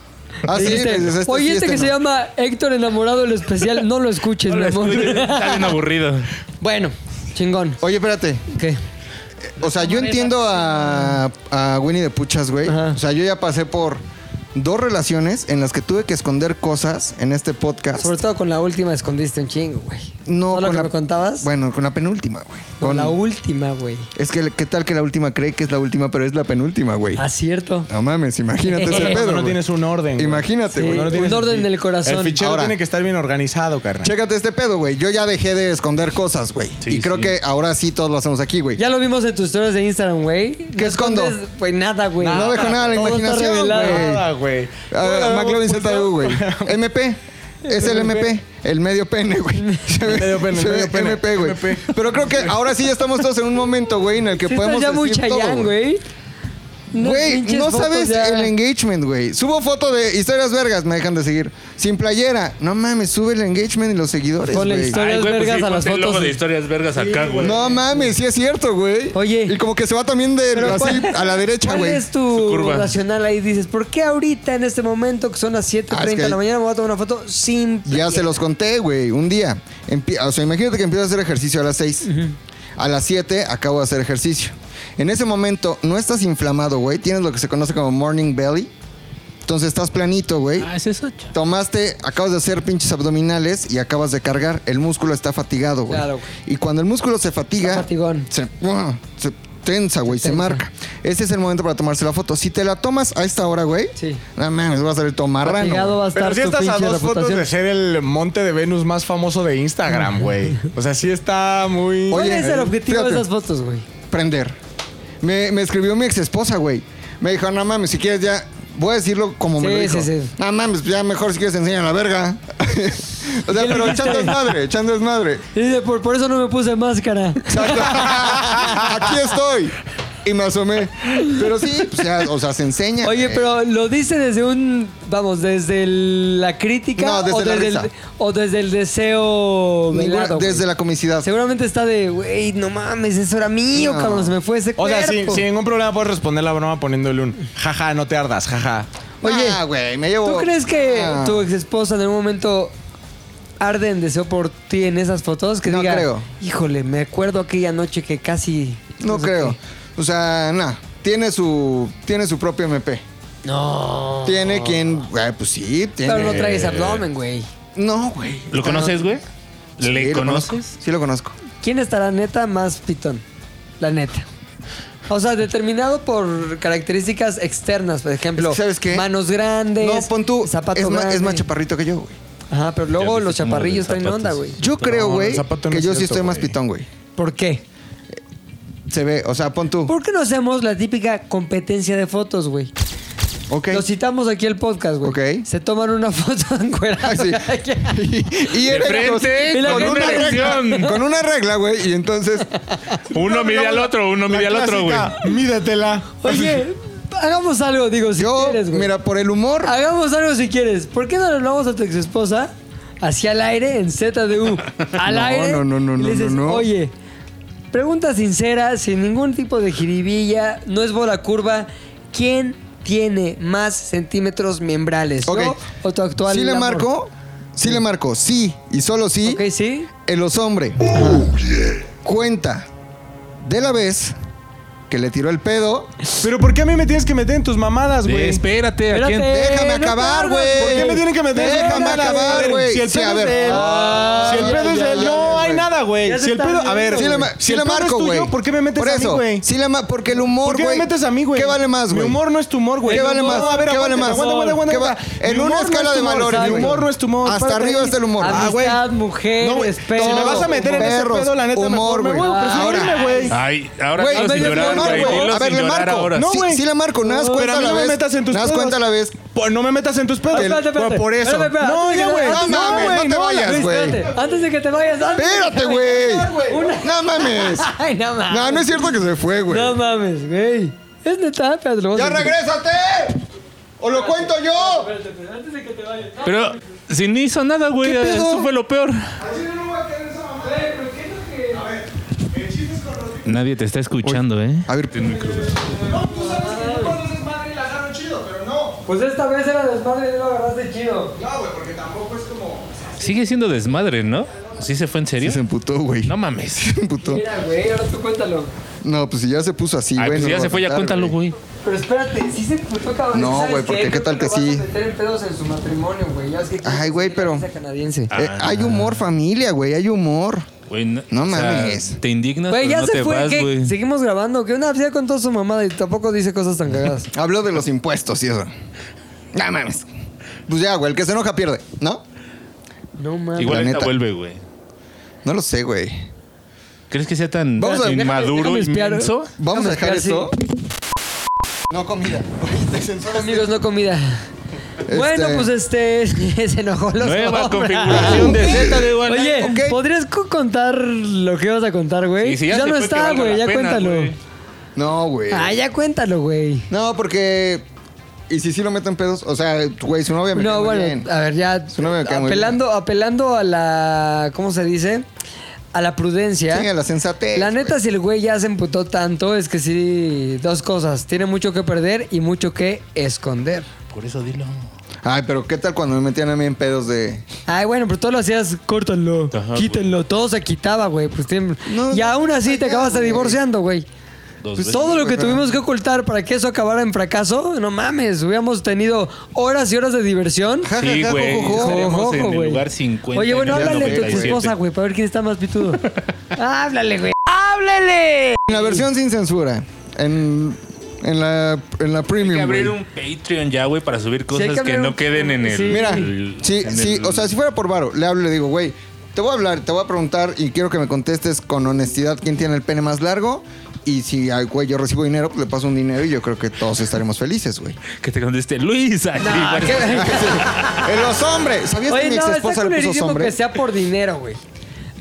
Speaker 2: Ah, sí,
Speaker 1: Dijiste,
Speaker 2: dices, este
Speaker 1: Oye,
Speaker 2: sí,
Speaker 1: este que se
Speaker 2: no".
Speaker 1: llama Héctor Enamorado, el especial, no lo escuches,
Speaker 3: No
Speaker 1: mi
Speaker 3: la
Speaker 1: amor.
Speaker 3: escuches, Está bien aburrido.
Speaker 1: Bueno, chingón.
Speaker 2: Oye, espérate.
Speaker 1: ¿Qué?
Speaker 2: O sea, yo entiendo a, a Winnie de Puchas, güey.
Speaker 1: Ajá.
Speaker 2: O sea, yo ya pasé por dos relaciones en las que tuve que esconder cosas en este podcast.
Speaker 1: Sobre todo con la última escondiste un chingo, güey.
Speaker 2: no
Speaker 1: ¿Todo lo
Speaker 2: con
Speaker 1: que
Speaker 2: la-
Speaker 1: me contabas?
Speaker 2: Bueno, con la penúltima, güey.
Speaker 1: con
Speaker 2: Con-
Speaker 1: la última, güey.
Speaker 2: Es que, ¿qué tal que la última cree que es la última, pero es la penúltima, güey?
Speaker 1: Ah, Acierto.
Speaker 2: No mames, imagínate ese
Speaker 4: Cuando
Speaker 2: pedo.
Speaker 4: no
Speaker 2: güey.
Speaker 4: tienes un orden. güey.
Speaker 1: Sí.
Speaker 2: Imagínate, güey.
Speaker 4: Cuando no
Speaker 1: Un
Speaker 4: tienes-
Speaker 1: orden del corazón.
Speaker 4: El fichero
Speaker 2: Ahora.
Speaker 4: tiene que estar bien organizado, carnal.
Speaker 2: Chécate este pedo, güey. Yo ya dejé de esconder cosas, güey.
Speaker 3: Sí,
Speaker 2: y creo
Speaker 3: sí.
Speaker 2: que ahora sí todos lo hacemos aquí, güey.
Speaker 1: Ya lo vimos en tus historias de Instagram, güey.
Speaker 2: ¿Qué escondo?
Speaker 1: escondes, Pues nada, güey.
Speaker 2: No dejo nada a la
Speaker 1: Todo está
Speaker 2: imaginación,
Speaker 1: revelado.
Speaker 2: güey.
Speaker 4: Nada, güey.
Speaker 2: Ah,
Speaker 4: Bueno,
Speaker 2: McLovin
Speaker 4: pues,
Speaker 2: ZU, güey. MP. Es el MP, el medio pene, güey. Se ve-
Speaker 4: Medio pene,
Speaker 2: se ve
Speaker 4: medio pene.
Speaker 2: MP, güey.
Speaker 4: MP.
Speaker 2: Pero creo que ahora sí ya estamos todos en un momento, güey, en el que
Speaker 1: Sí, estás
Speaker 2: podemos
Speaker 1: ya muy
Speaker 2: decir todo,
Speaker 1: chayán, güey. Unas
Speaker 2: Güey,
Speaker 1: pinches
Speaker 2: no
Speaker 1: fotos
Speaker 2: sabes
Speaker 1: ya.
Speaker 2: el engagement, güey. Subo foto de historias vergas, me dejan de seguir. Sin playera. No mames, sube el engagement y los seguidores,
Speaker 1: Ponle
Speaker 2: güey.
Speaker 1: historia. Historias
Speaker 3: güey, pues
Speaker 1: vergas
Speaker 3: sí,
Speaker 1: a las
Speaker 3: ponte el
Speaker 1: fotos.
Speaker 3: logo de historias vergas acá, güey.
Speaker 2: No mames, sí es cierto, güey.
Speaker 1: Oye.
Speaker 2: Y como que se va también de
Speaker 1: Pero
Speaker 2: así
Speaker 1: ¿cuál-
Speaker 2: a la derecha,
Speaker 1: ¿Cuál
Speaker 2: güey.
Speaker 1: es tu
Speaker 3: Su curva.
Speaker 1: racional ahí? Dices, ¿por qué ahorita en este momento que son las 7.30
Speaker 2: Ah, es que-
Speaker 1: de la mañana me voy a tomar una foto sin...
Speaker 2: Ya se los conté, güey, un día. Empie- o sea, imagínate que empiezo a hacer ejercicio a las 6. A las 7 acabo de hacer ejercicio. En ese momento no estás inflamado, güey. Tienes lo que se conoce como morning belly. Entonces estás planito, güey.
Speaker 3: Ah, ese es ocho.
Speaker 2: Tomaste, acabas de hacer pinches abdominales y acabas de cargar. El músculo está fatigado, güey.
Speaker 1: Claro, güey.
Speaker 2: Y cuando el músculo se fatiga,
Speaker 1: Está fatigón.
Speaker 2: se, ¡buah! se tensa, güey, se,
Speaker 1: tensa.
Speaker 2: marca. Ese es el momento para tomarse la foto. Si te la tomas a esta hora, güey,
Speaker 1: Sí.
Speaker 2: no mames, vas a salir todo marrano,
Speaker 1: Fatigado
Speaker 2: güey.
Speaker 1: va a estar
Speaker 4: Pero si
Speaker 1: tu
Speaker 4: estás a
Speaker 1: pinche
Speaker 4: dos fotos
Speaker 1: reputación.
Speaker 4: de ser el monte de Venus más famoso de Instagram, güey. O sea, sí está muy.
Speaker 1: ¿Cuál
Speaker 2: Oye, eh,
Speaker 1: es el objetivo
Speaker 2: fíjate.
Speaker 1: de esas fotos, güey?
Speaker 2: prender. Me, me escribió mi ex esposa, güey. Me dijo, no mames, si quieres ya. Voy a decirlo como me
Speaker 1: Sí,
Speaker 2: lo dijo.
Speaker 1: sí, sí.
Speaker 2: No mames, ya mejor si quieres enseña la verga. o sea, pero echando es madre, echando es madre.
Speaker 1: Y dice, por, por eso no me puse máscara.
Speaker 2: Exacto. Aquí estoy. Y me asomé. Pero sí, pues ya, o sea, se enseña.
Speaker 1: Oye,
Speaker 2: güey.
Speaker 1: pero lo dice desde un, vamos, desde el- la crítica
Speaker 2: No, desde
Speaker 1: o,
Speaker 2: la
Speaker 1: desde el,
Speaker 2: risa.
Speaker 1: o desde el deseo
Speaker 2: Ninguna-
Speaker 1: velado, güey?
Speaker 2: desde la comicidad.
Speaker 1: Seguramente está de, güey, no mames, eso era mío,
Speaker 2: No.
Speaker 1: cabrón, se me fue ese
Speaker 4: O
Speaker 1: cuerpo.
Speaker 4: sea, sin, sin ningún problema puedes responder la broma poniéndole un jaja, no te ardas, jaja.
Speaker 1: Oye,
Speaker 2: Ah, güey, me llevo.
Speaker 1: ¿Tú crees que
Speaker 2: Ah.
Speaker 1: tu ex esposa en algún momento arde en deseo por ti en esas fotos? Que
Speaker 2: No
Speaker 1: diga,
Speaker 2: creo.
Speaker 1: híjole, me acuerdo aquella noche que casi...
Speaker 2: No
Speaker 1: sé
Speaker 2: creo.
Speaker 1: qué".
Speaker 2: O sea, nada. Tiene su, tiene su propio MP. No. Tiene quien. güey, pues sí, tiene.
Speaker 1: Pero no traes abdomen, güey.
Speaker 2: No, güey.
Speaker 3: ¿Lo
Speaker 2: O sea,
Speaker 3: conoces, güey?
Speaker 2: Sí,
Speaker 3: ¿Le
Speaker 2: lo conozco.
Speaker 3: conoces?
Speaker 2: Sí, lo conozco.
Speaker 1: ¿Quién estará neta más pitón? La neta. O sea, determinado por características externas, por ejemplo,
Speaker 2: Es que, ¿sabes qué?
Speaker 1: manos grandes,
Speaker 2: No, pon tú.
Speaker 1: zapato
Speaker 2: es, más,
Speaker 1: grande.
Speaker 2: es más chaparrito que yo, güey.
Speaker 1: Ajá, pero luego
Speaker 3: viste
Speaker 1: los
Speaker 3: cómo
Speaker 1: chaparrillos
Speaker 3: los
Speaker 1: traen
Speaker 3: zapatos.
Speaker 1: onda, güey.
Speaker 2: Yo creo,
Speaker 4: No,
Speaker 2: güey,
Speaker 4: el zapato no
Speaker 2: que
Speaker 4: es
Speaker 2: yo sí
Speaker 4: cierto,
Speaker 2: estoy más
Speaker 4: güey.
Speaker 2: pitón, güey.
Speaker 1: ¿Por qué?
Speaker 2: Se ve, o sea, pon tú.
Speaker 1: ¿Por qué no hacemos la típica competencia de fotos, güey?
Speaker 2: Ok.
Speaker 1: Lo citamos aquí al podcast, güey.
Speaker 2: Ok.
Speaker 1: Se toman una foto encuerada.
Speaker 2: Ah, sí. y, y
Speaker 3: De
Speaker 2: erectos.
Speaker 3: frente,
Speaker 1: Y la
Speaker 3: con
Speaker 1: gente
Speaker 3: una
Speaker 1: le-
Speaker 3: elección.
Speaker 2: Con una regla, güey, y entonces.
Speaker 3: Uno mide al otro, uno mide al otro, güey.
Speaker 4: Mídatela.
Speaker 1: Oye, hagamos algo, digo, si
Speaker 2: Yo,
Speaker 1: quieres, güey. Ah,
Speaker 2: mira, por el humor.
Speaker 1: Hagamos algo si quieres. ¿Por qué no le hablamos a tu ex esposa hacia el aire en ZDU? Al
Speaker 2: No,
Speaker 1: aire.
Speaker 2: no, no, no,
Speaker 1: y le
Speaker 2: no,
Speaker 1: dices,
Speaker 2: no, no.
Speaker 1: Oye, Pregunta sincera, sin ningún tipo de jiribilla, no es bola curva. ¿Quién tiene más centímetros membrales?
Speaker 2: Ok.
Speaker 1: ¿Yo o tu actual?
Speaker 2: ¿Sí le
Speaker 1: amor?
Speaker 2: marco? Sí le marco. Sí. Y solo sí.
Speaker 1: Ok, Oh, sí.
Speaker 2: El osombre. Cuenta de la vez que le tiró el pedo.
Speaker 4: Pero ¿por qué a mí me tienes que meter en tus mamadas,
Speaker 3: Eh,
Speaker 4: güey?
Speaker 3: espérate, ¿a
Speaker 1: Espérate.
Speaker 3: quién?
Speaker 1: Eh,
Speaker 2: Déjame
Speaker 1: no
Speaker 2: acabar,
Speaker 1: tardas.
Speaker 2: güey.
Speaker 4: ¿Por qué me tienen que meter?
Speaker 2: Déjame
Speaker 4: No, no, no, a
Speaker 2: acabar,
Speaker 4: ver,
Speaker 2: güey.
Speaker 4: Si el
Speaker 2: Sí,
Speaker 4: pedo
Speaker 2: a
Speaker 4: es
Speaker 2: ver.
Speaker 4: de él. Si el
Speaker 2: ya,
Speaker 4: pedo es
Speaker 2: ya,
Speaker 4: de él.
Speaker 2: ya,
Speaker 4: No
Speaker 2: güey.
Speaker 4: hay nada,
Speaker 1: Ya
Speaker 4: güey.
Speaker 1: se
Speaker 4: Si el
Speaker 1: está
Speaker 4: pedo. A ver.
Speaker 1: riendo,
Speaker 2: Sí le, ma- sí
Speaker 4: Si el
Speaker 2: le
Speaker 4: pedo es
Speaker 2: marco,
Speaker 4: tuyo,
Speaker 2: güey.
Speaker 4: ¿Por qué me metes
Speaker 2: Por
Speaker 4: a mí,
Speaker 2: eso,
Speaker 4: güey?
Speaker 2: Sí le ma- porque el humor,
Speaker 4: ¿Por qué
Speaker 2: güey.
Speaker 4: me metes a mí, güey?
Speaker 2: ¿Qué vale más, güey?
Speaker 4: Mi humor no es tu humor, güey.
Speaker 2: ¿Qué vale más?
Speaker 4: No, a ver,
Speaker 2: ¿Qué vale
Speaker 4: aguanta,
Speaker 2: más?
Speaker 4: Aguanta, aguanta, aguanta.
Speaker 2: ¿Qué va-
Speaker 4: aguanta.
Speaker 2: En
Speaker 4: Mi
Speaker 2: una
Speaker 4: humor no
Speaker 2: escala
Speaker 4: es
Speaker 2: de
Speaker 4: tu humor,
Speaker 2: valores,
Speaker 4: Mi
Speaker 2: güey.
Speaker 4: humor no es tu humor.
Speaker 2: Hasta
Speaker 4: párate
Speaker 2: arriba
Speaker 4: ahí.
Speaker 2: está el humor.
Speaker 4: Ah, güey.
Speaker 1: Amistad, mujer,
Speaker 4: No, güey,
Speaker 1: respeto.
Speaker 4: Si me vas a meter en ese
Speaker 2: perros,
Speaker 4: pedo, la neta,
Speaker 2: humor,
Speaker 4: mejor me
Speaker 2: güey. Ah,
Speaker 4: voy.
Speaker 2: Ahora.
Speaker 4: Prefiero irme, güey.
Speaker 3: Ay, ahora
Speaker 2: Güey,
Speaker 3: dilo
Speaker 2: a
Speaker 3: sin
Speaker 2: ver, le
Speaker 3: llorar, güey.
Speaker 2: marco.
Speaker 3: Dilo
Speaker 2: A ver,
Speaker 3: sin
Speaker 2: le
Speaker 3: llorar
Speaker 2: marco.
Speaker 3: ahora.
Speaker 4: No,
Speaker 2: sí,
Speaker 4: güey.
Speaker 2: sí le marco, nada más
Speaker 4: Pero
Speaker 2: cuenta
Speaker 4: a mí
Speaker 2: la
Speaker 4: no
Speaker 2: vez.
Speaker 4: me metas en tus
Speaker 2: Nada más
Speaker 4: pedos.
Speaker 2: cuenta la vez.
Speaker 4: Pues no me metas en tus pedos.
Speaker 1: Espérate, espérate.
Speaker 4: Por eso.
Speaker 1: Espérate, espérate.
Speaker 4: No, ya, güey.
Speaker 1: Espérate,
Speaker 2: No mames, no
Speaker 4: güey,
Speaker 2: te
Speaker 4: la-
Speaker 2: vayas, güey.
Speaker 1: Espérate, Antes de que te vayas, antes de que
Speaker 2: Espérate,
Speaker 1: te
Speaker 2: güey.
Speaker 1: Una-
Speaker 2: No mames.
Speaker 1: Ay, no mames.
Speaker 2: No, no es cierto que se fue, güey.
Speaker 1: No mames, güey. Es neta, espérate, lo vamos
Speaker 2: ¡Ya
Speaker 1: a-
Speaker 2: regrésate! ¡O lo cuento yo!
Speaker 3: Pero si ni hizo nada, güey.
Speaker 2: ¿Qué pedo?
Speaker 3: Eso fue lo peor. Nadie te está escuchando, ¿eh?
Speaker 2: A ver,
Speaker 1: Pues esta vez era desmadre y no lo agarraste chido.
Speaker 3: Sigue siendo desmadre, ¿no? ¿Sí se fue en serio?
Speaker 2: se emputó, güey.
Speaker 3: No mames.
Speaker 2: Se emputó.
Speaker 1: Mira, güey, ahora tú cuéntalo.
Speaker 2: No, pues si ya se puso así,
Speaker 3: Ay,
Speaker 2: güey.
Speaker 3: pues
Speaker 2: no
Speaker 3: si ya
Speaker 2: lo
Speaker 3: se fue, ya
Speaker 2: voy a contar,
Speaker 3: cuéntalo, güey.
Speaker 1: Pero espérate, sí se puso cabrón.
Speaker 2: No,
Speaker 1: ¿sabes
Speaker 2: güey, porque qué
Speaker 1: Creo
Speaker 2: tal que
Speaker 1: lo vas
Speaker 2: sí.
Speaker 1: a meter en pedos en su matrimonio, güey. Ya es que
Speaker 2: Ay, güey, pero-
Speaker 1: Esa canadiense.
Speaker 3: Ah,
Speaker 2: Eh, hay humor, familia, güey. Hay humor.
Speaker 3: Güey, no,
Speaker 2: No
Speaker 3: o sea,
Speaker 2: mames.
Speaker 3: te indignas,
Speaker 1: Güey,
Speaker 3: pero
Speaker 1: ya
Speaker 3: no
Speaker 1: se
Speaker 3: te
Speaker 1: fue.
Speaker 3: vas,
Speaker 1: ¿qué?
Speaker 3: güey.
Speaker 1: Seguimos grabando. Que una ya con toda su mamada y tampoco dice cosas tan cagadas.
Speaker 2: Habló de los impuestos y eso. No mames. Pues ya, güey. El que se enoja pierde, ¿no?
Speaker 1: No mames.
Speaker 3: Igual
Speaker 2: La
Speaker 3: ahorita
Speaker 2: neta.
Speaker 3: vuelve, güey.
Speaker 2: No lo sé, güey.
Speaker 3: ¿Crees que sea tan
Speaker 2: Vamos a-
Speaker 3: inmaduro
Speaker 1: déjame- déjame
Speaker 3: y
Speaker 1: espiar.
Speaker 3: menso?
Speaker 2: Vamos a dejar
Speaker 1: dejar así.
Speaker 2: esto. No comida. Te censuras.
Speaker 1: Amigos, no comida.
Speaker 2: Este-
Speaker 1: Bueno, pues este se enojó los
Speaker 3: Nueva
Speaker 1: hombres.
Speaker 3: configuración de Z de One.
Speaker 1: Oye,
Speaker 2: Ok.
Speaker 1: ¿podrías co- contar lo que ibas a contar, güey?
Speaker 3: Y si ya se
Speaker 1: no
Speaker 3: fue, que
Speaker 1: está,
Speaker 3: valga
Speaker 1: güey,
Speaker 3: la
Speaker 1: ya
Speaker 3: pena,
Speaker 1: cuéntalo.
Speaker 3: güey.
Speaker 2: No, güey.
Speaker 1: Ah, ya cuéntalo, güey.
Speaker 2: No, porque. ¿Y si sí lo meten pedos? O sea, güey, su novia me cae
Speaker 1: No,
Speaker 2: muy
Speaker 1: bueno, ah,
Speaker 2: bien.
Speaker 1: a ver, ya
Speaker 2: Su novia me cae muy
Speaker 1: apelando apelando a la ¿cómo se dice? A la prudencia.
Speaker 2: Sí, a la sensatez.
Speaker 1: La neta,
Speaker 2: güey.
Speaker 1: si el güey ya se emputó tanto, es que sí, dos cosas. Tiene mucho que perder y mucho que esconder.
Speaker 3: Por eso dilo.
Speaker 2: Ay, pero ¿qué tal cuando me metían a mí en pedos de.
Speaker 1: Ay, bueno, pero todo lo hacías, córtalo,
Speaker 3: Ajá, pues.
Speaker 1: quítenlo, todo se quitaba, güey. Pues, tiene-
Speaker 2: No,
Speaker 1: y aún así te
Speaker 2: ya,
Speaker 1: acabaste
Speaker 2: güey.
Speaker 1: divorciando, güey.
Speaker 3: Dos
Speaker 1: Pues
Speaker 3: veces.
Speaker 1: todo lo que tuvimos que ocultar para que eso acabara en fracaso, no mames, hubiéramos tenido horas y horas de diversión.
Speaker 2: Ja, ja,
Speaker 3: Sí,
Speaker 2: ja,
Speaker 3: güey.
Speaker 2: jo, jo, jo.
Speaker 3: Estaríamos
Speaker 1: Ojo,
Speaker 3: en el
Speaker 1: güey.
Speaker 3: lugar 50.
Speaker 1: Oye, bueno,
Speaker 3: en el
Speaker 1: háblale a tu
Speaker 3: 97.
Speaker 1: esposa, güey, para ver quién está más pitudo. háblale, güey.
Speaker 2: En la versión sin censura. En, en, la, en la
Speaker 3: Hay
Speaker 2: premium.
Speaker 3: que abrir
Speaker 2: güey.
Speaker 3: un Patreon ya, güey, para subir
Speaker 1: hay
Speaker 3: cosas
Speaker 1: que
Speaker 3: que,
Speaker 1: abrir un-
Speaker 3: no queden en el.
Speaker 1: Sí.
Speaker 2: Mira,
Speaker 3: el-
Speaker 2: sí,
Speaker 3: en
Speaker 2: sí.
Speaker 3: el-
Speaker 2: O sea, si fuera por varo, le hablo y le digo, güey, te voy a hablar, te voy a preguntar y quiero que me contestes con honestidad quién tiene el pene más largo. Y si, ay, güey, yo recibo dinero, pues le paso un dinero y yo creo que todos estaremos felices, güey.
Speaker 3: Que te conteste Luis. ahí, güey.
Speaker 2: ¡En los hombres! ¿Sabías que
Speaker 1: Oye,
Speaker 2: mi
Speaker 1: no,
Speaker 2: ex
Speaker 1: está
Speaker 2: esposa le puso
Speaker 1: culerísimo
Speaker 2: hombre?
Speaker 1: que sea por dinero, güey.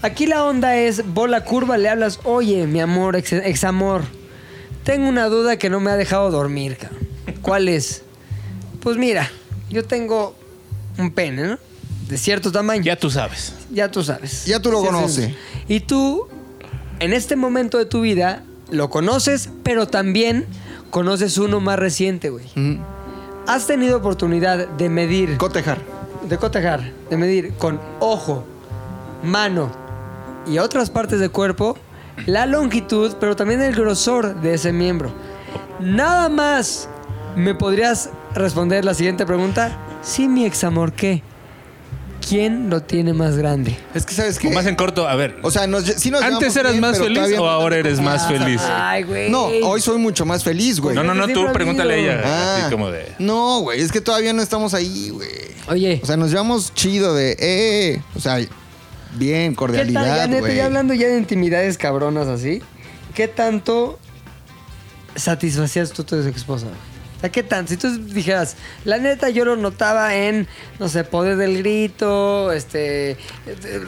Speaker 1: Aquí la onda es, bola curva, le hablas, oye, mi amor, ex, ex amor, tengo una duda que no me ha dejado dormir, cabrón. ¿Cuál es? Pues mira, yo tengo un pene, ¿no? De cierto tamaño.
Speaker 3: Ya tú sabes.
Speaker 1: Ya tú sabes.
Speaker 2: Ya tú lo
Speaker 1: Sí, sí,
Speaker 2: conoces.
Speaker 1: sí. Y tú, en este momento de tu vida, lo conoces, pero también conoces uno más reciente, güey. Has tenido oportunidad de medir,
Speaker 2: Cotejar.
Speaker 1: de cotejar, de medir con ojo, mano y otras partes del cuerpo la longitud, pero también el grosor de ese miembro. Nada más me podrías responder la siguiente pregunta. Sí, mi examor, ¿qué? ¿Quién lo tiene más grande?
Speaker 2: Es que, ¿sabes qué?
Speaker 3: Más en corto, a ver.
Speaker 2: O sea, nos, sí nos
Speaker 3: ¿Antes
Speaker 2: llevamos
Speaker 3: eras
Speaker 2: bien,
Speaker 3: más
Speaker 2: pero
Speaker 3: feliz
Speaker 2: todavía
Speaker 3: o
Speaker 2: no-
Speaker 3: ahora eres más feliz?
Speaker 1: Ay, güey.
Speaker 2: No, hoy soy mucho más feliz, güey.
Speaker 3: No, no, no,
Speaker 1: Desde
Speaker 3: tú
Speaker 1: siempre
Speaker 3: pregúntale a
Speaker 1: amigo.
Speaker 3: ella.
Speaker 2: Ah,
Speaker 3: Así como de.
Speaker 2: No, güey, es que todavía no estamos ahí, güey.
Speaker 1: Oye,
Speaker 2: O sea, nos llevamos chido de, eh, o sea, bien,
Speaker 1: ¿qué tal? Ya,
Speaker 2: cordialidad,
Speaker 1: neta,
Speaker 2: güey.
Speaker 1: ya hablando ya de intimidades cabronas así, ¿qué tanto satisfacías tú a tu esposa? O sea, ¿qué tanto? Si tú dijeras, la neta, yo lo notaba en, no sé, poder del grito, este,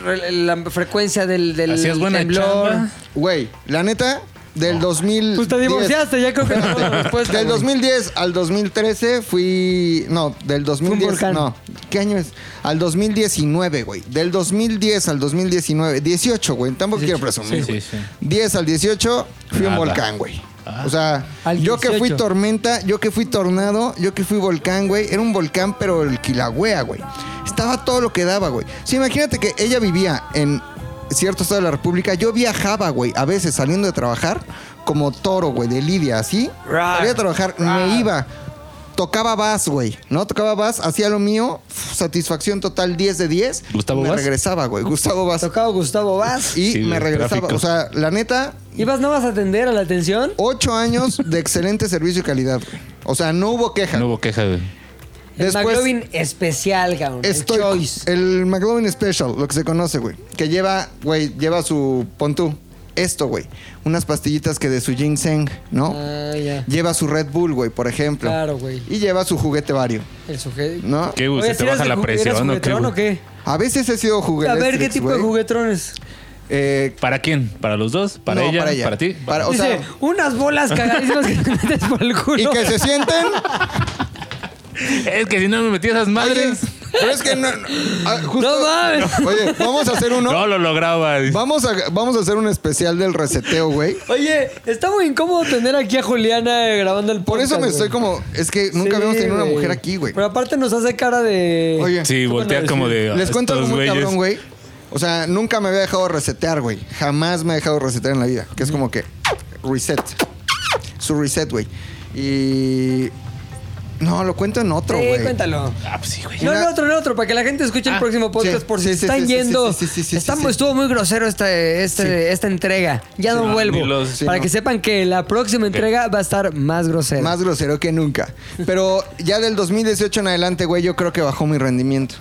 Speaker 1: re- la frecuencia del, del
Speaker 3: ¿Hacías buena
Speaker 1: temblor.
Speaker 3: chamba?
Speaker 2: Güey, la neta, Del 2000.
Speaker 1: Pues te divorciaste, ya creo que no. Después,
Speaker 2: Del 2010 al 2013 fui. No, del 2010.
Speaker 1: volcán.
Speaker 2: No. ¿Qué año es? Al 2019, güey. Del 2010 al 2019. 18, güey. Tampoco quiero presumir.
Speaker 3: Sí,
Speaker 2: güey.
Speaker 3: sí, sí.
Speaker 2: 10 al 18 fui un
Speaker 3: Nada.
Speaker 2: volcán, güey.
Speaker 3: Ah.
Speaker 2: O sea,
Speaker 1: Al
Speaker 2: yo que fui
Speaker 1: 18.
Speaker 2: tormenta, yo que fui tornado, yo que fui volcán, güey. Era un volcán, pero el Kilauea, güey. Estaba todo lo que daba, güey. Sí, imagínate que ella vivía en cierto estado de la República. Yo viajaba, güey, a veces saliendo de trabajar, como toro, güey, de Lidia, así.
Speaker 7: Rar.
Speaker 2: Salía a trabajar, me iba. Tocaba bass, güey, ¿no? Tocaba bass, hacía lo mío, f- satisfacción total 10 de 10.
Speaker 3: ¿Gustavo
Speaker 2: Me
Speaker 3: Bass?
Speaker 2: regresaba, güey, Gustavo Bass.
Speaker 1: Tocado Gustavo Vaz.
Speaker 2: Y
Speaker 3: Sí,
Speaker 2: me
Speaker 3: del
Speaker 2: regresaba.
Speaker 3: tráfico.
Speaker 2: O sea, la neta,
Speaker 1: ¿Ibas no vas a atender a la atención?
Speaker 2: ocho años de excelente servicio y calidad. güey. O sea, no hubo queja.
Speaker 3: No hubo queja, güey.
Speaker 1: El
Speaker 2: Después-
Speaker 1: McLovin especial, cabrón.
Speaker 2: Estoy,
Speaker 1: el Choice.
Speaker 2: el McLovin Special, lo que se conoce, güey. Que lleva, güey, lleva su pontú. Esto, güey. Unas pastillitas que de su ginseng, ¿no?
Speaker 1: Ah, ya.
Speaker 2: Lleva su Red Bull, güey, por ejemplo.
Speaker 1: Claro, güey.
Speaker 2: Y lleva su juguete vario,
Speaker 1: El sujeto.
Speaker 2: ¿no?
Speaker 3: ¿Qué, güey? ¿Se te baja la presión o qué?
Speaker 1: juguetrón o
Speaker 3: güey?
Speaker 1: qué?
Speaker 2: A veces he sido juguete.
Speaker 1: A ver, ¿qué tipo de juguetrones?
Speaker 2: Eh,
Speaker 3: ¿Para quién? ¿Para los dos? ¿Para,
Speaker 2: No,
Speaker 3: ella?
Speaker 2: para
Speaker 3: para
Speaker 2: ella.
Speaker 3: ti?
Speaker 2: Para- O
Speaker 1: Dice,
Speaker 2: sea-
Speaker 1: unas bolas cagadísimas que te metes por el
Speaker 2: y
Speaker 1: culo.
Speaker 2: que se sienten.
Speaker 3: Es que si no me metí esas
Speaker 2: Oye,
Speaker 3: madres.
Speaker 2: pero es que no. no, ah, justo-
Speaker 1: No mames.
Speaker 2: Oye, vamos a hacer uno.
Speaker 3: No, lo lograba. dice.
Speaker 2: Vamos a, vamos a hacer un especial del reseteo, güey.
Speaker 1: Oye, está muy incómodo tener aquí a Juliana eh, grabando el podcast.
Speaker 2: Por eso me
Speaker 1: güey.
Speaker 2: estoy como. Es que nunca
Speaker 1: Sí,
Speaker 2: habíamos tenido una
Speaker 1: güey.
Speaker 2: mujer aquí, güey.
Speaker 1: Pero aparte nos hace cara de...
Speaker 2: Oye,
Speaker 3: Sí, voltea como de. "Ah,
Speaker 2: les cuento algo
Speaker 3: estos
Speaker 2: muy
Speaker 3: güeyes.
Speaker 2: cabrón, güey. O sea, nunca me había dejado resetear, güey. Jamás me he dejado resetear en la vida. Que es como que. Reset. Su reset, güey. Y. No, lo cuento en otro,
Speaker 1: Sí,
Speaker 2: güey.
Speaker 1: cuéntalo.
Speaker 3: Ah, pues sí, güey.
Speaker 1: No,
Speaker 2: Una- Ah,
Speaker 1: no, otro, no, otro, para que la gente escuche el próximo podcast
Speaker 2: sí,
Speaker 1: por si
Speaker 2: sí, sí,
Speaker 1: están
Speaker 2: sí, sí,
Speaker 1: yendo.
Speaker 2: sí, sí, sí, sí,
Speaker 1: Estamos-
Speaker 2: sí.
Speaker 1: Estuvo muy grosero este, este, esta entrega. Ya no
Speaker 3: no,
Speaker 1: vuelvo.
Speaker 3: Ah, ni los-
Speaker 2: sí,
Speaker 1: para
Speaker 2: no.
Speaker 1: que sepan que la próxima entrega va a estar más grosera.
Speaker 2: Más grosero que nunca. Pero ya del 2018 en adelante, güey, yo creo que bajó mi rendimiento.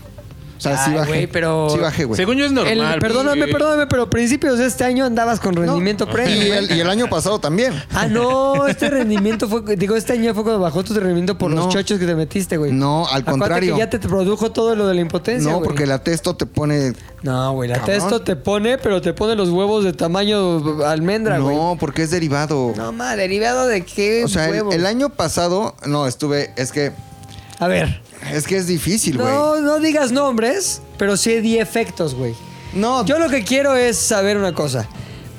Speaker 2: O sea, sí
Speaker 1: Ay,
Speaker 2: bajé.
Speaker 1: güey, pero-
Speaker 2: Sí bajé, güey.
Speaker 3: Según yo es
Speaker 1: El-
Speaker 3: normal.
Speaker 1: perdóname,
Speaker 3: güey.
Speaker 1: perdóname, pero a principios de este año andabas con rendimiento premium. ¿eh?
Speaker 2: Y el, y el año pasado también.
Speaker 1: Ah, no, este rendimiento fue, digo, este año fue cuando bajó tu rendimiento por
Speaker 2: No.
Speaker 1: los chochos que te metiste, güey.
Speaker 2: No, al
Speaker 1: Acuérdate
Speaker 2: contrario.
Speaker 1: que ya te produjo todo lo de la impotencia,
Speaker 2: No,
Speaker 1: güey.
Speaker 2: porque la testo te pone.
Speaker 1: No, güey, la
Speaker 2: Cabrón.
Speaker 1: testo te pone, pero te pone los huevos de tamaño almendra, güey.
Speaker 2: No, porque es derivado.
Speaker 1: No, ma, derivado de qué
Speaker 2: o sea, el,
Speaker 1: huevo.
Speaker 2: el año pasado, no, estuve. Es que.
Speaker 1: A ver.
Speaker 2: Es que es difícil, güey.
Speaker 1: No, no digas nombres, pero sí di efectos, güey.
Speaker 2: No,
Speaker 1: Yo lo que quiero es saber una cosa.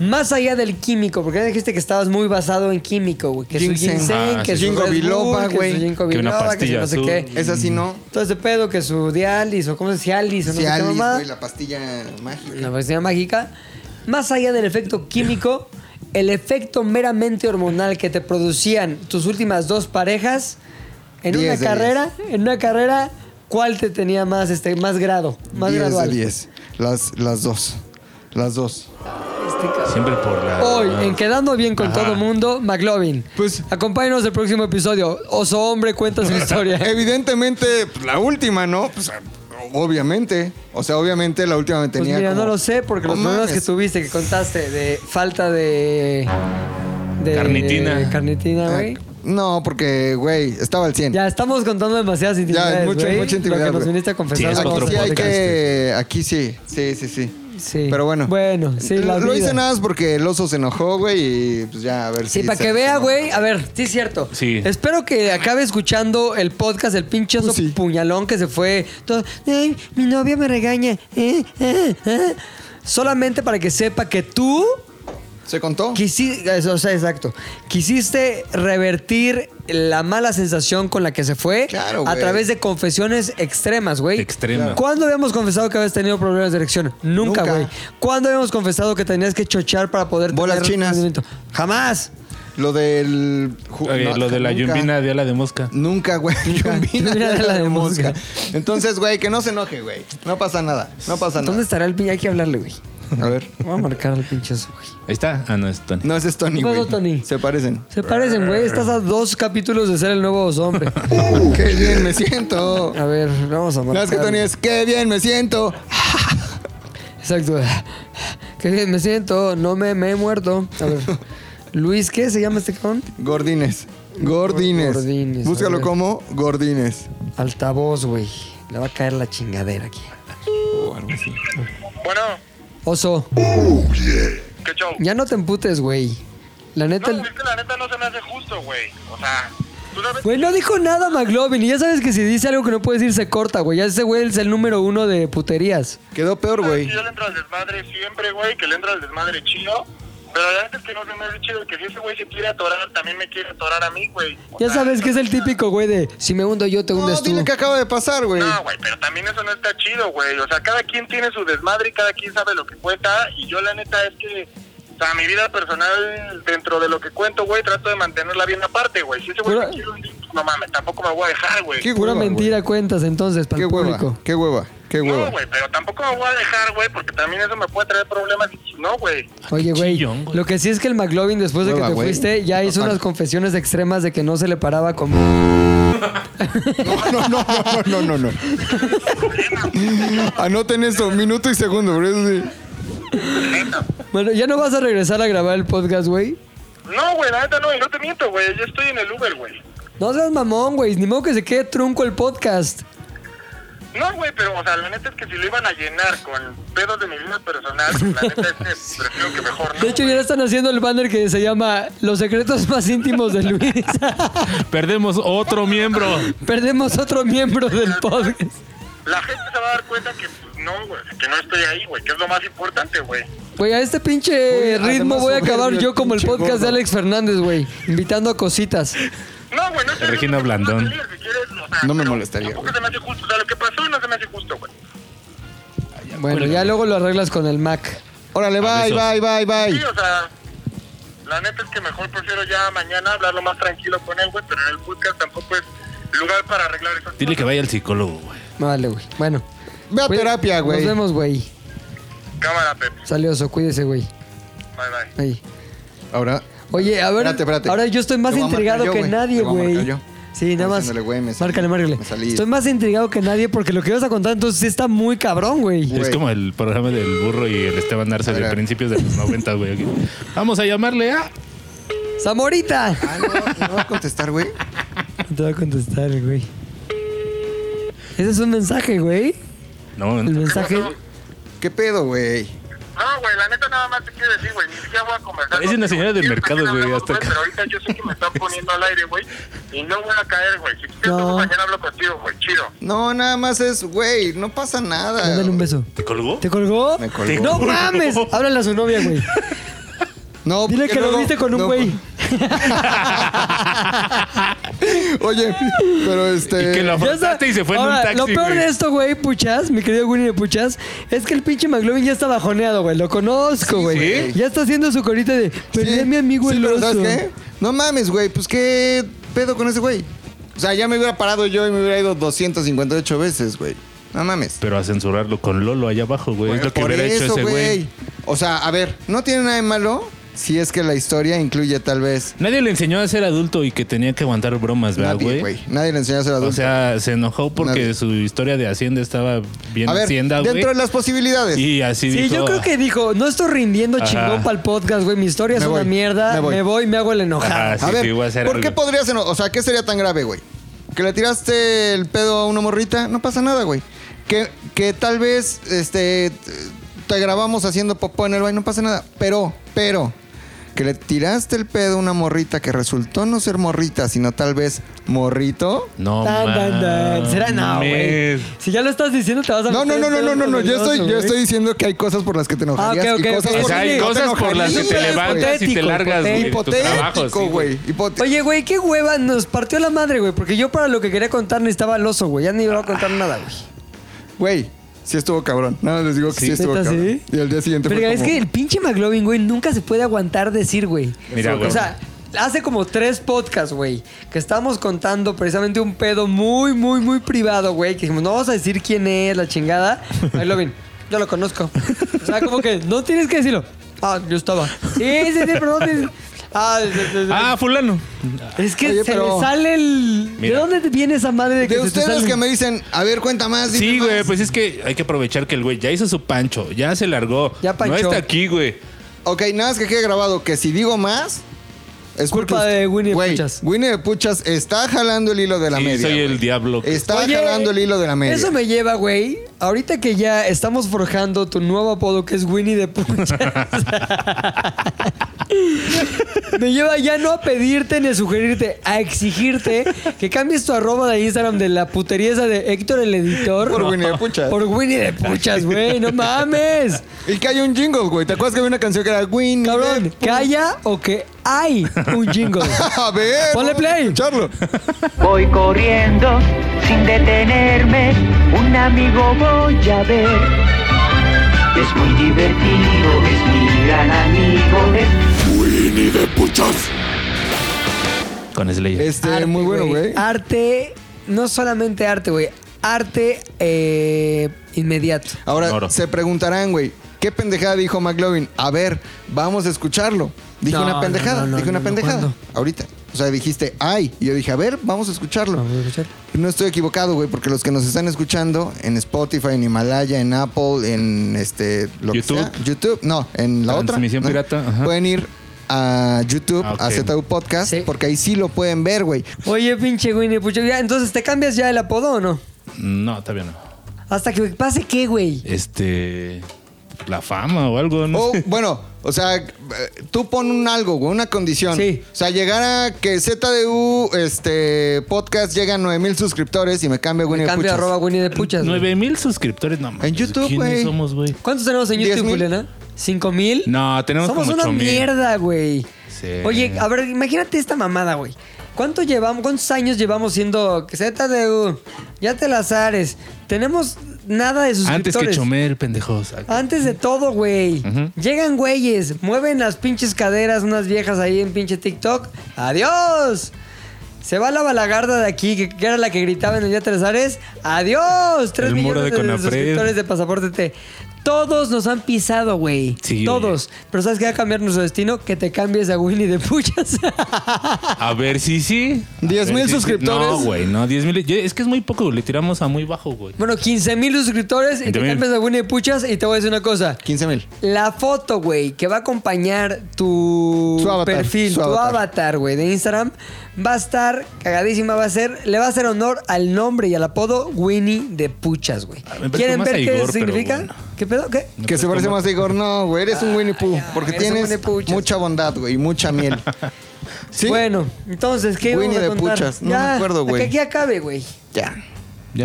Speaker 1: Más allá del químico, porque ya dijiste que estabas muy basado en químico, güey. Que su
Speaker 2: Ginseng.
Speaker 1: ginseng,
Speaker 3: Ah,
Speaker 1: que
Speaker 3: sí.
Speaker 1: su
Speaker 2: Ginkgo
Speaker 1: Red Bull,
Speaker 2: biloba,
Speaker 1: que su
Speaker 2: güey.
Speaker 1: ginkgo
Speaker 3: Que una
Speaker 1: biloba, que
Speaker 3: pastilla
Speaker 1: su no
Speaker 3: azul.
Speaker 1: sé qué.
Speaker 2: es así, ¿no?
Speaker 1: Todo ese pedo que su Dialis o cómo se Cialis o no
Speaker 2: Si
Speaker 1: sé qué
Speaker 2: Alice,
Speaker 1: mamá.
Speaker 2: güey, la pastilla mágica.
Speaker 1: La pastilla mágica. Más allá del efecto químico, el efecto meramente hormonal que te producían tus últimas dos parejas en
Speaker 2: Diez
Speaker 1: una
Speaker 2: de diez.
Speaker 1: carrera, en una carrera, ¿cuál te tenía más este más grado, más
Speaker 2: 10
Speaker 1: gradual?
Speaker 2: de 10. Las, las dos. Las dos.
Speaker 1: Este cabrón.
Speaker 3: Siempre por la.
Speaker 1: Hoy, en Quedando Bien con
Speaker 3: Ajá.
Speaker 1: Todo Mundo, McLovin.
Speaker 2: Pues-
Speaker 1: acompáñanos al próximo episodio. Oso Hombre cuenta su historia.
Speaker 2: Evidentemente, pues, la última, ¿no? Pues, obviamente. O sea, obviamente la última me
Speaker 1: Pues
Speaker 2: tenía.
Speaker 1: mira,
Speaker 2: como-
Speaker 1: no lo sé, porque los
Speaker 2: No
Speaker 1: problemas que
Speaker 2: mames.
Speaker 1: tuviste, que contaste de falta de. de
Speaker 3: Carnitina.
Speaker 1: de carnitina, güey.
Speaker 2: Ah, No, porque, güey, estaba al 100.
Speaker 1: Ya estamos contando demasiadas intimidades.
Speaker 2: es mucho-
Speaker 1: güey.
Speaker 2: mucha intimidad,
Speaker 1: Lo que nos
Speaker 2: güey.
Speaker 1: viniste a confesar.
Speaker 3: Sí, es
Speaker 1: no
Speaker 2: Aquí
Speaker 3: otro
Speaker 2: sí
Speaker 1: sé.
Speaker 2: hay
Speaker 3: podcast.
Speaker 2: que. Aquí sí, sí, sí, sí.
Speaker 1: Sí.
Speaker 2: Pero bueno.
Speaker 1: Bueno, sí, la
Speaker 2: Lo
Speaker 1: vida.
Speaker 2: hice nada más porque el oso se enojó, güey, y pues ya, a ver
Speaker 1: Sí,
Speaker 2: si.
Speaker 1: para
Speaker 2: se-
Speaker 1: que vea,
Speaker 2: se
Speaker 1: güey. A ver, sí es cierto.
Speaker 3: Sí.
Speaker 1: Espero que acabe escuchando el podcast del pinche oso
Speaker 2: Pues sí.
Speaker 1: puñalón que se fue. Todo, "Ay, mi novia me regaña. eh, eh, eh". Solamente para que sepa que tú
Speaker 2: enojó. ¿Se contó?
Speaker 1: quisiste, o sea, exacto, quisiste revertir la mala sensación con la que se fue
Speaker 2: Claro,
Speaker 1: a
Speaker 2: güey.
Speaker 1: través de confesiones extremas, güey.
Speaker 3: Extrema.
Speaker 1: ¿Cuándo habíamos confesado que habías tenido problemas de erección? Nunca,
Speaker 2: Nunca.
Speaker 1: güey. ¿Cuándo habíamos confesado que tenías que chochar para poder
Speaker 2: Bolas
Speaker 1: tener
Speaker 2: chinas.
Speaker 1: rendimiento? Jamás.
Speaker 2: Lo del. ju-
Speaker 3: Oye,
Speaker 2: no,
Speaker 3: lo de la
Speaker 2: nunca-
Speaker 3: yumbina de ala de mosca.
Speaker 2: Nunca, güey. Yumbina
Speaker 1: Yumbina
Speaker 2: de la de mosca.
Speaker 1: mosca.
Speaker 2: Entonces, güey, que no se enoje, güey. No pasa nada. No pasa
Speaker 1: ¿Dónde estará el pinche? Hay que hablarle, güey.
Speaker 2: nada. A ver.
Speaker 1: Voy a marcar al pinche oso, güey.
Speaker 3: Ahí está. Ah, no, es Tony.
Speaker 2: No, ese es Tony,
Speaker 1: No,
Speaker 2: güey.
Speaker 1: no, Tony.
Speaker 2: Se parecen.
Speaker 1: Se parecen, güey. Estás a dos capítulos de ser el nuevo oso, hombre.
Speaker 2: ¡Qué bien me siento!
Speaker 1: A ver, vamos a
Speaker 2: No,
Speaker 1: marcar.
Speaker 2: es que Tony es, ¡qué bien me siento!
Speaker 1: Exacto. Qué bien, me siento. No me, me he muerto. A ver. Luis, ¿qué se llama este cabrón?
Speaker 2: Gordines. Gordines.
Speaker 1: Gordines, a
Speaker 2: Búscalo
Speaker 1: ver.
Speaker 2: como Gordines.
Speaker 1: Altavoz, güey. Le va a caer la chingadera aquí.
Speaker 8: Bueno,
Speaker 1: Oso,
Speaker 8: ¿qué show?
Speaker 1: ya no te emputes, güey. La neta.
Speaker 8: No, es que la neta no se me hace justo, güey. O sea, tú sabes.
Speaker 1: Güey, no dijo nada McLovin. Y ya sabes que si dice algo que no puede decir, se corta, güey. Ya ese güey es el número uno de puterías.
Speaker 2: Quedó peor, güey.
Speaker 8: que Yo le entro al desmadre siempre, güey, que le entro al desmadre chido. Pero la neta es que no se me hace chido que si ese güey se quiere atorar, también me quiere atorar a mí, güey. O
Speaker 1: Ya
Speaker 8: sea,
Speaker 1: sabes que es el típico, güey, de si me hundo yo, te
Speaker 2: No,
Speaker 1: hundes tú.
Speaker 2: dile que acaba de pasar, güey.
Speaker 8: No, güey, pero también eso no está chido, güey. O sea, cada quien tiene su desmadre y cada quien sabe lo que cuenta. Y yo, la neta, es que. O sea, mi vida personal, dentro de lo que cuento, güey, trato de mantenerla bien aparte, güey. Si ese güey
Speaker 1: Pura-
Speaker 8: me quiere hundir, pues, no mames, tampoco me voy a dejar, güey.
Speaker 2: Qué
Speaker 1: Pura
Speaker 2: hueva, güey.
Speaker 1: mentira cuentas entonces para
Speaker 2: Qué
Speaker 1: el público.
Speaker 2: hueva, qué hueva, qué
Speaker 8: No,
Speaker 2: hueva.
Speaker 8: güey, pero tampoco me voy a dejar, güey, porque también eso me puede traer problemas. y si No, güey.
Speaker 1: Oye, güey,
Speaker 3: Ah, chillón, güey.
Speaker 1: lo que sí es que el McLovin, después de que
Speaker 2: Hueva,
Speaker 1: te
Speaker 2: güey.
Speaker 1: fuiste, ya hizo
Speaker 2: Total.
Speaker 1: unas confesiones extremas de que no se le paraba con...
Speaker 2: No, no, no, no, no, no. Anoten eso, minuto y segundo, por eso sí.
Speaker 1: Bueno, ¿ya no vas a regresar a grabar el podcast, güey?
Speaker 8: No, güey, la neta no, y no te miento, güey. Yo estoy en el Uber, güey.
Speaker 1: No seas mamón, güey. Ni modo que se quede trunco el podcast.
Speaker 8: No, güey, pero, o sea, la neta es que si lo iban a llenar con pedos de mi vida personal, la neta es que prefiero que mejor no.
Speaker 1: De hecho, ya están haciendo el banner que se llama Los secretos más íntimos de Luis.
Speaker 3: Perdemos otro miembro.
Speaker 1: Perdemos otro miembro del podcast.
Speaker 8: La gente se va a dar cuenta que pues, no, güey, que no estoy ahí, güey, que es lo más importante, güey.
Speaker 1: Güey, a este
Speaker 2: Uy,
Speaker 1: pinche ritmo
Speaker 2: además
Speaker 1: voy a
Speaker 2: soberbio,
Speaker 1: acabar yo como el
Speaker 2: pinche
Speaker 1: podcast de
Speaker 2: gordo.
Speaker 1: Alex Fernández, güey. Invitando a cositas.
Speaker 8: No, güey, no estoy
Speaker 3: Regina Blandón.
Speaker 8: Si quieres, o sea,
Speaker 2: No me
Speaker 8: pero
Speaker 2: molestaría,
Speaker 8: Tampoco
Speaker 2: güey.
Speaker 8: se me hace justo, o sea, lo que pasó no se me hace justo, güey.
Speaker 1: Bueno, ya luego lo arreglas con el Mac.
Speaker 2: Órale, bye,
Speaker 3: besos.
Speaker 2: bye, bye, bye.
Speaker 8: Sí, o sea, la neta es que mejor prefiero ya mañana hablarlo más tranquilo con él, güey, pero en el podcast tampoco es lugar para arreglar esas
Speaker 3: Dile que vaya al psicólogo, güey.
Speaker 1: Vale, güey. Bueno.
Speaker 2: Ve a
Speaker 1: Güey,
Speaker 2: terapia, güey.
Speaker 1: Nos vemos, güey.
Speaker 8: cosas. Cámara, Pep.
Speaker 1: Salioso, cuídese, güey.
Speaker 8: Bye, bye.
Speaker 1: Ahí.
Speaker 2: Ahora,
Speaker 1: Oye, a ver.
Speaker 2: Espérate, espérate.
Speaker 1: Ahora yo estoy más
Speaker 2: Te voy a marcar
Speaker 1: intrigado
Speaker 2: yo,
Speaker 1: que
Speaker 2: güey.
Speaker 1: nadie,
Speaker 2: Te voy a marcar
Speaker 1: güey.
Speaker 2: yo.
Speaker 1: Sí, nada más.
Speaker 2: Diciéndole, güey, me salí.
Speaker 1: márcale, márcale.
Speaker 2: Me salí.
Speaker 1: Estoy más intrigado que nadie porque lo que vas a contar entonces sí está muy cabrón, güey.
Speaker 2: Güey.
Speaker 3: Es como el programa del burro y el Esteban Arce de
Speaker 2: Ahora.
Speaker 3: principios de los 90, güey. aquí. Vamos a llamarle a.
Speaker 1: ¡Zamorita!
Speaker 2: ah, no, no va a contestar, güey.
Speaker 1: No te va a contestar, güey. Ese es un mensaje, güey.
Speaker 3: No,
Speaker 1: El
Speaker 3: no.
Speaker 1: mensaje.
Speaker 2: ¿Qué pedo, güey?
Speaker 8: No, güey, la neta nada más te quiero decir, güey, ni siquiera voy a conversar.
Speaker 3: Es una señora de
Speaker 8: contigo,
Speaker 3: mercado,
Speaker 8: mañana
Speaker 3: güey,
Speaker 8: hablamos,
Speaker 3: hasta acá.
Speaker 8: Pero ahorita yo sé que me están poniendo al aire, güey, y no voy a caer, güey. Si quieres,
Speaker 1: No.
Speaker 8: mañana hablo contigo, güey, chido.
Speaker 2: No, nada más es, güey, no pasa nada.
Speaker 1: Mándale un beso.
Speaker 3: ¿Te colgó?
Speaker 1: ¿Te colgó?
Speaker 2: Me colgó.
Speaker 1: ¡No mames! Háblale a su novia, güey.
Speaker 2: No,
Speaker 1: Dile
Speaker 2: porque
Speaker 1: que lo
Speaker 2: luego-
Speaker 1: viste con un
Speaker 2: no,
Speaker 1: güey.
Speaker 2: Oye, pero este.
Speaker 3: Y que la
Speaker 1: Ya
Speaker 3: forzaste
Speaker 1: está.
Speaker 3: y se fue en un
Speaker 1: Ahora,
Speaker 3: taxi.
Speaker 1: Lo peor
Speaker 3: güey.
Speaker 1: de esto, güey, puchas, mi querido Winnie de puchas, es que el pinche McLovin ya está bajoneado, güey. Lo conozco, güey.
Speaker 2: güey.
Speaker 1: Ya está haciendo su corita de perdí
Speaker 2: Sí,
Speaker 1: a mi amigo
Speaker 2: sí,
Speaker 1: el
Speaker 2: pero
Speaker 1: oso.
Speaker 2: ¿sabes qué? No mames, güey, pues qué pedo con ese güey. O sea, ya me hubiera parado yo y me hubiera ido 258 veces, güey. No mames.
Speaker 3: Pero a censurarlo con Lolo allá abajo, güey. es lo que
Speaker 2: Por
Speaker 3: hubiera hecho
Speaker 2: eso,
Speaker 3: ese güey.
Speaker 2: güey. O sea, a ver, no tiene nada de malo si es que la historia incluye tal vez.
Speaker 3: Nadie le enseñó a ser adulto y que tenía que aguantar bromas, ¿verdad,
Speaker 2: Nadie,
Speaker 3: güey?
Speaker 2: güey. Nadie le enseñó a ser adulto.
Speaker 3: O sea, se enojó porque
Speaker 2: Nadie.
Speaker 3: su historia de Hacienda estaba bien
Speaker 2: a ver,
Speaker 3: Hacienda, güey.
Speaker 2: dentro de las posibilidades.
Speaker 3: Y así
Speaker 1: Sí,
Speaker 3: dijo,
Speaker 1: yo creo que dijo, no estoy rindiendo
Speaker 3: Ajá.
Speaker 1: chingón para el podcast, güey. Mi historia es
Speaker 2: Me
Speaker 1: una
Speaker 2: voy,
Speaker 1: mierda. Me voy.
Speaker 2: me voy.
Speaker 1: me hago el enojado.
Speaker 3: Ah, sí,
Speaker 2: a ver,
Speaker 3: sí, voy a hacer
Speaker 2: ¿por qué
Speaker 3: algo.
Speaker 2: podrías eno- O sea, ¿qué sería tan grave, güey? Que le tiraste el pedo a una morrita, no pasa nada, güey. Que, que tal vez este t- te grabamos haciendo popó en el baño, no pasa nada. Pero, pero, que le tiraste el pedo a una morrita que resultó no ser morrita, sino tal vez morrito.
Speaker 3: No,
Speaker 1: Tan, tan, tan. Será no, güey.
Speaker 3: mames.
Speaker 1: Si ya lo estás diciendo, te vas a
Speaker 2: No, no,
Speaker 1: meter
Speaker 2: no, no,
Speaker 1: en
Speaker 2: no, no, no. Yo
Speaker 1: pedos
Speaker 2: estoy, yo
Speaker 1: dolorosos,
Speaker 2: estoy
Speaker 1: güey. Ah,
Speaker 2: diciendo que hay cosas por las que te enojarías
Speaker 3: Ah,
Speaker 1: ok,
Speaker 2: y
Speaker 1: ok,
Speaker 2: cosas
Speaker 1: ok.
Speaker 3: O
Speaker 2: por las
Speaker 3: sea, Pues hay
Speaker 2: que no te
Speaker 3: cosas por las que te
Speaker 2: enojarías, güey.
Speaker 3: levantas y te
Speaker 1: Hipotético,
Speaker 3: largas güey, de tu trabajo.
Speaker 2: Hipotético,
Speaker 3: sí,
Speaker 2: güey. Hipote-
Speaker 1: Oye, güey, qué hueva. Nos partió la madre, güey. Porque yo para lo que quería contar necesitaba el oso, güey. Ya ni iba a contar nada, güey.
Speaker 2: Güey, sí estuvo cabrón. Nada, les digo que sí,
Speaker 3: Sí.
Speaker 2: estuvo
Speaker 1: ¿Neta,
Speaker 2: cabrón.
Speaker 1: sí?
Speaker 2: Y al día siguiente
Speaker 1: Pero
Speaker 2: fue
Speaker 1: es
Speaker 2: como-
Speaker 1: que el pinche McLovin, güey, nunca se puede aguantar decir, güey.
Speaker 3: Mira,
Speaker 1: O
Speaker 3: güey.
Speaker 1: sea, hace como tres podcasts, güey, que estábamos contando precisamente un pedo muy, muy, muy privado, güey. Que dijimos, no vamos a decir quién es, la chingada. McLovin, yo lo conozco. O sea, como que no tienes que decirlo. Ah, yo estaba. Sí, sí, sí, pero no tienes... Ah,
Speaker 3: Ah, fulano.
Speaker 1: es que
Speaker 2: Oye,
Speaker 1: se
Speaker 2: pero-
Speaker 1: le sale el...
Speaker 3: Mira.
Speaker 1: ¿De dónde viene esa madre de que
Speaker 2: De
Speaker 1: se te sale
Speaker 2: ustedes
Speaker 1: el-
Speaker 2: que me dicen, a ver, cuenta más. dime
Speaker 3: Sí,
Speaker 2: más.
Speaker 3: güey, pues es que hay que aprovechar que el güey ya hizo su pancho, ya se largó.
Speaker 1: Ya
Speaker 3: No
Speaker 1: panchó.
Speaker 3: está aquí, güey.
Speaker 2: Ok, nada más que quede grabado que si digo más. Es
Speaker 1: Culpa
Speaker 2: porque-
Speaker 1: de Winnie de
Speaker 2: Güey,
Speaker 1: Puchas.
Speaker 2: Winnie de Puchas está jalando el hilo de la
Speaker 3: Sí,
Speaker 2: media.
Speaker 3: soy el
Speaker 2: güey.
Speaker 3: diablo.
Speaker 2: Está
Speaker 1: Oye,
Speaker 2: jalando el hilo de la media.
Speaker 1: Eso me lleva, güey. Ahorita que ya estamos forjando tu nuevo apodo que es Winnie de Puchas. Me lleva ya no a pedirte ni a sugerirte, a exigirte que cambies tu arroba de Instagram de la putería esa de Héctor el editor.
Speaker 2: Por Winnie the Puchas.
Speaker 1: Por Winnie de Puchas, güey, no mames.
Speaker 2: Y que hay un jingle, güey. ¿Te acuerdas que había una canción que era Winnie?
Speaker 1: Cabrón,
Speaker 2: the-
Speaker 1: calla o que hay un jingle.
Speaker 2: A ver.
Speaker 1: Ponle
Speaker 2: vamos a
Speaker 1: play.
Speaker 2: Escucharlo.
Speaker 9: Voy corriendo sin detenerme, un amigo voy a ver. Es muy divertido, es mi gran amigo. es-
Speaker 3: Con Slayer.
Speaker 2: Este,
Speaker 1: Arte,
Speaker 2: muy bueno, güey.
Speaker 1: Arte, no solamente arte, güey. Arte eh, inmediato.
Speaker 2: Ahora,
Speaker 3: Oro.
Speaker 2: se preguntarán, güey, ¿qué pendejada dijo McLovin? A ver, vamos a escucharlo. Dije
Speaker 1: No,
Speaker 2: una pendejada,
Speaker 1: no, no, no,
Speaker 2: dije una
Speaker 1: no, no,
Speaker 2: pendejada.
Speaker 1: ¿cuándo?
Speaker 2: Ahorita. O sea, dijiste, ay. Y yo dije, a ver, vamos a escucharlo. No estoy equivocado, güey, porque los que nos están escuchando en Spotify, en Himalaya, en Apple, en este, lo que
Speaker 3: YouTube.
Speaker 2: sea, YouTube, no, en la otra.
Speaker 3: Transmisión
Speaker 2: ¿no?
Speaker 3: pirata, ajá.
Speaker 2: Pueden ir a YouTube,
Speaker 3: Ah, ok.
Speaker 2: a ZU Podcast,
Speaker 1: Sí.
Speaker 2: porque ahí sí lo pueden ver, güey.
Speaker 1: Oye, pinche Winnie Pucho, ya, entonces, ¿te cambias ya el apodo o no?
Speaker 3: No, todavía no.
Speaker 1: Hasta que pase qué, güey.
Speaker 3: Este. La fama o algo, ¿no?
Speaker 1: Oh,
Speaker 2: O,
Speaker 3: sé.
Speaker 2: bueno, o sea, eh, tú pon un algo, güey, una condición.
Speaker 1: Sí.
Speaker 2: O sea, llegar a que ZDU este, podcast llega a 9000 suscriptores y me cambie
Speaker 1: Me
Speaker 2: Winnie
Speaker 1: cambio
Speaker 2: Puchas.
Speaker 1: arroba Winnie de Puchas. güey.
Speaker 3: 9 mil suscriptores, no mames.
Speaker 2: En YouTube,
Speaker 3: ¿Quiénes
Speaker 2: güey.
Speaker 3: somos, güey?
Speaker 1: ¿Cuántos tenemos en
Speaker 2: 10,000.
Speaker 1: YouTube, Juliana? ¿Cinco mil?
Speaker 3: No, tenemos
Speaker 1: Somos
Speaker 3: como
Speaker 1: una
Speaker 3: 8,000.
Speaker 1: mierda, güey.
Speaker 3: Sí.
Speaker 1: Oye, a ver, imagínate esta mamada, güey. ¿Cuánto llevamos, cuántos años llevamos siendo ZDU? Ya te las ares. Tenemos nada de suscriptores.
Speaker 3: Antes que Chomel, pendejos.
Speaker 1: Antes de todo, güey.
Speaker 3: Ujú.
Speaker 1: Llegan güeyes, mueven las pinches caderas, unas viejas ahí en pinche TikTok. ¡Adiós! Se va la balagarda de aquí, que, que era la que gritaba en el día Tres Ares. ¡Adiós! Tres
Speaker 3: El muro
Speaker 1: millones
Speaker 3: de
Speaker 1: de,
Speaker 3: Conafred.
Speaker 1: suscriptores de Pasaporte T. Todos nos han pisado, güey.
Speaker 3: Sí,
Speaker 1: Todos. Pero ¿sabes qué va a cambiar nuestro destino? Que te cambies a Winnie de Puchas.
Speaker 3: A ver si sí. A
Speaker 2: 10,000
Speaker 3: ver si sí.
Speaker 2: suscriptores.
Speaker 3: No, güey, no, 10 mil. Es que es muy poco, le tiramos a muy bajo, güey.
Speaker 1: bueno, 15 mil suscriptores y te
Speaker 3: 20,000.
Speaker 1: cambias a Winnie de Puchas. Y te voy a decir una cosa.
Speaker 2: 15000.
Speaker 1: La foto, güey, que va a acompañar tu
Speaker 2: Su avatar,
Speaker 1: perfil,
Speaker 2: su
Speaker 1: tu
Speaker 2: avatar.
Speaker 1: avatar, güey, de Instagram, va a estar cagadísima, va a ser, le va a hacer honor al nombre y al apodo Winnie de Puchas, güey.
Speaker 3: Ah, me parece
Speaker 1: ¿Quieren
Speaker 3: más
Speaker 1: ver
Speaker 3: a
Speaker 1: qué
Speaker 3: Igor, pero
Speaker 1: significa?
Speaker 3: bueno.
Speaker 1: ¿Qué pedo? ¿Qué?
Speaker 2: Que se parece más a Igor. No, güey, eres un Winnie Pooh. Porque
Speaker 1: eres un
Speaker 2: tienes
Speaker 1: Winnie Puchas.
Speaker 2: mucha bondad, güey, y mucha miel. ¿Sí?
Speaker 1: Bueno, entonces, ¿qué vamos
Speaker 2: Winnie
Speaker 1: a
Speaker 2: de
Speaker 1: contar?
Speaker 2: Puchas, no me acuerdo,
Speaker 1: a
Speaker 2: güey.
Speaker 1: Que aquí acabe, güey.
Speaker 2: Ya.
Speaker 3: Ya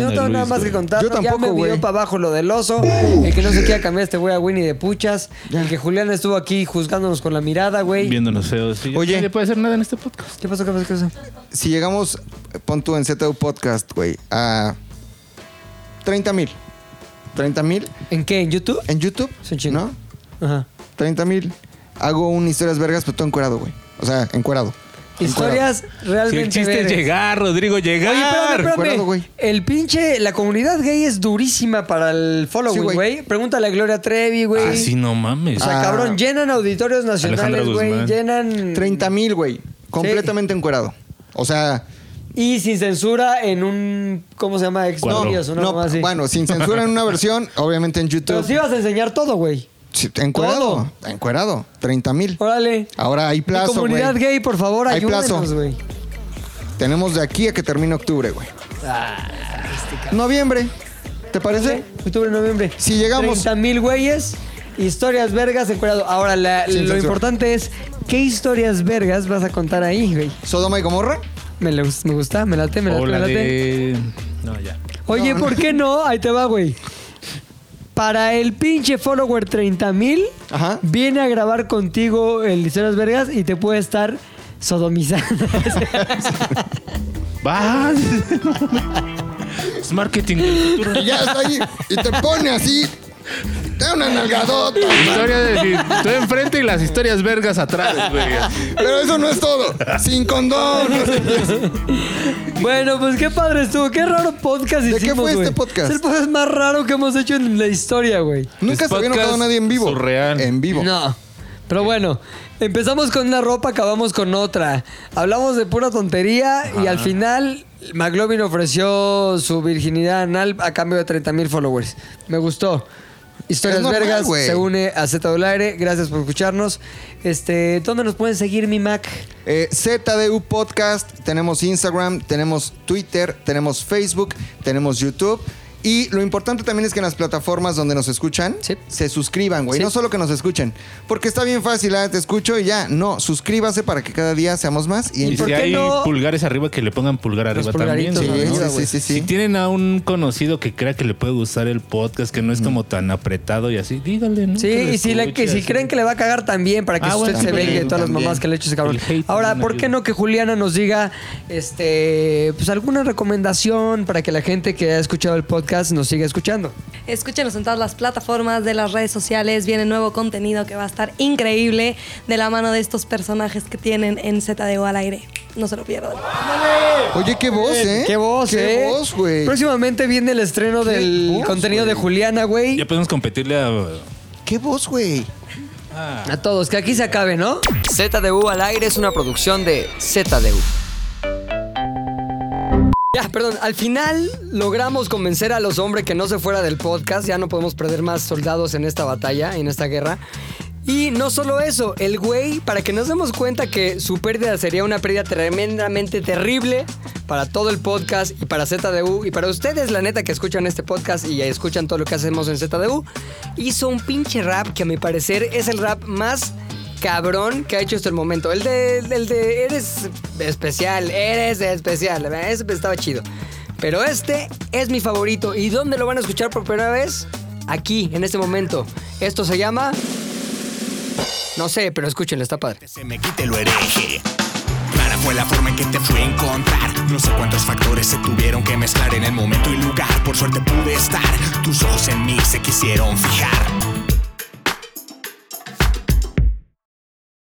Speaker 1: Yo no
Speaker 3: hay
Speaker 1: tengo
Speaker 3: Luis,
Speaker 1: nada más
Speaker 3: güey.
Speaker 1: que contar.
Speaker 2: Yo
Speaker 1: ya me
Speaker 2: tampoco,
Speaker 1: olvidó
Speaker 2: güey.
Speaker 1: para abajo lo del oso. El que no se quiera cambiar este güey a Winnie de Puchas. El que Julián estuvo aquí juzgándonos con la mirada, güey.
Speaker 3: Viéndonos feos. sí.
Speaker 2: Oye.
Speaker 3: Nadie puede hacer nada en este podcast.
Speaker 1: ¿Qué pasó? ¿Qué pasó? ¿Qué pasó?
Speaker 2: Si llegamos, pon tú en ZDU podcast, güey, a 30000. 30000
Speaker 1: ¿En qué? ¿En YouTube?
Speaker 2: en YouTube,
Speaker 1: Es un chingo.
Speaker 2: ¿no?
Speaker 1: Ajá.
Speaker 2: 30 mil. Hago un historias vergas, pero todo encuerado, güey. O sea, encuerado.
Speaker 1: Historias
Speaker 3: Si el
Speaker 1: realmente.
Speaker 3: chiste es
Speaker 1: vergas.
Speaker 3: llegar, Rodrigo, llegar.
Speaker 1: Oye, espérame, espérame.
Speaker 2: Recuerdo, Ah, güey.
Speaker 1: El pinche, la comunidad gay es durísima para el
Speaker 2: Sí,
Speaker 1: following,
Speaker 2: güey.
Speaker 1: güey. Pregúntale a Gloria Trevi, güey.
Speaker 3: Así Ah, no mames.
Speaker 1: O sea,
Speaker 2: Ah.
Speaker 1: cabrón, llenan auditorios nacionales,
Speaker 3: Alejandra
Speaker 1: güey.
Speaker 3: Guzmán.
Speaker 1: Llenan.
Speaker 2: 30 mil, güey. Completamente encuerado. O sea,
Speaker 1: Y sin censura en un. ¿Cómo se llama?
Speaker 3: Cuadro.
Speaker 1: Exnovios, una
Speaker 2: no,
Speaker 1: mamá así.
Speaker 2: bueno, sin censura en una versión, obviamente en
Speaker 1: Pero
Speaker 2: YouTube.
Speaker 1: sí vas a enseñar todo, güey.
Speaker 2: Sí, encuerado, encuerado, 30 mil.
Speaker 1: Órale.
Speaker 2: Ahora hay
Speaker 1: La
Speaker 2: plazo, güey.
Speaker 1: comunidad gay, por favor,
Speaker 2: Hay plazo.
Speaker 1: ayúdenos, güey.
Speaker 2: Tenemos de aquí a que termine octubre, güey.
Speaker 1: Ah,
Speaker 2: Noviembre, ¿te parece?
Speaker 1: Octubre, noviembre.
Speaker 2: Si llegamos-
Speaker 1: 30 mil güeyes, historias vergas encuerado. Ahora, la- lo
Speaker 2: Sin censura.
Speaker 1: importante es, ¿qué historias vergas vas a contar ahí, güey?
Speaker 2: Sodoma y Gomorra.
Speaker 1: Me, le gust- me gusta, me late, me late,
Speaker 3: O
Speaker 1: me
Speaker 3: la
Speaker 1: late.
Speaker 3: de. No, ya.
Speaker 1: Oye, ¿por qué no? Ahí te va, güey. Para el pinche follower 30 mil,
Speaker 2: Ajá.
Speaker 1: viene a grabar contigo el Historias Vergas y te puede estar sodomizando.
Speaker 3: Vas. es marketing del futuro.
Speaker 2: Y ya está ahí. Y te pone así. Te da una nalgadota.
Speaker 3: Historia de tú enfrente y las historias vergas atrás, güey.
Speaker 2: Pero eso no es todo. Sin condón.
Speaker 1: Bueno, pues qué padre estuvo. Qué raro podcast
Speaker 2: ¿De
Speaker 1: hicimos,
Speaker 2: qué fue este
Speaker 1: güey.
Speaker 2: podcast?
Speaker 1: Es el podcast más raro que hemos hecho en la historia, güey.
Speaker 2: Nunca
Speaker 3: Es
Speaker 2: se había
Speaker 3: podcast
Speaker 2: enojado nadie en vivo.
Speaker 3: surreal.
Speaker 2: En vivo.
Speaker 1: No. Pero bueno, empezamos con una ropa, acabamos con otra. Hablamos de pura tontería y al final McLovin ofreció su virginidad anal a cambio de 30 mil followers. Me gustó. Historias
Speaker 2: Es normal,
Speaker 1: Vergas
Speaker 2: güey.
Speaker 1: se une a Z del Aire. Gracias por escucharnos. Este, ¿Dónde nos pueden seguir, mi Mac?
Speaker 2: Eh, ZDU Podcast, tenemos Instagram, tenemos Twitter, tenemos Facebook, tenemos YouTube Y lo importante también es que en las plataformas donde nos escuchan,
Speaker 1: Sí.
Speaker 2: se suscriban, güey.
Speaker 1: Sí.
Speaker 2: No solo que nos escuchen. Porque está bien fácil, ah, te escucho y ya. No, suscríbase para que cada día seamos más. Y,
Speaker 3: Y
Speaker 1: por
Speaker 3: si
Speaker 1: qué
Speaker 3: hay
Speaker 1: no?
Speaker 3: pulgares arriba, que le pongan pulgar arriba también.
Speaker 1: pulgaritos,
Speaker 3: ¿no?
Speaker 1: ¿no?
Speaker 2: Sí, sí, sí, sí,
Speaker 3: Si
Speaker 2: sí.
Speaker 3: tienen a un conocido que crea que le puede gustar el podcast, que no es como tan apretado y así, díganle, ¿no?
Speaker 1: Sí, y si, le- que si creen que le va a cagar también, para que
Speaker 3: Ah,
Speaker 1: usted
Speaker 3: bueno,
Speaker 1: se
Speaker 3: también,
Speaker 1: vengue de todas las
Speaker 2: también.
Speaker 1: mamás que le he hecho ese cabrón.
Speaker 3: El hate
Speaker 1: Ahora,
Speaker 3: también
Speaker 1: ¿por qué
Speaker 3: ayuda.
Speaker 1: no que Juliana nos diga este pues alguna recomendación para que la gente que ha escuchado el podcast nos siga escuchando?
Speaker 10: Escúchenos en todas las plataformas de las redes sociales. Viene nuevo contenido que va a estar increíble de la mano de estos personajes que tienen en ZDU al aire. No se lo pierdan.
Speaker 2: Oye, qué voz, ¿eh?
Speaker 1: Qué voz,
Speaker 2: Qué
Speaker 1: eh.
Speaker 2: voz, güey.
Speaker 1: Próximamente viene el estreno del
Speaker 2: voz,
Speaker 1: contenido de Juliana, güey.
Speaker 3: Ya podemos competirle a...
Speaker 2: Qué voz, güey.
Speaker 1: A todos, que aquí se acabe, ¿no? ZDU al aire es una producción de ZDU. Ya, perdón, al final logramos convencer a los hombres que no se fuera del podcast, ya no podemos perder más soldados en esta batalla, en esta guerra. Y no solo eso, el güey, para que nos demos cuenta que su pérdida sería una pérdida tremendamente terrible para todo el podcast y para ZDU y para ustedes, la neta, que escuchan este podcast y escuchan todo lo que hacemos en ZDU, hizo un pinche rap que a mi parecer es el rap más cabrón que ha hecho hasta el momento. El de, el de eres especial, eres especial. Ese pues estaba chido. Pero este es mi favorito. ¿Y dónde lo van a escuchar por primera vez? Aquí, en este momento. Esto se llama... No sé, pero escúchenlo, está padre.
Speaker 11: Se me quite lo hereje. Rara fue la forma en que te fui a encontrar. No sé cuántos factores se tuvieron que mezclar en el momento y lugar. Por suerte pude estar. Tus ojos en mí se quisieron fijar.